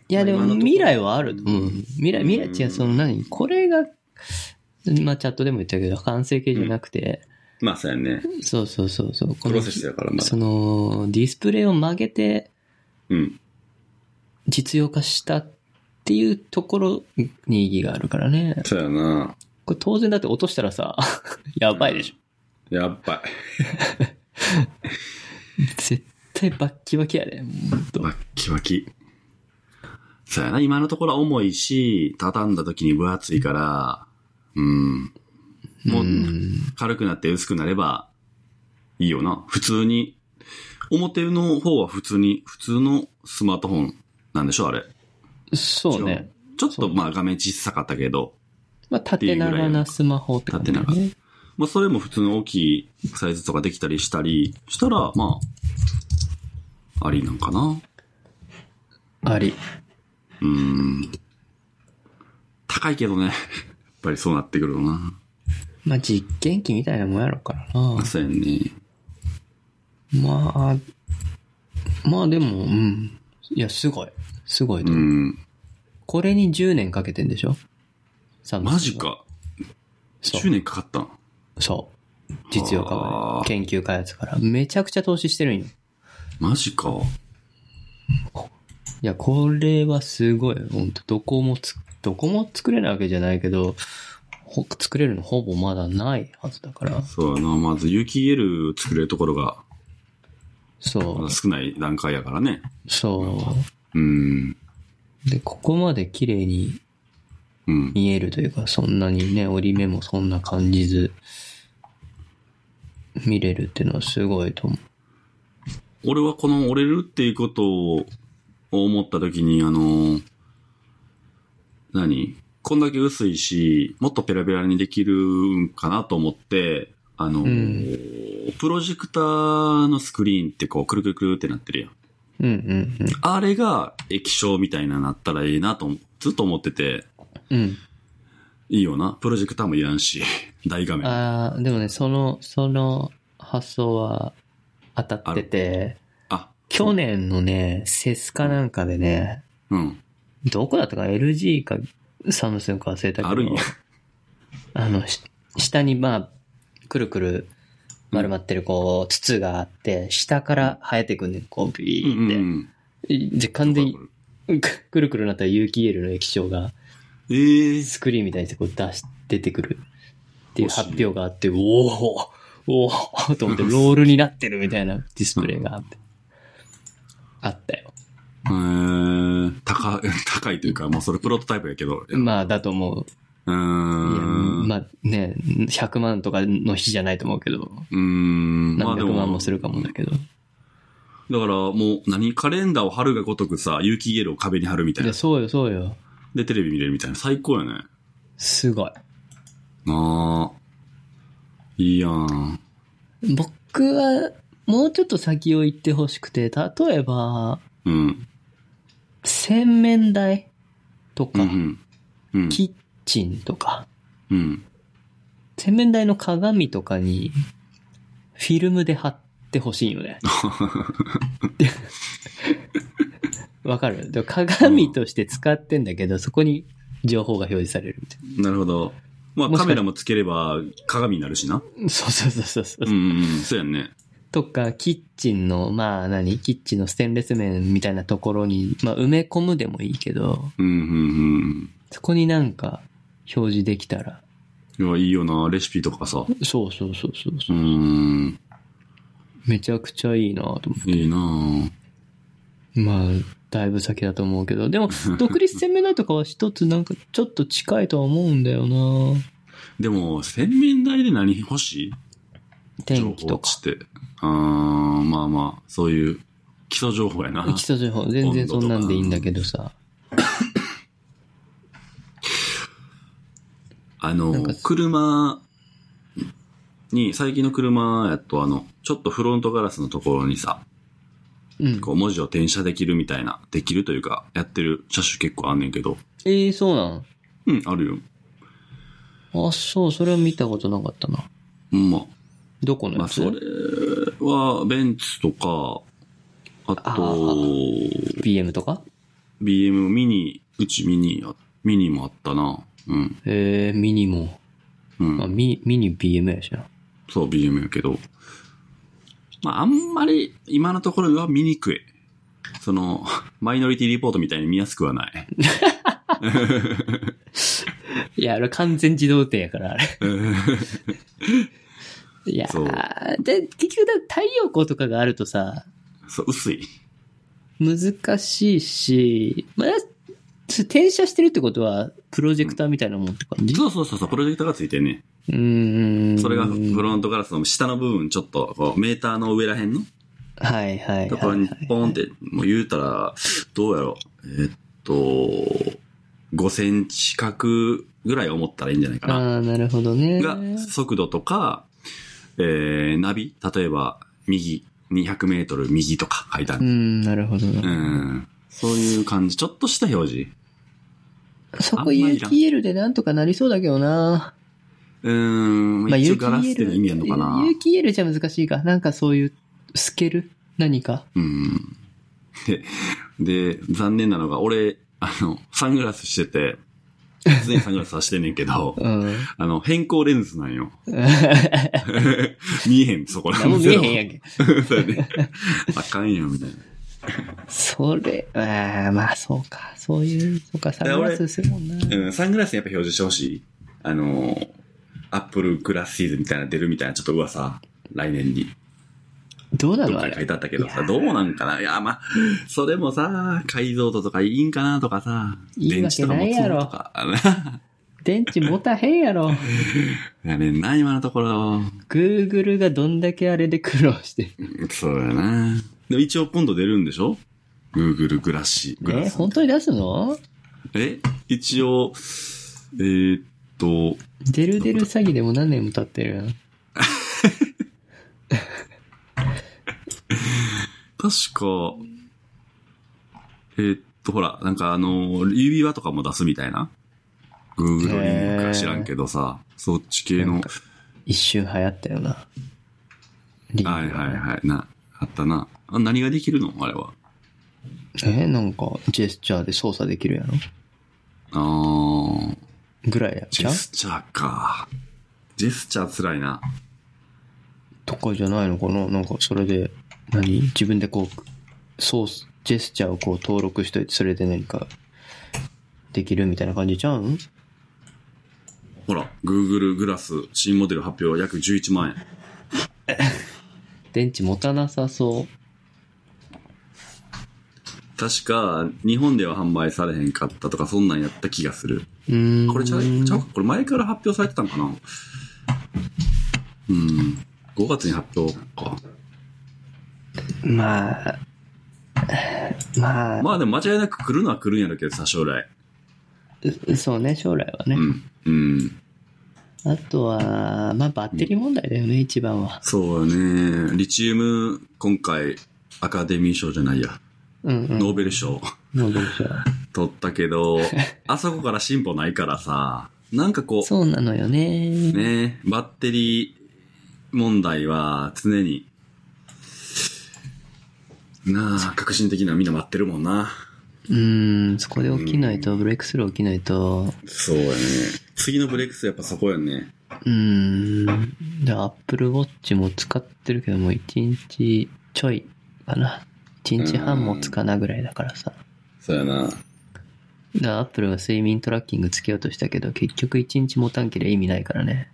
Speaker 2: いや、で
Speaker 1: まあ今のと
Speaker 2: も
Speaker 1: ころ
Speaker 2: 未来はあると思う。未来、未
Speaker 1: う
Speaker 2: 来っ
Speaker 1: ん
Speaker 2: ていうかその何これが、まあチャットでも言ったけど、完成形じゃなくて、
Speaker 1: まあそうやね。
Speaker 2: そうそうそうそう、こ
Speaker 1: プ
Speaker 2: の
Speaker 1: ロセ、スやからまだ
Speaker 2: そ。の、ディスプレイを曲げて
Speaker 1: うん。
Speaker 2: 実用化したっていうところに意義があるからね。
Speaker 1: そうやな。
Speaker 2: これ当然だって落としたらさ、 やばいでしょ。
Speaker 1: やっぱ
Speaker 2: 絶対バッキバキやで、もうほん
Speaker 1: り。
Speaker 2: と
Speaker 1: バッキバキ。そうやな。今のところは重いし、畳んだ時に分厚いから、うん。もう、
Speaker 2: うん
Speaker 1: 軽くなって薄くなれば、いいよな。普通に、表の方は普通に、普通のスマートフォンなんでしょあれ。
Speaker 2: そう
Speaker 1: 違
Speaker 2: ね
Speaker 1: う。。ちょっとまあ画面小さかったけど、
Speaker 2: まあ、縦長なスマホって感じだ
Speaker 1: 縦
Speaker 2: ね。
Speaker 1: まあそれも普通の大きいサイズとかできたりしたりしたら、まあ、ありなんかな。
Speaker 2: あり。
Speaker 1: うー ん。高いけどね。やっぱりそうなってくるよな。
Speaker 2: まあ実験機みたいなもんやろからな。
Speaker 1: そうやね。
Speaker 2: まあ、まあでも、うん。いや、すごい。すごいと
Speaker 1: う
Speaker 2: 思う、
Speaker 1: ん。
Speaker 2: これに10年かけてんでしょサムスンは
Speaker 1: マジか。
Speaker 2: そう
Speaker 1: 10年かかったん
Speaker 2: そう。実用化
Speaker 1: は
Speaker 2: ま
Speaker 1: あ
Speaker 2: で。研究開発から。めちゃくちゃ投資してるんよ。
Speaker 1: マジか。
Speaker 2: いや、これはすごい。ほんと、どこもつ、どこも作れないわけじゃないけど、ほ作れるのほぼまだないはずだから。
Speaker 1: そうやな。まず、UKL 作れるところがま
Speaker 2: そ
Speaker 1: だ少ない段階やからね。
Speaker 2: う。そ
Speaker 1: うん。
Speaker 2: う。で、ここまで綺麗に
Speaker 1: うん。
Speaker 2: 見えるというか、そんなにね、折り目もそんな感じず、見れるっていうのはすごいと思う。
Speaker 1: 俺はこの折れるっていうことを思ったときに、あの、何こんだけ薄いし、もっとペラペラにできるんかなと思って、あの、
Speaker 2: ん
Speaker 1: プロジェクターのスクリーンってこう、くるくるくるってなってるやん。
Speaker 2: うんうん
Speaker 1: あれが液晶みたいななったらいいなと、ずっと思ってて、
Speaker 2: うん。うん。
Speaker 1: いいよな。プロジェクターもいらんし、 大画面。あ
Speaker 2: ああ、でもね、その、その発想は当たってて、去年のね、セスかなんかでね、
Speaker 1: うん。
Speaker 2: どこだったか LG かサムスンか忘れたけど、
Speaker 1: あるんや。
Speaker 2: あの、し下にまあ、くるくる丸まってるこう、筒があって、下から生えてくんねん、こう、ビ
Speaker 1: うんうんう
Speaker 2: ーって。
Speaker 1: ん。
Speaker 2: で、完全に、 くくるくるなった有機 EL の液晶が、
Speaker 1: えー、
Speaker 2: スクリーンみたいにしてこう出し、出てくるっていう
Speaker 1: 欲しい
Speaker 2: 発表があって、おおおおと 思って、ロールになってるみたいなディスプレイがあって。あったよ。
Speaker 1: えー、高、高いという か、まあそれプロトタイプやけど。
Speaker 2: まあ、だと思う。
Speaker 1: うー
Speaker 2: いや
Speaker 1: ん。
Speaker 2: まあね、100万とかの日じゃないと思うけど、
Speaker 1: うーん。ま
Speaker 2: 何
Speaker 1: あで
Speaker 2: 百
Speaker 1: も、
Speaker 2: 万もするかもだけど。
Speaker 1: だからもう、何カレンダーを貼るがごとくさ、有機イエローを壁に貼るみたい
Speaker 2: い
Speaker 1: な
Speaker 2: や、。そうよ、そうよ。
Speaker 1: で、テレビ見れるみたいな。最高やね。
Speaker 2: すごい。
Speaker 1: なあ。いいやん。
Speaker 2: 僕は、もうちょっと先を行ってほしくて、例えば、
Speaker 1: うん。
Speaker 2: 洗面台と
Speaker 1: う
Speaker 2: か、
Speaker 1: ん。うん。
Speaker 2: キッチンとか、
Speaker 1: うん。
Speaker 2: 洗面台の鏡とかに、フィルムで貼ってほしいよ ね。わかるで鏡として使ってんだけど、そこに情報が表示されるみたい
Speaker 1: なるほど。まあ
Speaker 2: もしか
Speaker 1: カメラもつければ鏡になるしな。
Speaker 2: な。そうそうそうそうそう
Speaker 1: ん
Speaker 2: う、
Speaker 1: うんうん。そうやんね。
Speaker 2: とか、キッチンの、まあ何キッチンのステンレス面みたいなところに、まあ埋め込むでもいいけど、
Speaker 1: うんうん
Speaker 2: そこになんか表示できたら。
Speaker 1: うん。いや、いいよな。レシピとかさ。
Speaker 2: そうそうそうそう
Speaker 1: う
Speaker 2: そう
Speaker 1: ーん。
Speaker 2: めちゃくちゃいいなと思
Speaker 1: いいなあ
Speaker 2: う。まあ、だいぶ先だと思うけど。で も、独立洗面台とかは一つなんかちょっと近いとは思うんだよな
Speaker 1: でも、洗面台で何欲しい
Speaker 2: 天気とか。
Speaker 1: 情報値って。あーまあまあ、そういう基礎情報やな。
Speaker 2: 基礎情報。全然そんなんでいいんだけどさ。
Speaker 1: あ
Speaker 2: なん
Speaker 1: の
Speaker 2: か、
Speaker 1: 車に、最近の車やとあの、ちょっとフロントガラスのところにさ、
Speaker 2: うん。
Speaker 1: こう文字を転写できるみたいな、できるというか、やってる車種結構あんねんけど。
Speaker 2: ええそうな
Speaker 1: うん、あるよ。
Speaker 2: のあ、そう、それは見たことなかったな。
Speaker 1: うんまあ、
Speaker 2: どこ
Speaker 1: ま
Speaker 2: のや
Speaker 1: あ、
Speaker 2: つ、
Speaker 1: それは、ベンツとか、あ
Speaker 2: あ
Speaker 1: と、
Speaker 2: ?BM とか
Speaker 1: BM ミニ、うちミニや、ミニもあったな。うん、
Speaker 2: ええミニも。
Speaker 1: うん
Speaker 2: まあ、。ミミニ BM やしな。
Speaker 1: そう、BM やけど。まあ、あんまり、今のところは見にくい。その、 マイノリティリポートみたいに見やすくはない。
Speaker 2: いや、あれ完全自動運転やから、あれ。 いや
Speaker 1: そう
Speaker 2: ーで、結局だ、太陽光とかがあるとさ、
Speaker 1: そう、薄い。
Speaker 2: 難しいし、まあ、つ転写してるってことは、プロジェクターみたいなもんって感じ
Speaker 1: そうそうそうそう、プロジェクターがついてね。
Speaker 2: うーん。
Speaker 1: それがフロントガラスの下の部分、ちょっと、こう、メーターの上らへんの
Speaker 2: はいはい
Speaker 1: ところ
Speaker 2: はい、
Speaker 1: に
Speaker 2: はい。
Speaker 1: ポンって、もう言うたら、どうやろう。えーっと、5センチ角ぐらい思ったらいいんじゃないかな。
Speaker 2: ああー、なるほどね。
Speaker 1: が速度とか、えー、ナビ、例えば右、200メートル右とか書いてあ
Speaker 2: う
Speaker 1: る。
Speaker 2: ん、なるほどな。
Speaker 1: うん。そういう感じ。ちょっとした表示。
Speaker 2: そ
Speaker 1: あん
Speaker 2: こ
Speaker 1: まいらん
Speaker 2: UTL でなんとかなりそうだけどな。
Speaker 1: うーん、まあ、一応ガラスっていうのは意味あるのかな。
Speaker 2: 有機 EL じゃ難しいか。なんかそういう、透ける何か。
Speaker 1: うん。で、で、残念なのが、俺、あの、サングラスしてて、常にサングラスはしてんねんけ ど、
Speaker 2: うん。
Speaker 1: あの、変更レンズなん よ。見えへん、そこら
Speaker 2: 何も見えへんやんけ。
Speaker 1: ん。 そうやね。あかんよ、みたいな。
Speaker 2: それ、あーまあそうか。そういう、そうか、サングラスするもん
Speaker 1: う
Speaker 2: な。
Speaker 1: ん、サングラスにやっぱ表示してほしい。あのー、アップルグラスシーズみたいなの出るみたいな、ちょっと噂、来年に。
Speaker 2: どうな
Speaker 1: ど
Speaker 2: の
Speaker 1: っ
Speaker 2: あ
Speaker 1: かに書い
Speaker 2: れ。
Speaker 1: てあったけど
Speaker 2: い
Speaker 1: さ、
Speaker 2: やー
Speaker 1: どうなんかないや、まあ、それもさ、解像度とかいいんかなとかさ、
Speaker 2: いいわけないやろ
Speaker 1: 電池とか 持つのとか。
Speaker 2: 電池持たへんやろ。
Speaker 1: やねんな、今のところ。
Speaker 2: Google がどんだけあれで苦労してる。
Speaker 1: そうやな。でも一応今度出るんでしょ ?Google グラシ、グ
Speaker 2: え、
Speaker 1: ラス。
Speaker 2: 本当に出すの
Speaker 1: え一応、えーっと、
Speaker 2: デルデル詐欺でも何年も経ってるやん。
Speaker 1: 確か、えーっと、ほら、なんかあの、指輪とかも出すみたいな。Google リンクか知らんけどさ、そっち系
Speaker 2: なん
Speaker 1: の
Speaker 2: か、一瞬流行ったよな。リン
Speaker 1: はいはいはい、な、あったな。あ何ができるのあれは。
Speaker 2: え、なんか、ジェスチャーで操作できるやろ
Speaker 1: あー、
Speaker 2: ぐらいやん
Speaker 1: ジ
Speaker 2: ちゃ
Speaker 1: ェ
Speaker 2: う
Speaker 1: スチャーか。ジェスチャー辛いな。
Speaker 2: とかじゃないのかななんか、それで、何自分でこう、ソース、ジェスチャーをこう登録しといて、それで何か、できるみたいな感じちゃうん
Speaker 1: ほら、Google グラス新モデル発表約11万円。
Speaker 2: 電池持たなさそ
Speaker 1: 確か、日本では販売されへんかったとか、そんなんやった気がする。
Speaker 2: う。うーん。
Speaker 1: これちゃうちゃうこれ前から発表されてたんかなうん。5月に発表か。
Speaker 2: まあ、まあ、
Speaker 1: まあでも間違いなく来るのは来るんやろけどさ、将来。
Speaker 2: うそうね、将来はね
Speaker 1: う。ん。うん。
Speaker 2: あとは、まあ、バッテリー問題だよね、一番は。
Speaker 1: そうよね。リチウム、今回、アカデミー賞じゃないや。
Speaker 2: うんう
Speaker 1: ノ
Speaker 2: ん。
Speaker 1: ーベル賞
Speaker 2: ノーベル賞。
Speaker 1: 取ったけど、あそこから進歩ないからさ、なんかこう、
Speaker 2: そうなのよね。
Speaker 1: ねバッテリー問題は常に、なあ、革新的なみんな待ってるもんな。
Speaker 2: うーん、そこで起きないと、ブレイクスルー起きないと、
Speaker 1: そうやね。次のブレイクスやっぱそこやね。
Speaker 2: うーん、で、アップルウォッチも使ってるけども、1日ちょいかな。1日半もつかなぐらいだからさ。
Speaker 1: そうやな。
Speaker 2: だからアップルが睡眠トラッキングつけようとしたけど、結局1日持たんけりゃ意味ないからね。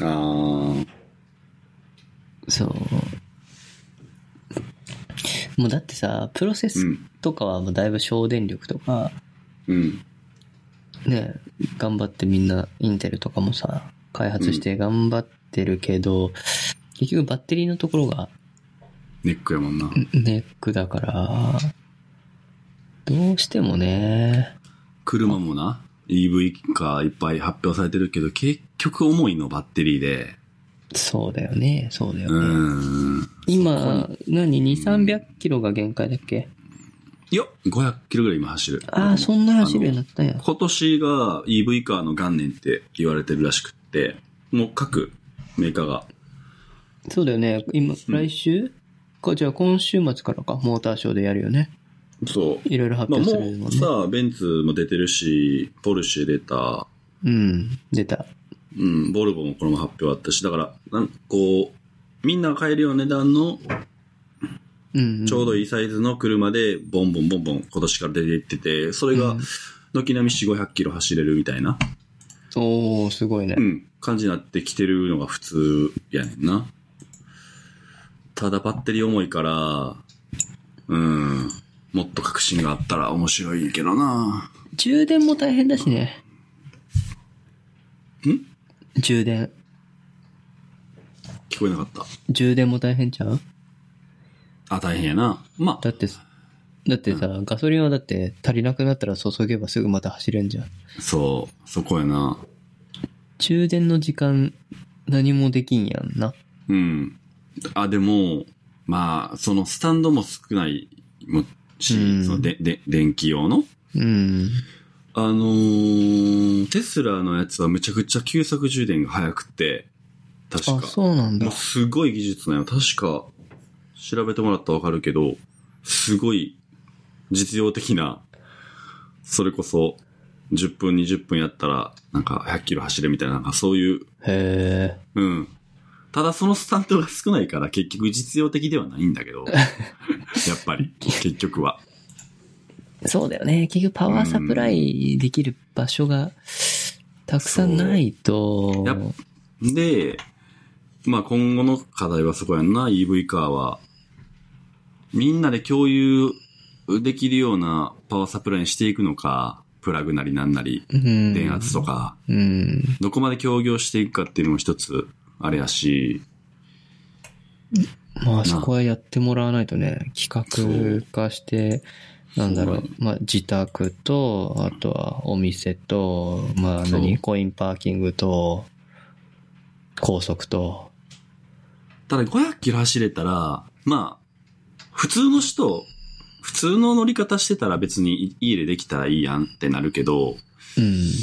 Speaker 1: あー。
Speaker 2: そう。もうだってさ、プロセ
Speaker 1: う
Speaker 2: ス
Speaker 1: ん。
Speaker 2: とかはもうだいぶ省電力とか、
Speaker 1: うん。
Speaker 2: ね、頑張ってみんな、インテルとかもさ、開発して頑張ってるけど、結局バッテリーのところが
Speaker 1: ネックやもんな。
Speaker 2: ネックだから、どうしてもね、
Speaker 1: 車もな、EV カーいっぱい発表されてるけど、結局重いの、バッテリーで。
Speaker 2: そうだよね、そうだ
Speaker 1: う
Speaker 2: よね。
Speaker 1: ーん。
Speaker 2: 今、何、2、300キロが限界だっけ
Speaker 1: いや、500キロぐらい今走る。
Speaker 2: ああ、そんな走るようになったんや。
Speaker 1: 今年が EV カーの元年って言われてるらしくって、もう各メーカーが。
Speaker 2: そうだよね、今、来週か、じゃあ今週末からか、モーターショーでやるよね。
Speaker 1: そう。
Speaker 2: いろいろ発
Speaker 1: まあ
Speaker 2: 表
Speaker 1: も
Speaker 2: するもん
Speaker 1: う
Speaker 2: ね。
Speaker 1: さ、ベンツも出てるし、ポルシェ出た、
Speaker 2: うん、出た。
Speaker 1: うん、ボルボもこのまま発表あったし、だから、なんかこう、みんなが買えるような値段の
Speaker 2: うん。
Speaker 1: ちょうどいいサイズの車で、ボンボンボンボン今年から出ていってて、それが
Speaker 2: うん、
Speaker 1: 軒並み4、500キロ走れるみたいな、
Speaker 2: おー、すごいね
Speaker 1: う。ん、感じになってきてるのが普通やねんな。ただバッテリー重いから、うん、もっと革新があったら面白いけどな
Speaker 2: 充電も大変だしね。ん充電。
Speaker 1: 聞こえなかった。
Speaker 2: 充電も大変ちゃう
Speaker 1: あ、大変やな。ま
Speaker 2: だって、だってさ、ガソリンはだって足りなくなったら注げばすぐまた走れんじゃん。
Speaker 1: あ、そう、そこやな。
Speaker 2: 充電の時間何もできんやんな。
Speaker 1: うん。あ、でも、まあ、そのスタンドも少ないもし、
Speaker 2: うん
Speaker 1: そので、で、電気用の
Speaker 2: うん。
Speaker 1: あのー、テスラのやつはめちゃくちゃ急速充電が早くて、確
Speaker 2: あ、
Speaker 1: か。
Speaker 2: そうなん
Speaker 1: も
Speaker 2: だ
Speaker 1: う。すごい技術なんよ。確か、調べてもらったらわかるけど、すごい実用的な、それこそ、10分、20分やったら、なんか100キロ走るみたいな、なんかそういう、
Speaker 2: へえ。
Speaker 1: うん。ただそのスタンドが少ないから結局実用的ではないんだけ ど、やっぱり、結局は。
Speaker 3: そうだよね。結局パワーサプライできる場所がたくさんないと
Speaker 1: そう、やっで、まあ今後の課題はそこやんな、EV カーは。みんなで共有できるようなパワーサプライにしていくのか、プラグなりなんなり、
Speaker 2: うん。
Speaker 1: 電圧とか、
Speaker 2: うん。
Speaker 1: どこまで協業していくかっていうのも一つ、あれやし、
Speaker 2: まあそこはやってもらわないとね、企画化して、
Speaker 1: う
Speaker 2: なんだろ
Speaker 1: そう
Speaker 2: う、まあ自宅と、あとはお店と、まあ
Speaker 1: そう
Speaker 2: 何、コインパーキングと、高速と、
Speaker 1: ただ500キロ走れたら、まあ、普通の人、普通の乗り方してたら別に家でできたらいいやんってなるけど、
Speaker 2: うん、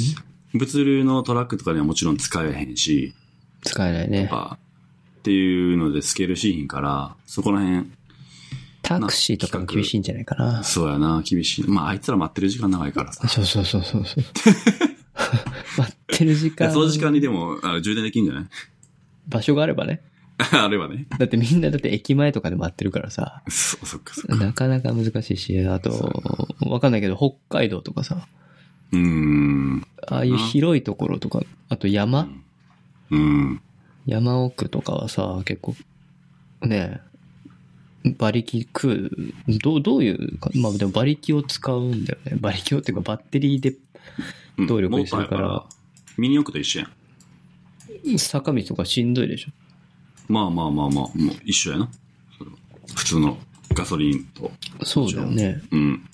Speaker 1: 物流のトラックとかにはもちろん使えへんし、
Speaker 2: 使えない
Speaker 1: と
Speaker 2: ね。
Speaker 1: か、っていうのでスケールしひんから、そこら辺、
Speaker 2: タクシーとかも厳しいんじゃないかな。
Speaker 1: そうやな、厳しい。まあ、あいつら待ってる時間長いからさ。
Speaker 2: そうそうそうそ うそう。待ってる時間。
Speaker 1: その時間にでも、あ充電できんじゃない
Speaker 2: 場所があればね。
Speaker 1: あればね。
Speaker 2: だってみんなだって駅前とかで待ってるから さ、
Speaker 1: そ、そっかそっか。
Speaker 2: なかなか難しいし、あと、わかんないけど北海道とかさ、
Speaker 1: うーん。
Speaker 2: ああいう広いところとか、あと山、
Speaker 1: うん。
Speaker 2: 山奥とかはさ、結構、ねえ馬力食う、どう、どういうか、まあでも馬力を使うんだよね。馬力をっていうかバッテリーで
Speaker 1: うん
Speaker 2: 動力にするから
Speaker 1: モーターやミニ四駆と一緒やん。
Speaker 2: 坂道とかしんどいでしょ。
Speaker 1: まあまあまあまあ、もう一緒やな。それは普通のガソリンと。
Speaker 2: そうだよね。
Speaker 1: うん。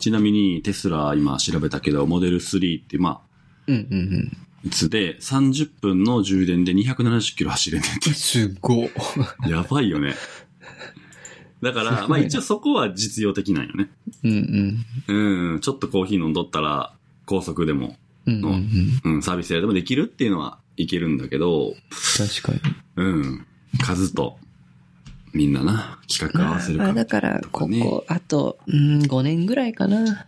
Speaker 1: ちなみに、テスラ今調べたけど、モデル3って、まあ、
Speaker 2: うんうんうん。
Speaker 1: いつで30分の充電で270キロ走れんねんて。
Speaker 2: すごっ。
Speaker 1: やばいよね。だか
Speaker 2: すごい
Speaker 1: ら、
Speaker 2: な
Speaker 1: まあ一応そこは実用的なんよね。
Speaker 2: うんうん。
Speaker 1: うん、ちょっとコーヒー飲んどったら、高速でも、
Speaker 2: うんうんうん。
Speaker 1: うん、サービスエリアでもできるっていうのはいけるんだけど、
Speaker 2: 確かに。
Speaker 1: うん、数と、みんなな、企画合わせる
Speaker 3: ま
Speaker 1: か
Speaker 3: あだ
Speaker 1: ら。
Speaker 3: から、
Speaker 1: とか
Speaker 3: こ
Speaker 1: ね
Speaker 3: こ、あと、うん、5年ぐらいかな。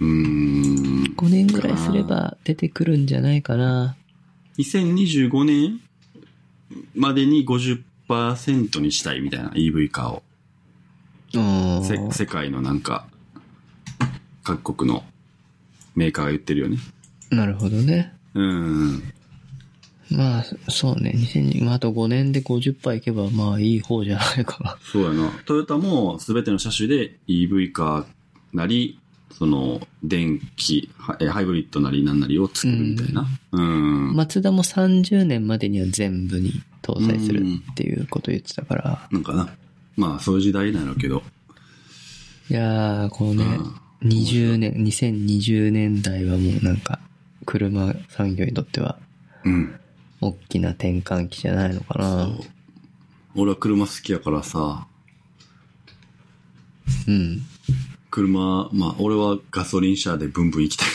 Speaker 1: うーん、
Speaker 3: 5年ぐらいすれば出てくるんじゃないかな。
Speaker 1: 2025年までに50%にしたいみたいな EV 化を。
Speaker 2: あ
Speaker 1: せ
Speaker 2: あ。
Speaker 1: 世界のなんか、各国のメーカーが言ってるよね。
Speaker 2: なるほどね。
Speaker 1: うん。
Speaker 2: まあ、そうね。2002、まああと5年で50杯いけば、まあいい方じゃないか な。
Speaker 1: そうやな。トヨタも全ての車種で EV 化なり、その、電気、はえハイブリッドなりなんなりを作るみたいな。うん。
Speaker 2: マツダも30年までには全部に搭載するっていうことを言ってたから、
Speaker 1: なんかな。まあ、そういう時代なんやろうけど。
Speaker 2: いやー、このね、
Speaker 1: うん
Speaker 2: 20年、2020年代はもうなんか、車産業にとっては
Speaker 1: うん。
Speaker 2: 大きな転換期じゃないのかな。
Speaker 1: そう俺は車好きやからさ、
Speaker 2: うん。
Speaker 1: 車、まあ、俺はガソリン車でブンブン行きたい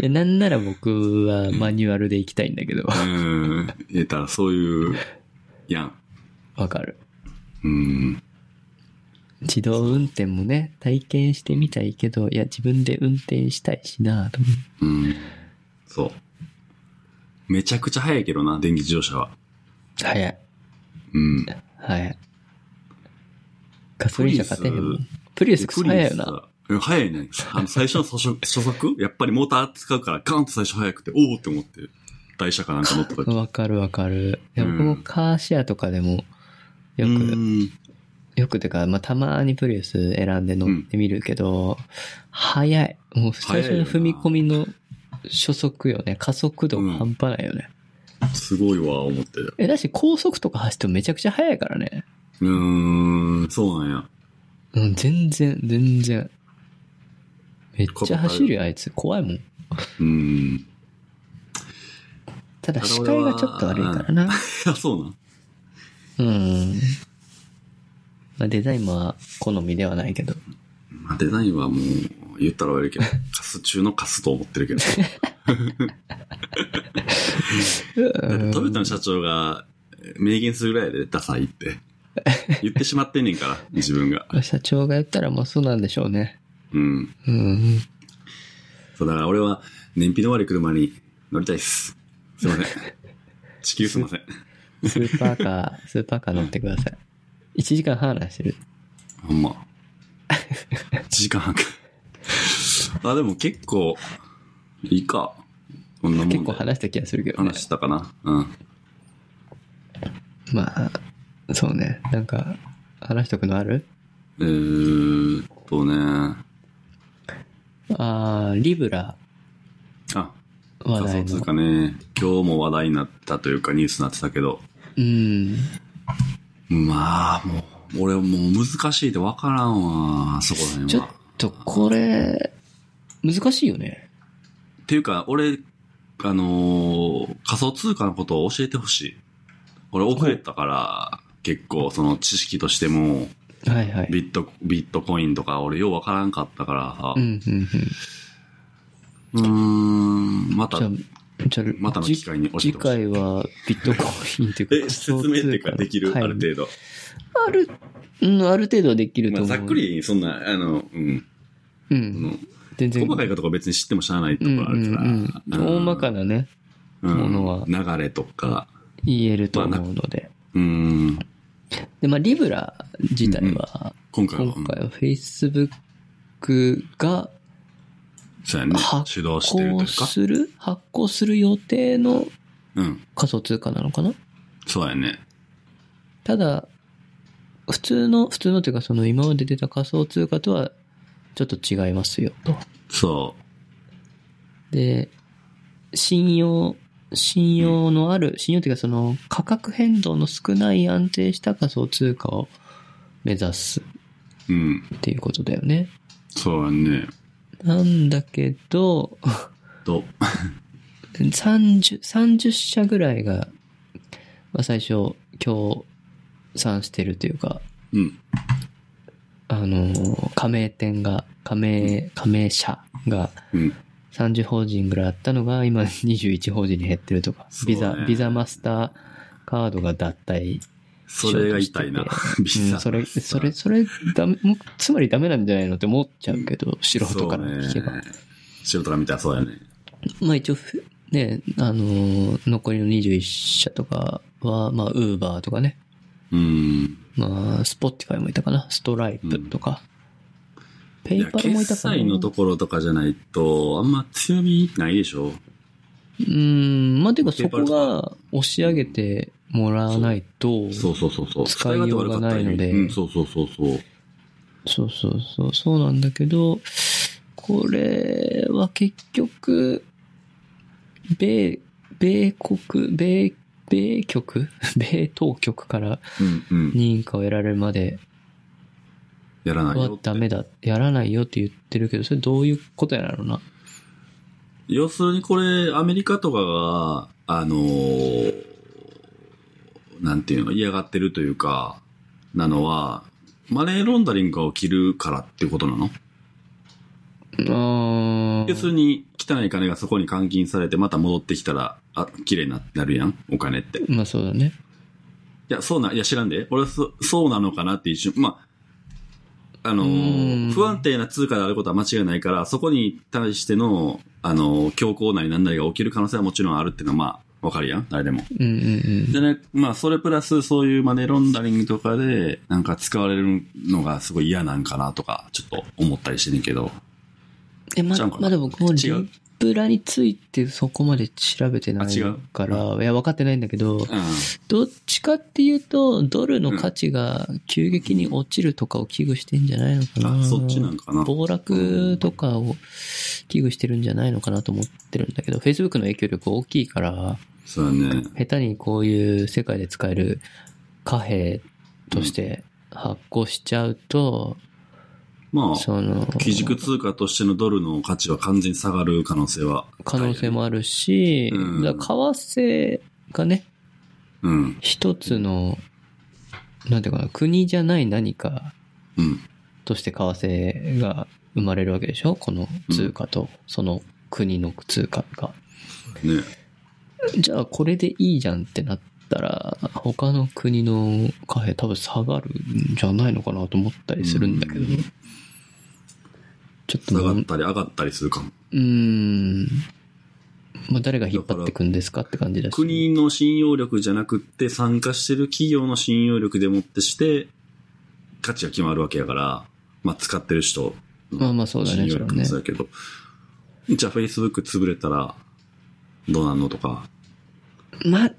Speaker 2: いや、なんなら僕はマニュアルで行きたいんだけど、
Speaker 1: けど、うん。言えたらそういう、やん。
Speaker 2: わかる。
Speaker 1: うん。
Speaker 2: 自動運転もね、体験してみたいけど、いや、自分で運転したいしなと思う
Speaker 1: うん。そう。めちゃくちゃ速いけどな、電気自動車は。
Speaker 2: 早い。
Speaker 1: うん。
Speaker 2: 早い。ガソリン車勝てへんもん。プ
Speaker 1: プ
Speaker 2: リウスクソ早いよな。
Speaker 1: な。早いね。あの、最初の初速、初速やっぱりモーター使うから、ガンと最初早くて、おおって思って、台車かなんか乗った時。
Speaker 2: わかるわかる。いや、
Speaker 1: うん
Speaker 2: 僕もカーシェアとかでも、
Speaker 1: う
Speaker 2: よく、
Speaker 1: ん
Speaker 2: よくてか、まあ、たまにプリウス選んで乗ってみるけど、早い。もう最初の踏み込みの初速よね。加速度が半端ないよね。
Speaker 1: すごいわ、思って。う
Speaker 2: え、だし高速とか走ってもめちゃくちゃ速いからね。
Speaker 1: ーん、そうなんや。
Speaker 2: うん、全然、全然。めっちゃ走るよ、あいつ。怖いもん。
Speaker 1: うん。
Speaker 2: ただ視界がちょっと悪いからな。
Speaker 1: あ、そうなん。
Speaker 2: うん。まあ、デザインは好みではないけど。
Speaker 1: まあ、デザインはもう、言ったら悪い けど、カス中のカスと思ってるけど。だってトヨタの社長が明言するぐらいでダサいって。言ってしまってんねんから、自分が。
Speaker 2: 社長が言ったらまあそうなんでしょうね。
Speaker 1: うん。
Speaker 2: うん。
Speaker 1: そうだから俺は燃費の悪い車に乗りたいっす。す いません。地球すいません。
Speaker 2: スーパーカー、 スーパーカー乗ってください。1時間半話してる。
Speaker 1: ほんま。1時間半か。 あ、でも結構、いいか。こんなもんで
Speaker 2: 結構話した気がするけどね
Speaker 1: 話。したかな。うん。
Speaker 2: まあ、そうね。なんか、話しとくのある
Speaker 1: えーっとね。
Speaker 2: あーリブラ
Speaker 1: あ、
Speaker 2: 話
Speaker 1: 仮
Speaker 2: 題
Speaker 1: 想通
Speaker 2: の。
Speaker 1: 貨ね。今日も話題になったというかニュースになってたけど。
Speaker 2: うん。
Speaker 1: まあ、もう、俺もう難しいって分からんわ、そこら辺
Speaker 2: ちょ
Speaker 1: は。
Speaker 2: っとこれ、難しいよね。
Speaker 1: っていうか、俺、あのー仮想通貨のことを教えてほしい。俺遅れたから、結構その知識としても、
Speaker 2: はいはい。
Speaker 1: ビット、ビットコインとか俺よう分からんかったからさ
Speaker 2: う。んうんうん。
Speaker 1: うーん、また
Speaker 2: じゃ、あ、じゃあ、
Speaker 1: またの機会に教えてほしい
Speaker 2: 次回はビットコインというか、
Speaker 1: え、説明っていうかできる、
Speaker 2: 仮
Speaker 1: あ
Speaker 2: 想
Speaker 1: る
Speaker 2: 通
Speaker 1: 程度。
Speaker 2: 貨のはいある、うん、ある程度はできる
Speaker 1: ま
Speaker 2: と
Speaker 1: あ、
Speaker 2: 思う。
Speaker 1: ざっく。り、そんな、あの、うん。そ
Speaker 2: うん。
Speaker 1: の
Speaker 2: 全然。
Speaker 1: 細かいことが別に知っても知らないと
Speaker 2: う
Speaker 1: こ
Speaker 2: ん
Speaker 1: ろあるから。
Speaker 2: うんうん、大まか
Speaker 1: な
Speaker 2: なね、ものは
Speaker 1: 流れとか。
Speaker 2: 言えると思うので。
Speaker 1: うん。
Speaker 2: で、まあ、リブラ自体は、
Speaker 1: 今回は、
Speaker 2: 今回は Facebook が
Speaker 1: そうやね。主
Speaker 2: 発
Speaker 1: 導してると
Speaker 2: 行
Speaker 1: いうか。
Speaker 2: する発行する予定の
Speaker 1: うん。
Speaker 2: 仮想通貨なのかな
Speaker 1: そうやね。
Speaker 2: ただ、普通の、普通のというかその今まで出た仮想通貨とはちょっと違いますよと。
Speaker 1: そ
Speaker 2: で、信用、信用のある、信用というかその価格変動の少ない安定した仮想通貨を目指すっ
Speaker 1: う。うん。
Speaker 2: ていうことだよね。
Speaker 1: そうやね。
Speaker 2: なんだけど、
Speaker 1: と、
Speaker 2: 30, 30社ぐらいが、まあ、最初協賛してるというか、
Speaker 1: うん。
Speaker 2: あのー加盟店が、加盟、加盟社が
Speaker 1: うん。
Speaker 2: 30法人ぐらいあったのが、今21法人に減ってるとか、
Speaker 1: そうね
Speaker 2: ビザ、ビザマスターカードが脱退。
Speaker 1: それが痛いな。ビ
Speaker 2: う
Speaker 1: ザ。
Speaker 2: ん、それ、それ、それ、ダメ、 もうつまりダメなんじゃないのって思っちゃうけど、素人から聞けば。
Speaker 1: そうね。素人から見たらそうやね。
Speaker 2: まあ一応ふ、ね、あのー残りの21社とかは、まあ、ウーバーとかね、
Speaker 1: うん。
Speaker 2: まあ、スポティファイもいたかな。ストライプとか。ペ
Speaker 1: い
Speaker 2: イ
Speaker 1: や、
Speaker 2: パルもい
Speaker 1: 決
Speaker 2: たかな。
Speaker 1: 済のところとかじゃないと、あんま強みないでしょ。
Speaker 2: うーん、まあ、てか
Speaker 1: ペ
Speaker 2: そ
Speaker 1: イパ
Speaker 2: こ
Speaker 1: ルとか
Speaker 2: が押し上げてもらわないと、
Speaker 1: そうそうそうそう。
Speaker 2: 使いようがないので
Speaker 1: 使い勝手悪かったりうん、そうそうそうそう。
Speaker 2: そうそうそう、そうなんだけど、これは結局、米、米国、米、米局 米当局から
Speaker 1: うんうん。
Speaker 2: 認可を得られるまで
Speaker 1: やらない
Speaker 2: は
Speaker 1: よ。
Speaker 2: ダメだ、やらないよって言ってるけど、それどういうことやろうな。
Speaker 1: 要するにこれ、アメリカとかが、あのーなんていうの、嫌がってるというか、なのは、マネーロンダリングが起きるからっていうことなの
Speaker 2: あ
Speaker 1: 要するに、汚い金がそこに監禁されて、また戻ってきたら、あ、綺麗にななるやん、お金って。い
Speaker 2: まあそうだね。
Speaker 1: や、そうな、いや、知らんで。俺はそ、そうなのかなって一瞬、まあ、あの
Speaker 2: うん
Speaker 1: ー不安定な通貨であることは間違いないから、そこに対しての、あのー強行なりなんなりが起きる可能性はもちろんあるっていうのは、まあ、わかるやん、誰でも。
Speaker 2: うんうんうん。
Speaker 1: でね、まあ、それプラス、そういうマネーロンダリングとかで、なんか使われるのがすごい嫌なんかなとか、ちょっと思ったりしてねんけど。
Speaker 2: え、ま
Speaker 1: ちゃうか、な
Speaker 2: まだ僕も
Speaker 1: 違う
Speaker 2: リブラについてそこまで調べてない
Speaker 1: あ違う
Speaker 2: から、いや、分かってないんだけど、
Speaker 1: う
Speaker 2: どっちかっていうと、ドルの価値が急激に落ちるとかを危惧してんじゃないのか
Speaker 1: ん。
Speaker 2: な。
Speaker 1: あ、そっちなんかな。
Speaker 2: 暴落とかを危惧してるんじゃないのかなと思ってるんだけど、Facebook の影響力大きいから、
Speaker 1: そうだね。
Speaker 2: 下手にこういう世界で使える貨幣として発行しちゃうと、
Speaker 1: まあ、
Speaker 2: その、
Speaker 1: 基軸通貨としてのドルの価値は完全に下がる可能性は。
Speaker 2: 可能性もあるし、
Speaker 1: うん
Speaker 2: だから為替がね、
Speaker 1: うん。
Speaker 2: 一つの、なんていうかな、国じゃない何か
Speaker 1: うん。
Speaker 2: として為替が生まれるわけでしょこの通貨と、その国の通貨が。
Speaker 1: ね。
Speaker 2: じゃあこれでいいじゃんってなったら、他の国の貨幣多分下がるんじゃないのかなと思ったりするんだけど、
Speaker 1: うん
Speaker 2: ちょっと
Speaker 1: 下
Speaker 2: も
Speaker 1: が
Speaker 2: う、
Speaker 1: っ
Speaker 2: う
Speaker 1: たり上がったりするかも。
Speaker 2: ーん、まあ、誰が引っ張ってくんですかって感じだし。
Speaker 1: 国の信用力じゃなくって、参加してる企業の信用力でもってして、価値が決まるわけやから、まあ使ってる人の
Speaker 2: まあまあそうだ
Speaker 1: 信
Speaker 2: ね、
Speaker 1: 用
Speaker 2: それは
Speaker 1: 力も
Speaker 2: ね。
Speaker 1: そうやけど、じゃあ Facebook 潰れたら、どうなんのとか、
Speaker 2: まあ、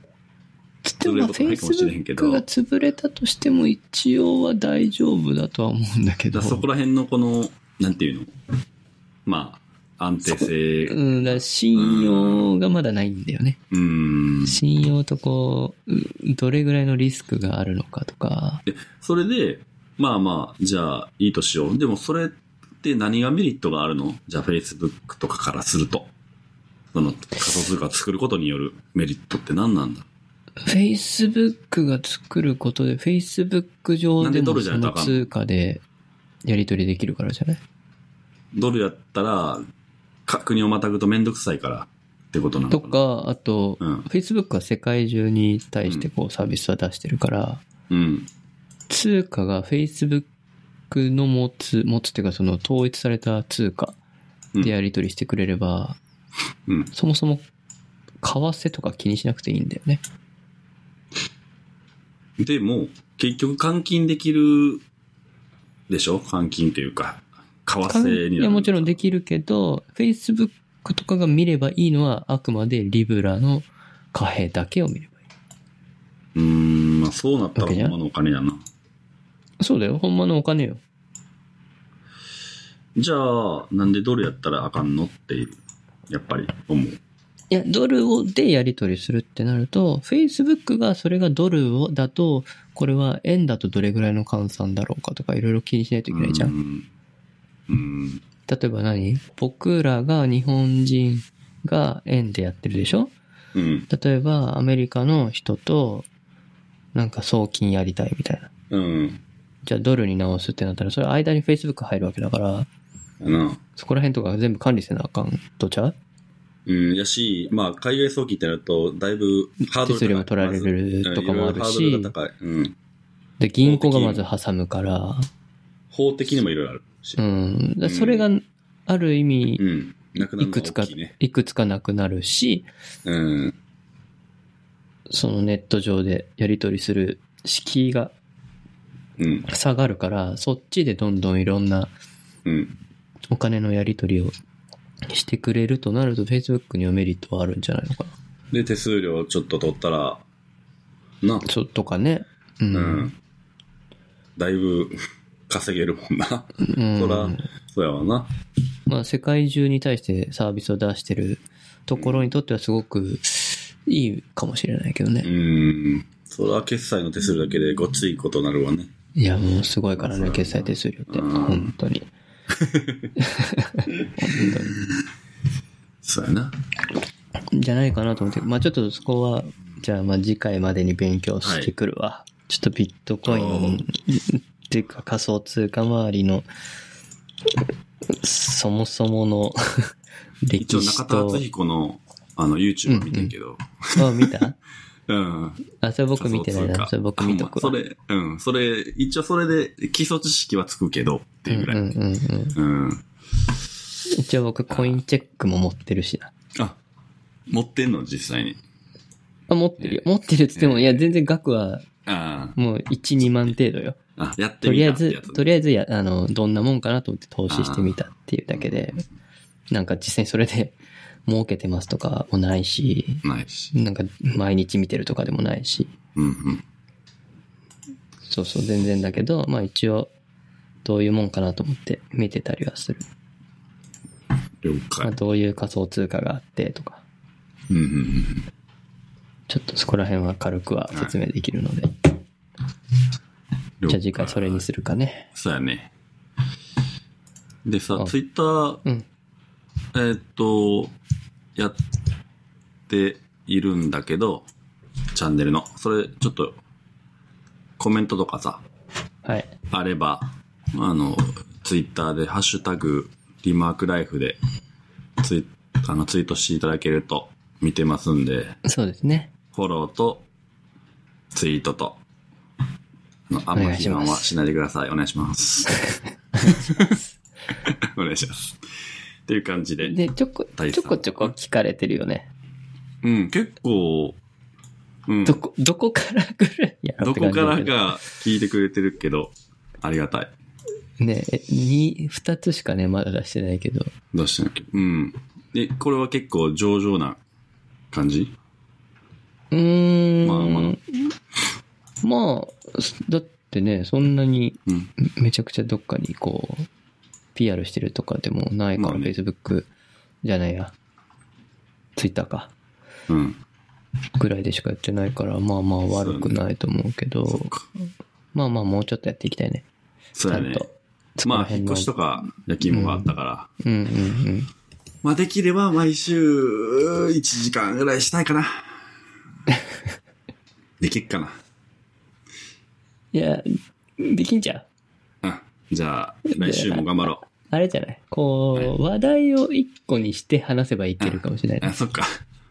Speaker 2: つってもまあ、
Speaker 1: 潰れることないかもしれへんけど
Speaker 2: Facebook が潰れたとしても一応は大丈夫だとは思うんだけど。
Speaker 1: だからそこら辺のこの、なんていうのまあ、安定性、う
Speaker 2: うん、だから信用がまだないんだよね。
Speaker 1: ーん。
Speaker 2: 信用とこう、うどれぐらいのリスクがあるのかとか。
Speaker 1: それで、まあまあ、じゃあいいとしよう。でもそれって何がメリットがあるのじゃあ Facebook とかからすると。その仮想通貨を作ることによるメリットって何なんだ
Speaker 2: Facebook が作ることで、Facebook 上で
Speaker 1: なんでド
Speaker 2: も
Speaker 1: ルじゃ
Speaker 2: そ
Speaker 1: な
Speaker 2: の
Speaker 1: いとあかんの
Speaker 2: 通貨でやり取りできるからじゃない
Speaker 1: ドルやったら、か国をまたぐとめんどくさいからってことなの
Speaker 2: と
Speaker 1: かな。
Speaker 2: か、あと、
Speaker 1: うん。
Speaker 2: Facebook は世界中に対してこうサービスは出してるから、
Speaker 1: うん。
Speaker 2: 通貨が Facebook の持つ、持つっていうかその統一された通貨でやり取りしてくれれば、
Speaker 1: うん。
Speaker 2: そもそも為替とか気にしなくていいんだよね。
Speaker 1: でも、結局換金できるでしょ換金っていうか、為替になる。
Speaker 2: いや、もちろんで
Speaker 1: き
Speaker 2: きるけど、Facebook とかが見ればいいのは、あくまでリブラの貨幣だけを見ればいい。
Speaker 1: うーん、まあそうなったら
Speaker 2: わけ
Speaker 1: ほ
Speaker 2: じ
Speaker 1: ん
Speaker 2: ゃん
Speaker 1: まのお金やな。
Speaker 2: そうだよ、ほんまのお金よ。
Speaker 1: じゃあ、なんでドルやったらあかんのっていう、やっぱり思う。
Speaker 2: いや、ドルをでやり取りするってなると、Facebook がそれがドルをだと、これは円だとどれぐらいの換算だろうかとか、いろいろ気にしないといけないじゃん。
Speaker 1: ん。うん。
Speaker 2: 例えば何僕らが日本人が円でやってるでしょ
Speaker 1: うん。
Speaker 2: 例えばアメリカの人となんか送金やりたいみたいな。
Speaker 1: うん。
Speaker 2: じゃあドルに直すってなったら、それ間に Facebook 入るわけだから、
Speaker 1: やな。
Speaker 2: そこら辺とか全部管理せなあかんとちゃう
Speaker 1: うん。やし、まあ、海外送金ってなると、だいぶハードル高い。
Speaker 2: 手数料取られるとかも
Speaker 1: うんいろ
Speaker 2: あるし
Speaker 1: いろハードルが高い。うん。
Speaker 2: で、銀行がまず挟むから、
Speaker 1: 法的にもいろいろあるし
Speaker 2: う。ん。だそれがある意味
Speaker 1: う、ん。なくなる
Speaker 2: い
Speaker 1: の
Speaker 2: く
Speaker 1: が
Speaker 2: つか
Speaker 1: 大きいね。、
Speaker 2: いくつかなくなるし、
Speaker 1: うん。
Speaker 2: そのネット上でやり取りする敷居が
Speaker 1: うん。
Speaker 2: 下がるから、そっちでどんどんいろんな
Speaker 1: うん。
Speaker 2: お金のやり取りをしてくれるとなると Facebook にはメリットはあるんじゃないのかな。
Speaker 1: で、手数料ちょっと取ったら、な。
Speaker 2: そうとかね。うん。
Speaker 1: うん。だいぶ 稼げるもんな。
Speaker 2: うん
Speaker 1: そら、そうやわな。
Speaker 2: まあ世界中に対してサービスを出してるところにとってはすごくいいかもしれないけど
Speaker 1: う
Speaker 2: ね。
Speaker 1: ーん。それは決済の手数料だけでごっついことになるわね。
Speaker 2: いや、もうすごいから
Speaker 1: そう
Speaker 2: ね、
Speaker 1: だな
Speaker 2: 決済手数料って。
Speaker 1: うん
Speaker 2: 本当に。
Speaker 1: そうやな。
Speaker 2: じゃないかなと思って。まあちょっとそこは、じゃあまあ次回までに勉強してくるわ。ちょっとビットコインっていうか仮想通貨周りの、そもそもの
Speaker 1: 一応
Speaker 2: 歴
Speaker 1: 中
Speaker 2: 史
Speaker 1: 田
Speaker 2: と
Speaker 1: 敦。彦の、あの、YouTube 見てんけど。
Speaker 2: あ、見た
Speaker 1: うん。
Speaker 2: あ、それ僕見てないな。それ僕見とく
Speaker 1: そ
Speaker 2: わ。
Speaker 1: れ、うん。それ、一応それで基礎知識はつくけど、っていうぐらい。
Speaker 2: うんうんうん。
Speaker 1: うん。
Speaker 2: 一応僕コインチェックも持ってるしな。
Speaker 1: あ、持ってんの実際に。
Speaker 2: あ、持ってるよ。持ってるっつっても、いや、全然額は
Speaker 1: あ
Speaker 2: もう1、2万程度よ。
Speaker 1: あ。あ、やって
Speaker 2: と
Speaker 1: み
Speaker 2: りあえ
Speaker 1: たって
Speaker 2: ず
Speaker 1: やつ、
Speaker 2: とりあえずや、あの、どんなもんかなと思って投資してみたっていうだけで、なんか実際それで 儲けてますとかもないし、
Speaker 1: ないし。
Speaker 2: なんか毎日見てるとかでもないし、
Speaker 1: うんうん。
Speaker 2: そうそう、全然だけど、まあ一応、どういうもんかなと思って見てたりはする。
Speaker 1: 了
Speaker 2: まあ
Speaker 1: 解。
Speaker 2: どういう仮想通貨があってとか、
Speaker 1: うんうんうん。
Speaker 2: ちょっとそこら辺は軽くは説明できるので、
Speaker 1: 了解
Speaker 2: じゃあ次回それにするかね。
Speaker 1: そうやね。でさ
Speaker 2: あ、
Speaker 1: ツイッター、
Speaker 2: うん
Speaker 1: えーっと、やっているんだけど、チャンネルの。それ、ちょっと、コメントとかさ、
Speaker 2: はい。
Speaker 1: あれば、あの、ツイッターで、ハッシュタグ、リマークライフで、ツイ、あの、ツイートしていただけると見てますんで、
Speaker 2: そうですね。
Speaker 1: フォローと、ツイートと、あのあんま批判はしないでください。お願いします。 お願いします。っていう感じで。
Speaker 2: で、ちょこ、
Speaker 1: 第三
Speaker 2: ちょこちょこ聞かれてるよね。
Speaker 1: うん、結構、うん、
Speaker 2: ど
Speaker 1: ど
Speaker 2: こ、どこからぐらいやろって
Speaker 1: こ
Speaker 2: 感じ
Speaker 1: か
Speaker 2: だ
Speaker 1: ら
Speaker 2: けど。
Speaker 1: か聞いてくれてるけど、ありがたい。
Speaker 2: ねえ、二、二つしかね、まだ出してないけど。
Speaker 1: 出してなきゃ。うん。で、これは結構上々な感じ
Speaker 2: うーん。
Speaker 1: まあま
Speaker 2: まあすだってね、そんなに
Speaker 1: うん。
Speaker 2: めちゃくちゃどっかにこう、PR してるとかでもないか
Speaker 1: ま
Speaker 2: ら、
Speaker 1: あね
Speaker 2: Facebook じゃないや、Twitter か、
Speaker 1: うん。
Speaker 2: ぐらいでしかやってないから、まあまあ悪くないと思うけど、
Speaker 1: そっか。
Speaker 2: まあまあもうちょっとやっていきたいね。
Speaker 1: そうや
Speaker 2: ちゃん
Speaker 1: ね
Speaker 2: と。
Speaker 1: ま
Speaker 2: そこら
Speaker 1: あ、引
Speaker 2: 辺
Speaker 1: っ
Speaker 2: の
Speaker 1: 越しとか焼き芋があったから。
Speaker 2: うんうんうん。
Speaker 1: まあ、できれば毎週1時間ぐらいしたいか な。できっかな。
Speaker 2: いや、できんじゃん。
Speaker 1: うん。じゃあ、来週も頑張ろ
Speaker 2: あれじゃないこう、話題を一個にして話せばいけるかもしれ
Speaker 1: う。
Speaker 2: ない
Speaker 1: あ、
Speaker 2: ね。
Speaker 1: そっか。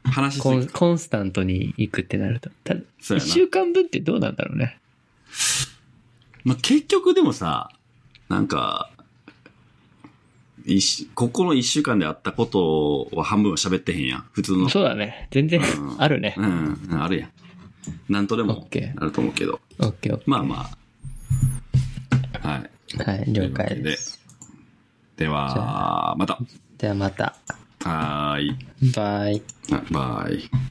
Speaker 1: 話しす
Speaker 2: コ
Speaker 1: ぎ
Speaker 2: ン
Speaker 1: た。
Speaker 2: コンスタントに行くってなると。ただ、
Speaker 1: そう
Speaker 2: 一
Speaker 1: やな。
Speaker 2: 週間分ってどうなんだろうね。
Speaker 1: まあ、結局でもさ、なんか、一しここの一週間であったことは半分は喋ってへんやん。普通の。
Speaker 2: そうだね。全然
Speaker 1: うん
Speaker 2: あるね
Speaker 1: う。ん、うんあるやん。なんとで
Speaker 2: オッ
Speaker 1: も
Speaker 2: ケ、ー
Speaker 1: あると思うけど。
Speaker 2: オッケーオッ
Speaker 1: まあまあ。はい。
Speaker 2: ケー。はい、
Speaker 1: とい
Speaker 2: 了解
Speaker 1: うわけ
Speaker 2: で。
Speaker 1: ですで
Speaker 2: じ
Speaker 1: は、また。
Speaker 2: ではまた。
Speaker 1: はーい。
Speaker 2: バイ。
Speaker 1: あバイ。